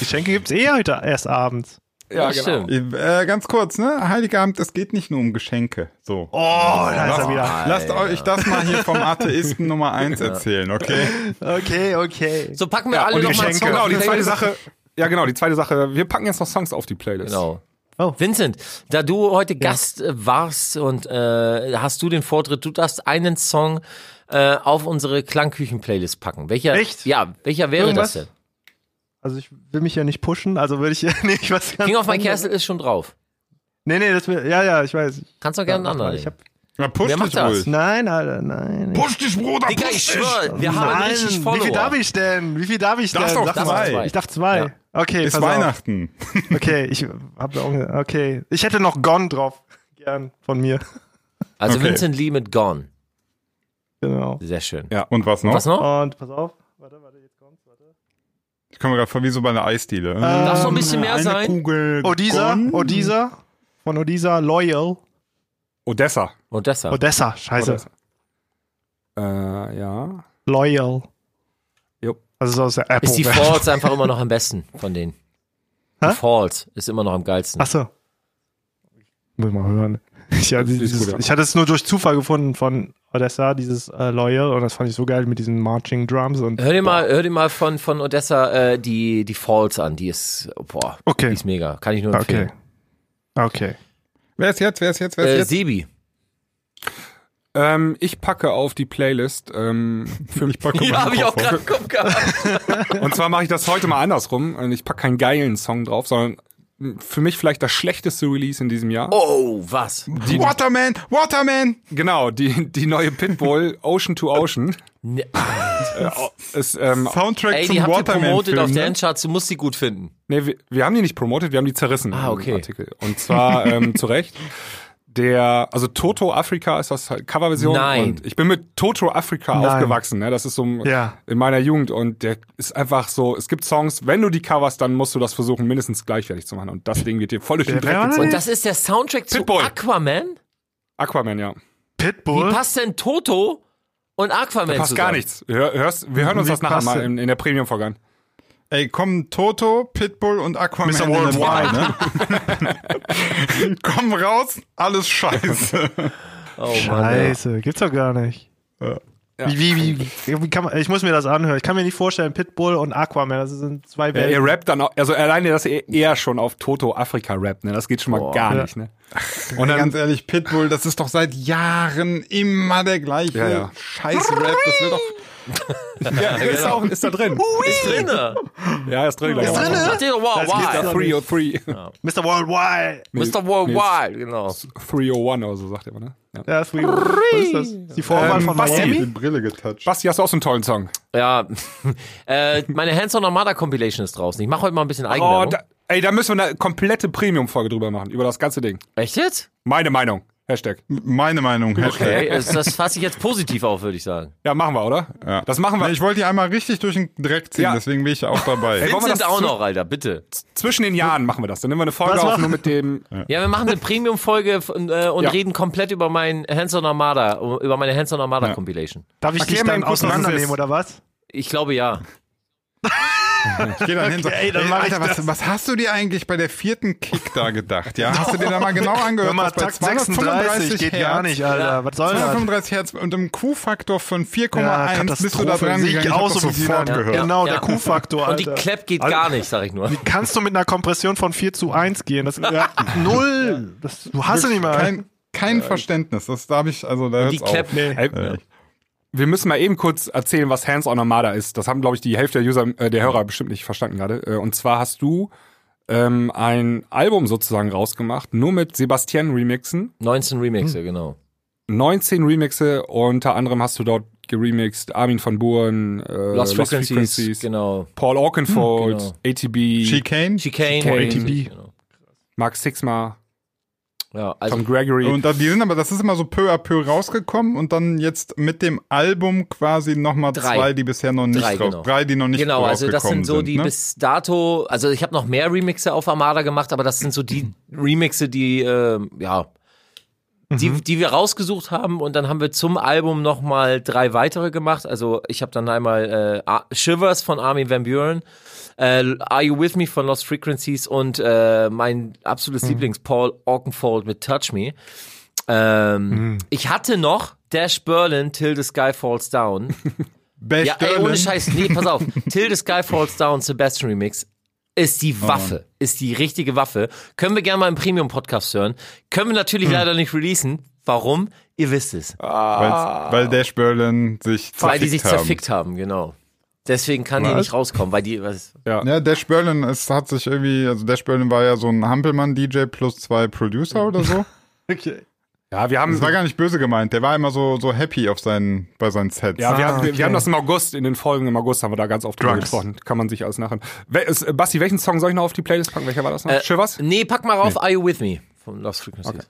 S3: Geschenke gibt's eh heute erst abends.
S4: *laughs* ja,
S1: Das
S4: genau.
S2: Äh, ganz kurz, ne? Heiligabend, es geht nicht nur um Geschenke. So.
S3: Oh, da ist er wieder.
S2: Lasst euch das mal hier vom Atheisten Nummer eins erzählen, okay?
S3: Okay, okay.
S1: So packen wir alle
S4: Und die,
S1: noch mal
S4: Geschenke.
S1: Songs
S4: Genau,
S1: auf
S4: die zweite
S1: Playlist.
S4: Sache. Ja, genau, die zweite Sache. Wir packen jetzt noch Songs auf die Playlist.
S1: Genau.
S3: Oh.
S1: Vincent, da du heute Gast äh, warst und äh, hast du den Vortritt, du darfst einen Song äh, auf unsere Klangküchen-Playlist packen. Welcher,
S3: Echt?
S1: Ja, welcher wäre
S3: Irgendwas?
S1: das denn?
S3: Also ich will mich ja nicht pushen, also würde ich ja *laughs* nicht was ganz
S1: King of My
S3: anderes-
S1: Castle ist schon drauf.
S3: Nee, nee, das will, ja, ja, ich weiß.
S1: Kannst doch gerne einen
S3: Mach mal,
S1: anderen.
S3: ich hab,
S2: Na, push
S1: Wer macht
S2: dich
S1: das?
S2: ruhig.
S3: nein, Alter, nein.
S5: Push dich, Bruder,
S1: Digga, ich
S5: push dich!
S1: schwöre, wir haben
S3: nein,
S1: richtig
S3: wie viel darf
S1: Follower.
S3: ich denn? Wie viel darf ich
S2: Darfst
S3: denn?
S2: doch
S3: Sag
S1: zwei.
S3: mal. Ich darf zwei.
S1: Ja.
S3: Okay,
S2: Ist
S3: pass auf.
S2: Weihnachten.
S3: Okay, ich hab da auch, okay. Ich hätte noch Gone drauf. Gern von mir. *laughs*
S1: Also
S2: Okay.
S1: Vincent Lee mit Gone.
S3: Genau.
S1: Sehr schön.
S4: Ja.
S2: Und was noch?
S1: Was noch?
S3: Und pass auf. Warte, warte, jetzt kommt's. Warte.
S2: Ich komme gerade vor wie so bei einer Eisdiele.
S1: Darf
S3: Ähm,
S1: noch ein bisschen mehr
S2: Eine
S1: sein?
S2: Kugel.
S3: Odisa,
S2: Gone.
S3: Odisa. Von Odisa, Loyal.
S4: Odessa.
S1: Und das da.
S3: Odessa, scheiße.
S4: Odessa. Äh, ja.
S3: Loyal.
S4: Jo.
S3: Also so aus der Apple.
S1: Ist die Falls einfach immer noch am besten von denen. Die
S3: Hä?
S1: Falls ist immer noch am geilsten.
S3: Achso. Muss ich mal hören. Ich hatte,
S4: ist
S3: dieses,
S4: gut, ja.
S3: ich hatte es nur durch Zufall gefunden von Odessa, dieses äh, Loyal. Und das fand ich so geil mit diesen Marching Drums. und
S1: Hör dir mal, hör dir mal von, von Odessa äh, die, die Falls an. Die ist, boah,
S3: Okay.
S1: die ist mega. Kann ich nur
S3: Okay.
S1: empfehlen.
S3: Okay.
S2: Wer ist jetzt? Wer ist jetzt? Wer ist
S1: Äh,
S2: jetzt?
S1: Sebi.
S4: Ähm, ich packe auf die Playlist. Ähm, für
S1: *laughs*
S4: mich
S2: packe Ja,
S1: hab im Kopf gehabt.
S4: Und zwar mache ich das heute mal andersrum. Und Ich packe keinen geilen Song drauf, sondern für mich vielleicht das schlechteste Release in diesem Jahr.
S1: Oh, was?
S2: Waterman! Waterman!
S4: Genau, die, die neue Pitbull Ocean to Ocean.
S1: Ne-
S4: Äh, ist, ähm,
S2: Soundtrack
S1: Ey,
S2: zum
S1: die habt ihr
S2: Waterman.
S1: promotet
S2: Film,
S1: auf
S2: ne?
S1: der Endcharts, du musst sie gut finden.
S4: nee, wir, wir haben die nicht promotet, wir haben die zerrissen
S1: Ah, okay.
S4: im Artikel.
S1: *laughs*
S4: Und zwar ähm, zu Recht. Der, also Toto Afrika ist das halt Coverversion.
S1: Nein.
S4: Und ich bin mit Toto Afrika
S3: Nein.
S4: aufgewachsen, ne? Das ist so
S3: Ja.
S4: in meiner Jugend. Und der ist einfach so, es gibt Songs, wenn du die coverst, dann musst du das versuchen, mindestens gleichwertig zu machen. Und das Ding wird dir voll durch den
S3: Wer-
S4: Dreck
S3: wer war
S4: gezogen.
S1: Und das
S3: das?
S1: ist der Soundtrack
S4: Pitbull.
S1: zu Aquaman?
S4: Aquaman, ja.
S1: Wie
S3: Pitbull?
S1: passt denn Toto und Aquaman
S4: Da passt
S1: zusammen?
S4: gar nichts. Hör, hörst, wir hören uns
S3: Wie
S4: das nachher
S3: passt
S4: mal
S3: denn?
S4: in, in der Premium-Folge an.
S2: Ey, kommen Toto, Pitbull und Aquaman
S3: Mr.
S2: in den
S3: Worldwide.
S2: Ball, *laughs* ne? kommen raus, alles scheiße.
S1: Oh, Mann, ey.
S3: Scheiße, gibt's doch gar nicht. Wie, wie, wie, wie kann man, ich muss mir das anhören. Ich kann mir nicht vorstellen, Pitbull und Aquaman, das sind zwei
S4: Ja,
S3: Welten.
S4: ihr rappt dann auch, also alleine, dass ihr eher schon auf Toto Afrika rappt, ne? Das geht schon mal gar
S3: Ja.
S4: nicht, ne?
S2: Und dann, ganz ehrlich, Pitbull, das ist doch seit Jahren immer der gleiche
S4: Ja, ja.
S2: Scheiß-Rap. Das wird doch... *laughs*
S4: Ja,
S1: genau.
S4: ist, auch, ist da drin.
S1: Ist drinne.
S4: Ja, oh ist drin. Ist
S3: drinne?
S1: Macht ihr- Wow,
S3: Das gibt's
S1: wow.
S3: doch.
S4: 303.
S3: Mr. Worldwide.
S1: Mr. Worldwide, genau.
S4: 301 oder so, sagt er immer, ne? Ja.
S3: Ja, das ist wie, was ist das? Die Vorwahl
S4: Ähm,
S3: von
S4: Basti.
S3: Miami?
S2: Brille getoucht.
S4: Basti, hast du auch so einen tollen Song?
S1: Ja, *laughs* äh, meine Hands on Armada Compilation ist draußen. Ich mache heute mal ein bisschen Eigenwerbung.
S4: Oh, da, ey, da müssen wir eine komplette Premium-Folge drüber machen, über das ganze Ding.
S1: Echt jetzt?
S4: Meine Meinung. Hashtag.
S2: Meine Meinung. Hashtag.
S1: Okay, das, das fasse ich jetzt positiv auf, würde ich sagen.
S4: Ja, machen wir, oder?
S2: Ja.
S4: Das machen wir.
S2: Nee, ich wollte die einmal richtig durch den Dreck ziehen,
S4: Ja.
S2: deswegen bin ich auch *laughs* dabei.
S4: Ey, wollen wir
S1: Vincent
S4: das
S1: auch
S4: zu-
S1: noch, Alter, bitte.
S4: Zwischen den Jahren machen wir das. Dann nehmen wir eine Folge
S3: Was
S4: auf,
S3: machen-
S4: nur mit dem
S1: Ja, wir machen eine Premium-Folge und, äh, und
S4: Ja.
S1: reden komplett über mein Hands on Armada, über meine Hands on Armada Compilation.
S3: Darf ich
S4: Erklär
S3: dich
S4: mal eben
S3: dann
S4: kurz, was es
S3: auseinandernehmen,
S4: ist.
S3: oder was?
S1: Ich glaube ja.
S2: Ich geh dann hin und sag,
S3: Okay, dann
S2: ey,
S3: mach ich
S2: Alter, was, was hast du dir eigentlich bei der vierten Kick da gedacht? Ja, hast du dir da mal genau angehört,
S3: Hör mal,
S2: was bei
S3: Takt 36 geht
S2: Hertz,
S3: gar nicht, Alter. Was soll das?
S2: 235 Hertz und einem Q-Faktor von 4,1
S3: Ja,
S2: bist du da
S3: Katastrophe.
S2: dran
S3: Sieht
S2: gegangen. ich
S3: aus,
S2: hab
S3: so wie
S2: das sofort
S3: die-
S2: gehört.
S3: Genau,
S1: Ja.
S3: der Q-Faktor,
S1: Und die
S3: Alter.
S1: Clap geht
S3: Also-
S1: gar nicht, sag ich nur.
S3: Kannst du mit einer Kompression von 4 zu 1 gehen? Das,
S1: *laughs*
S3: Null. Das, du hast sie nicht mal.
S2: Kein, kein Verständnis, das darf ich, also da
S1: Die
S2: hört's auf.
S1: Clap,
S3: nee.
S4: Ey,
S2: Ja.
S4: Wir müssen mal eben kurz erzählen, was Hands on Armada ist. Das haben, glaube ich, die Hälfte der User, äh, der Hörer bestimmt nicht verstanden gerade. Äh, und zwar hast du ähm, ein Album sozusagen rausgemacht, nur mit Sebastian Remixen.
S1: 19 Remixe, genau.
S4: 19 Remixe, unter anderem hast du dort geremixed Armin van Buuren, äh,
S1: Lost, Frequencies, genau.
S4: Paul Oakenfold,
S1: Hm,
S4: ATB,
S2: Chicane?
S1: Chicane,
S4: Chicane.
S1: ATB. Genau.
S4: Mark Sixma,
S1: Ja, also
S4: Tom Gregory.
S2: Und da- die sind aber, das ist immer so peu à peu rausgekommen und dann jetzt mit dem Album quasi nochmal
S1: Drei.
S2: zwei, die bisher noch nicht
S1: Drei,
S2: drauf,
S1: genau.
S2: drei, die noch nicht
S1: Genau, also das
S2: rausgekommen
S1: sind so die
S2: ne?
S1: bis dato, also ich habe noch mehr Remixe auf Armada gemacht, aber das sind so die Remixe, die äh, ja, die, die wir rausgesucht haben und dann haben wir zum Album noch mal drei weitere gemacht. Also ich habe dann einmal äh, Ar- Shivers von Armin Van Buren, äh, Are You With Me von Lost Frequencies und äh, mein absolutes Lieblings Paul Oakenfold mit Touch Me. Ähm, Ich hatte noch Dash Berlin Till the Sky Falls Down.
S2: Best
S1: Ja, ey, ohne
S2: Berlin.
S1: Scheiß, nee, pass
S4: *laughs*
S1: auf. Till the Sky Falls Down, Sebastian Remix ist
S4: Oh
S1: die Waffe, ist die richtige Waffe. Können wir gerne mal im Premium-Podcast hören. Können wir natürlich
S4: Hm.
S1: leider nicht releasen. Warum? Ihr wisst es.
S4: Ah,
S2: Weil's- Weil Dash Berlin sich zerfickt
S1: Ah. weil die sich
S2: haben.
S1: zerfickt haben, genau. Deswegen kann die nicht rauskommen, weil die, was,
S2: Ja, Dash Berlin, es hat sich irgendwie, also Dash Berlin war ja so ein Hampelmann-DJ plus zwei Producer oder
S1: *laughs*
S2: so.
S3: Okay.
S4: ja, wir haben,
S2: Das war gar nicht böse gemeint. Der war immer so, so happy auf seinen, bei seinen Sets.
S4: ja, wir, haben wir,
S3: okay.
S4: wir haben das im August, in den Folgen im August haben wir da ganz oft drüber
S3: Drugs.
S4: gesprochen. Kann man sich alles nachhören. Wel, ist, äh, Basti, welchen Song soll ich noch auf die Playlist packen? Welcher war das noch?
S1: äh,
S4: Shivers?
S1: Nee, pack mal rauf, Are You With Me? Von Lost Frequencies.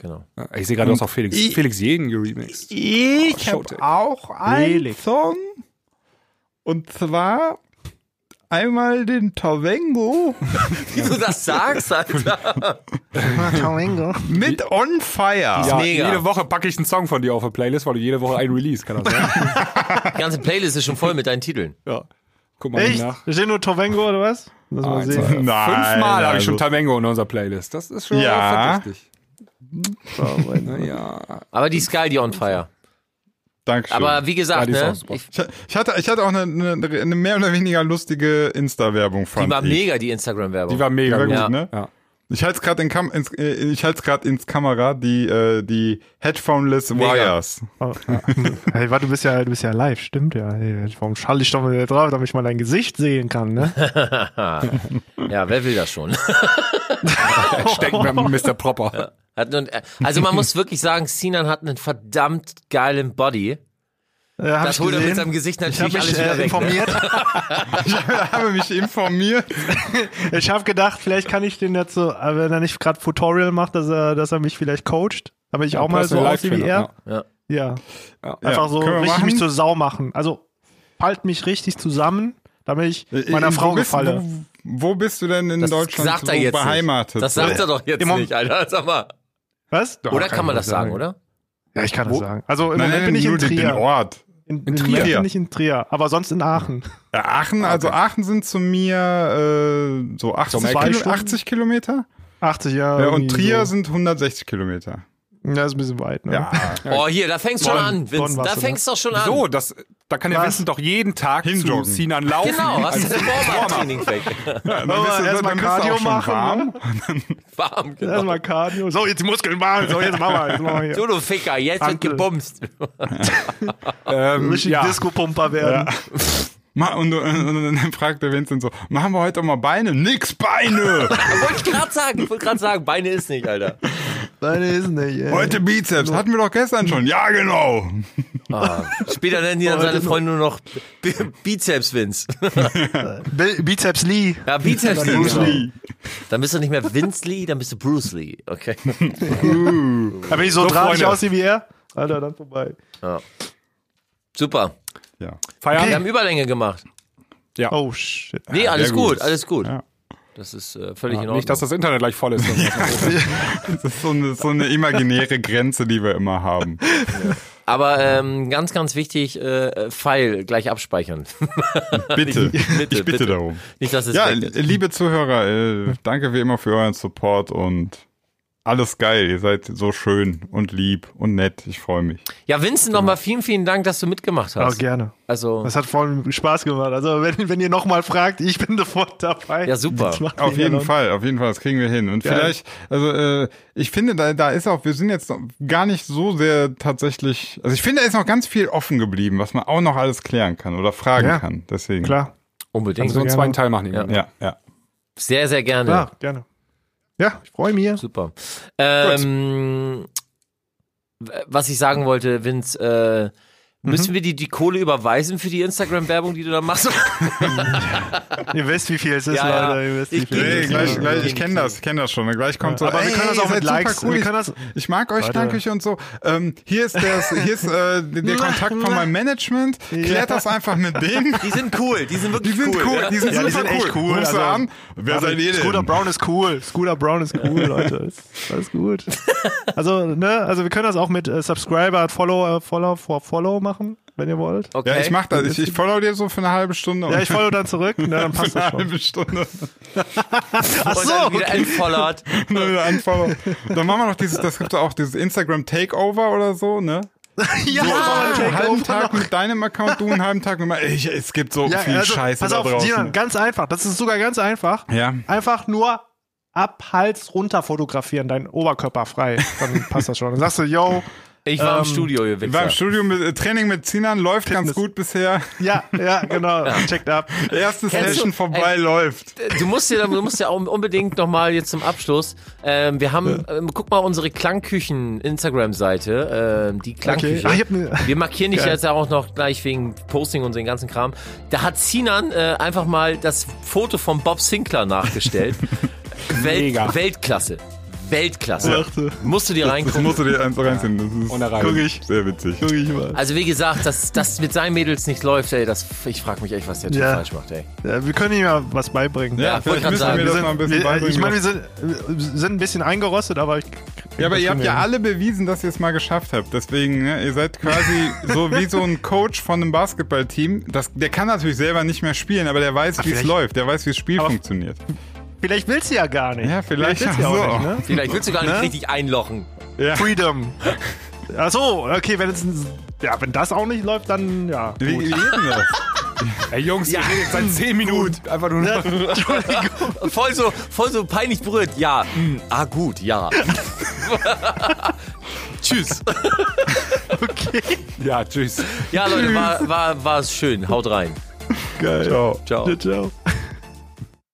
S1: Genau.
S4: Ja, Ich sehe gerade, du hast auch Felix, Felix Jeden geremixed. Oh,
S2: Ich
S4: Showtime.
S2: habe auch einen Song. Und zwar einmal den Tavengo
S1: *laughs* Wie du das sagst,
S4: *laughs*
S1: Alter.
S2: mit On Fire.
S4: Ja,
S1: mega.
S4: jede Woche packe ich einen Song von dir auf die Playlist, weil du jede Woche einen Release, kann
S1: *laughs*
S4: das sein?
S1: Die ganze Playlist ist schon voll mit deinen Titeln.
S4: ja. Guck mal
S3: Echt?
S4: nach.
S3: Da steht nur Tovengo oder was? Lass mal
S4: Eins,
S3: sehen.
S4: zwei, Fünfmal habe ich schon
S2: also-
S4: Tamengo in unserer Playlist. Das ist schon
S2: Ja.
S4: verdächtig. Naja.
S1: Aber die ist geil, die On Fire.
S2: Dankeschön.
S1: Aber wie
S4: Ja,
S1: gesagt,
S4: Ah, die ist auch
S1: ne,
S4: super.
S1: ich,
S2: ich, ich, hatte, ich hatte auch eine, eine, eine mehr oder weniger lustige Insta-Werbung, fand
S1: die war
S2: ich.
S1: mega, die Instagram-Werbung.
S4: Die war mega
S2: War
S4: gut.
S2: gut,
S1: Ja.
S2: ne?
S4: Ja.
S2: Ich halte es gerade in Kam ins, äh, ich halt's grad ins Kamera, die, äh, die Headphoneless
S1: Mega.
S2: Wires. *laughs*
S3: Oh, ja. hey, warte, du bist ja, du bist ja live, stimmt ja. Hey, warum schalte ich doch mal wieder drauf, damit ich mal dein Gesicht sehen
S1: *laughs*
S3: kann, ne?
S1: ja, wer will das schon? *laughs*
S4: Stecken wir mit Mr. Proper.
S1: Hat nun, also
S3: *laughs*
S1: man muss wirklich sagen, Sinan hat einen verdammt geilen Body.
S3: Äh, hab
S1: Das
S3: ich
S1: holt er mit
S3: gesehen.
S1: seinem Gesicht
S3: ich habe
S1: natürlich alles
S3: mich
S1: wieder
S3: äh,
S1: weg. Ne?
S3: informiert.
S2: Ich habe mich informiert.
S3: Ich habe gedacht, vielleicht kann ich den jetzt so, aber wenn er nicht gerade Tutorial macht, dass er, dass er mich vielleicht coacht, damit ich auch mal so
S4: Personal
S3: aussehe wie er.
S4: Trainer,
S3: Ja.
S2: Ja,
S3: Einfach so
S2: können wir
S3: richtig
S2: machen.
S3: mich zur Sau machen. Also halt mich richtig zusammen, damit ich
S2: Äh,
S3: meiner
S2: äh,
S3: Frau
S2: wo bist,
S3: gefalle.
S2: Wo, wo bist du denn in
S1: Das
S2: Deutschland
S1: sagt er
S2: so
S1: jetzt
S2: beheimatet?
S1: nicht. Das sagt er doch jetzt
S3: Im Mom-
S1: nicht, Alter. Sag mal.
S3: Was?
S1: Oder kann man das sagen, oder?
S3: Ja, ich kann das sagen. Also im
S2: Nein,
S3: Moment
S2: nein,
S3: bin ich in
S2: nur den- den
S3: Trier.
S2: Ort.
S3: In,
S4: In
S3: Im Moment
S2: Trier.
S3: bin ich in Trier, aber sonst in Aachen.
S2: Ja, Aachen,
S3: Ah,
S2: also Aachen sind zu mir äh, so 80,
S3: zwei
S2: Kilo,
S3: Stunden?
S2: 80 Kilometer.
S3: 80 Jahre.
S2: Ja, und
S3: irgendwie
S2: Trier
S3: so.
S2: sind 160 Kilometer.
S3: Ja, ist ein bisschen weit, ne?
S2: Ja,
S1: Oh, hier, da fängst du schon
S3: Bonn-
S1: an, Vince.
S3: Bonn warst
S1: da
S3: du,
S1: fängst du doch schon an.
S4: So, das, da kann der
S3: Was?
S4: Vincent doch jeden Tag
S2: Hinjoggen.
S4: zu Sinan laufen. Also
S1: Genau, hast du das Warm-Up-Training weg.
S2: dann
S3: Aber
S2: bist du,
S3: erst
S2: dann
S3: mal
S2: bist du
S3: Cardio
S2: auch schon
S3: machen,
S2: warm.
S1: *laughs* Warm, genau.
S3: *laughs* Erstmal Cardio. So, jetzt die Muskeln machen. So, jetzt machen wir. Jetzt machen wir
S1: Du,
S3: hier.
S1: du Ficker, jetzt wird
S3: Danke.
S1: gebumst. *laughs*
S2: *laughs*
S4: Ähm,
S3: Richtig
S4: ja.
S3: Disco-Pumper werden.
S2: Ma- Und, du- und dann *laughs* fragt der Vincent so, machen wir heute auch mal Beine? Nix Beine!
S1: Wollte ich gerade sagen, ich wollte gerade sagen, Beine ist nicht, Alter.
S3: Deine ist nicht, ey.
S2: Heute Bizeps, hatten wir doch gestern schon. Ja, genau.
S1: Später nennen die dann
S3: Heute
S1: seine
S3: noch.
S1: Freunde nur noch B- Bizeps, Vince. *laughs*
S3: Bi- Bizeps Lee.
S1: Ja, Bizeps.
S3: Bruce
S1: genau. Dann bist du nicht mehr Vince Lee, dann bist du Bruce Lee. Okay.
S3: Aber wenn ich so, drahtig
S4: Freunde.
S3: aussehe wie er, Alter, dann vorbei.
S1: Super.
S2: Ja.
S1: Wir
S4: Feierabend.
S1: haben Überlänge gemacht.
S3: Oh, shit.
S1: Nee, alles
S2: Ah, sehr
S1: gut.
S2: gut.
S1: alles gut.
S2: Ja.
S1: Das ist äh, völlig in Ordnung.
S4: Nicht, dass das Internet gleich voll ist. Also
S2: Das ist so eine, so eine imaginäre Grenze, die wir immer haben.
S1: Aber ähm, ganz, ganz wichtig, äh, Pfeil gleich abspeichern. *laughs*
S2: Bitte, ich bitte,
S1: bitte.
S2: darum.
S1: Nicht, dass es
S2: Ja,
S1: weg ist.
S2: liebe Zuhörer, äh, danke wie immer für euren Support und alles geil. Ihr seid so schön und lieb und nett. Ich freue mich.
S1: Ja, Vincent,
S2: genau.
S1: nochmal vielen, vielen Dank, dass du mitgemacht
S3: Oh,
S1: hast.
S3: gerne.
S1: Also,
S3: Das hat voll Spaß gemacht. Also, wenn, wenn ihr nochmal fragt, ich bin *laughs* sofort dabei.
S1: Ja, super.
S3: Das macht
S2: Auf
S3: mir
S2: jeden
S3: Laune.
S2: Fall, auf jeden Fall, das kriegen wir hin. Und vielleicht, also äh, ich finde, da, da ist auch, wir sind jetzt noch gar nicht so sehr tatsächlich, also ich finde, da ist noch ganz viel offen geblieben, was man auch noch alles klären kann oder fragen
S3: Ja.
S2: kann. Deswegen.
S3: Klar.
S1: unbedingt.
S4: so einen zweiten Teil machen.
S1: Ja.
S4: irgendwann.
S2: Ja, ja.
S1: Sehr, sehr gerne.
S3: Ja, gerne. Ja, ich freue mich.
S1: Super. Ähm, w- was ich sagen wollte, Vince, äh,
S2: Mhm.
S1: müssen wir die, die Kohle überweisen für die Instagram-Werbung, die du da
S2: *laughs*
S1: machst?
S3: Ihr wisst, wie viel es ist,
S1: Ja, ja.
S3: Leute. Ihr wisst, wie
S1: Ich
S3: viel
S1: geh-
S3: es
S2: Nee,
S3: ist.
S2: gleich,
S1: Ja.
S2: gleich, ich kenne das, ich kenne das schon. Gleich kommt so, halt
S3: Aber wir
S2: ey,
S3: können das
S2: ihr
S3: auch mit
S2: seid super
S3: Likes-
S2: cool.
S3: wir
S2: ich,
S3: können das-
S2: ich mag euch,
S3: Warte.
S2: danke ich und so. Ähm, hier ist, der, hier ist äh, der Kontakt von meinem Management. Klärt das einfach mit denen.
S1: die sind cool, die sind
S2: *laughs* Die
S1: wirklich
S2: sind cool, die sind
S3: Ja, die
S2: super
S3: sind echt
S2: cool.
S3: cool.
S2: Rufst du
S3: also-
S2: an? Wer
S3: Also,
S2: seid ihr
S3: Scooter
S2: denn?
S3: Brown ist cool. Scooter Brown ist
S2: *laughs*
S3: cool, Leute. Ist Alles gut. Also, ne, also wir können das auch mit äh, Subscriber, Follow, äh, Follow, for Follow machen, wenn ihr wollt.
S1: Okay.
S2: Ja, ich mach das. Ich, ich follow dir so für eine halbe Stunde.
S3: Ja, ich
S2: *laughs*
S3: follow dann zurück, ne, dann passt
S2: für *laughs*
S3: das
S2: eine
S3: schon.
S2: halbe Stunde.
S1: Ach so, und dann wieder okay.
S2: Nur wieder unfollow. Dann machen wir noch dieses, das gibt auch dieses Instagram Takeover oder so, ne?
S3: Ja,
S2: So, einen halben
S3: Ah, Takeover
S2: Tag
S3: noch.
S2: mit deinem Account, du einen halben Tag mit meinem. Ey, Es gibt so
S3: Ja,
S2: viel
S3: also,
S2: Scheiße
S3: pass
S2: da
S3: auf,
S2: draußen.
S3: Sinan, ganz einfach. Das ist sogar ganz einfach.
S2: Ja.
S3: Einfach nur ab Hals runter fotografieren, deinen Oberkörper frei.
S2: *laughs*
S3: Dann passt das schon. Dann sagst du, yo,
S1: Ich war im Studio, ihr
S2: Ähm, War im
S1: Wichser.
S2: Studio mit äh, Training mit Zinan, läuft ganz gut
S3: *laughs*
S2: bisher.
S3: ja, ja, genau, checkt ab.
S2: Erste
S1: Kennst du-
S2: Session vorbei
S1: Ey.
S2: läuft.
S1: Du musst ja, du musst ja auch unbedingt nochmal jetzt zum Abschluss. Ähm, wir haben, ähm, guck mal unsere Klangküchen Instagram-Seite, ähm, die Klangküche.
S3: Ah, ich hab ne-
S1: Wir markieren dich
S3: Geil.
S1: jetzt auch noch gleich wegen Posting und so den ganzen Kram. Da hat Sinan äh, einfach mal das Foto von Bob Sinclair
S3: *laughs*
S1: nachgestellt. Welt,
S4: Mega.
S1: Weltklasse. Weltklasse.
S3: Dachte.
S1: Musst du dir
S2: Das
S1: reingucken.
S2: musst du dir einfach reinziehen. Das ist
S4: Unerreichbar.
S2: guck ich, sehr witzig.
S3: Guck ich mal.
S1: Also wie gesagt, dass das mit seinen Mädels nicht läuft, ey, das, ich frag mich echt, was der Typ
S3: Ja.
S1: falsch macht, ey.
S3: Ja, wir können ihm ja was beibringen.
S1: Ja, wollte
S2: vielleicht
S1: grad
S2: müssen
S1: sagen,
S2: wir
S1: wir
S2: das mal ein bisschen
S3: wir, also
S2: beibringen.
S3: ich meine, wir sind, wir sind ein bisschen eingerostet, aber ich.
S2: ja, aber ihr
S3: das
S2: habt ja
S3: kriegen
S2: alle bewiesen, dass ihr es mal geschafft habt. Deswegen, ne, ihr seid quasi so wie so ein Coach von einem Basketballteam. Das, der kann natürlich selber nicht mehr spielen, aber der weiß, wie es
S3: vielleicht-
S2: läuft. Der weiß, wie das Spiel
S3: Aber-
S2: funktioniert.
S3: Vielleicht willst du ja gar nicht.
S2: Ja, vielleicht
S3: willst du ja
S2: auch
S3: auch
S2: so.
S3: nicht, ne?
S1: Vielleicht willst du gar nicht
S3: Ne?
S1: richtig einlochen.
S2: Ja.
S3: Freedom. Ach so, okay, wenn jetzt, ja, wenn das auch nicht läuft, dann ja.
S2: Wie, wie geht denn das?
S4: Ey, Jungs, ihr redet seit 10 Minuten. Einfach nur noch.
S1: Voll so, voll so peinlich berührt. Ja. Hm. Ah, gut, ja. Tschüss.
S4: Ja, tschüss.
S1: Ja, Leute, war, war, war schön. Haut rein.
S3: Geil. Ciao.
S1: Ciao.
S3: ciao.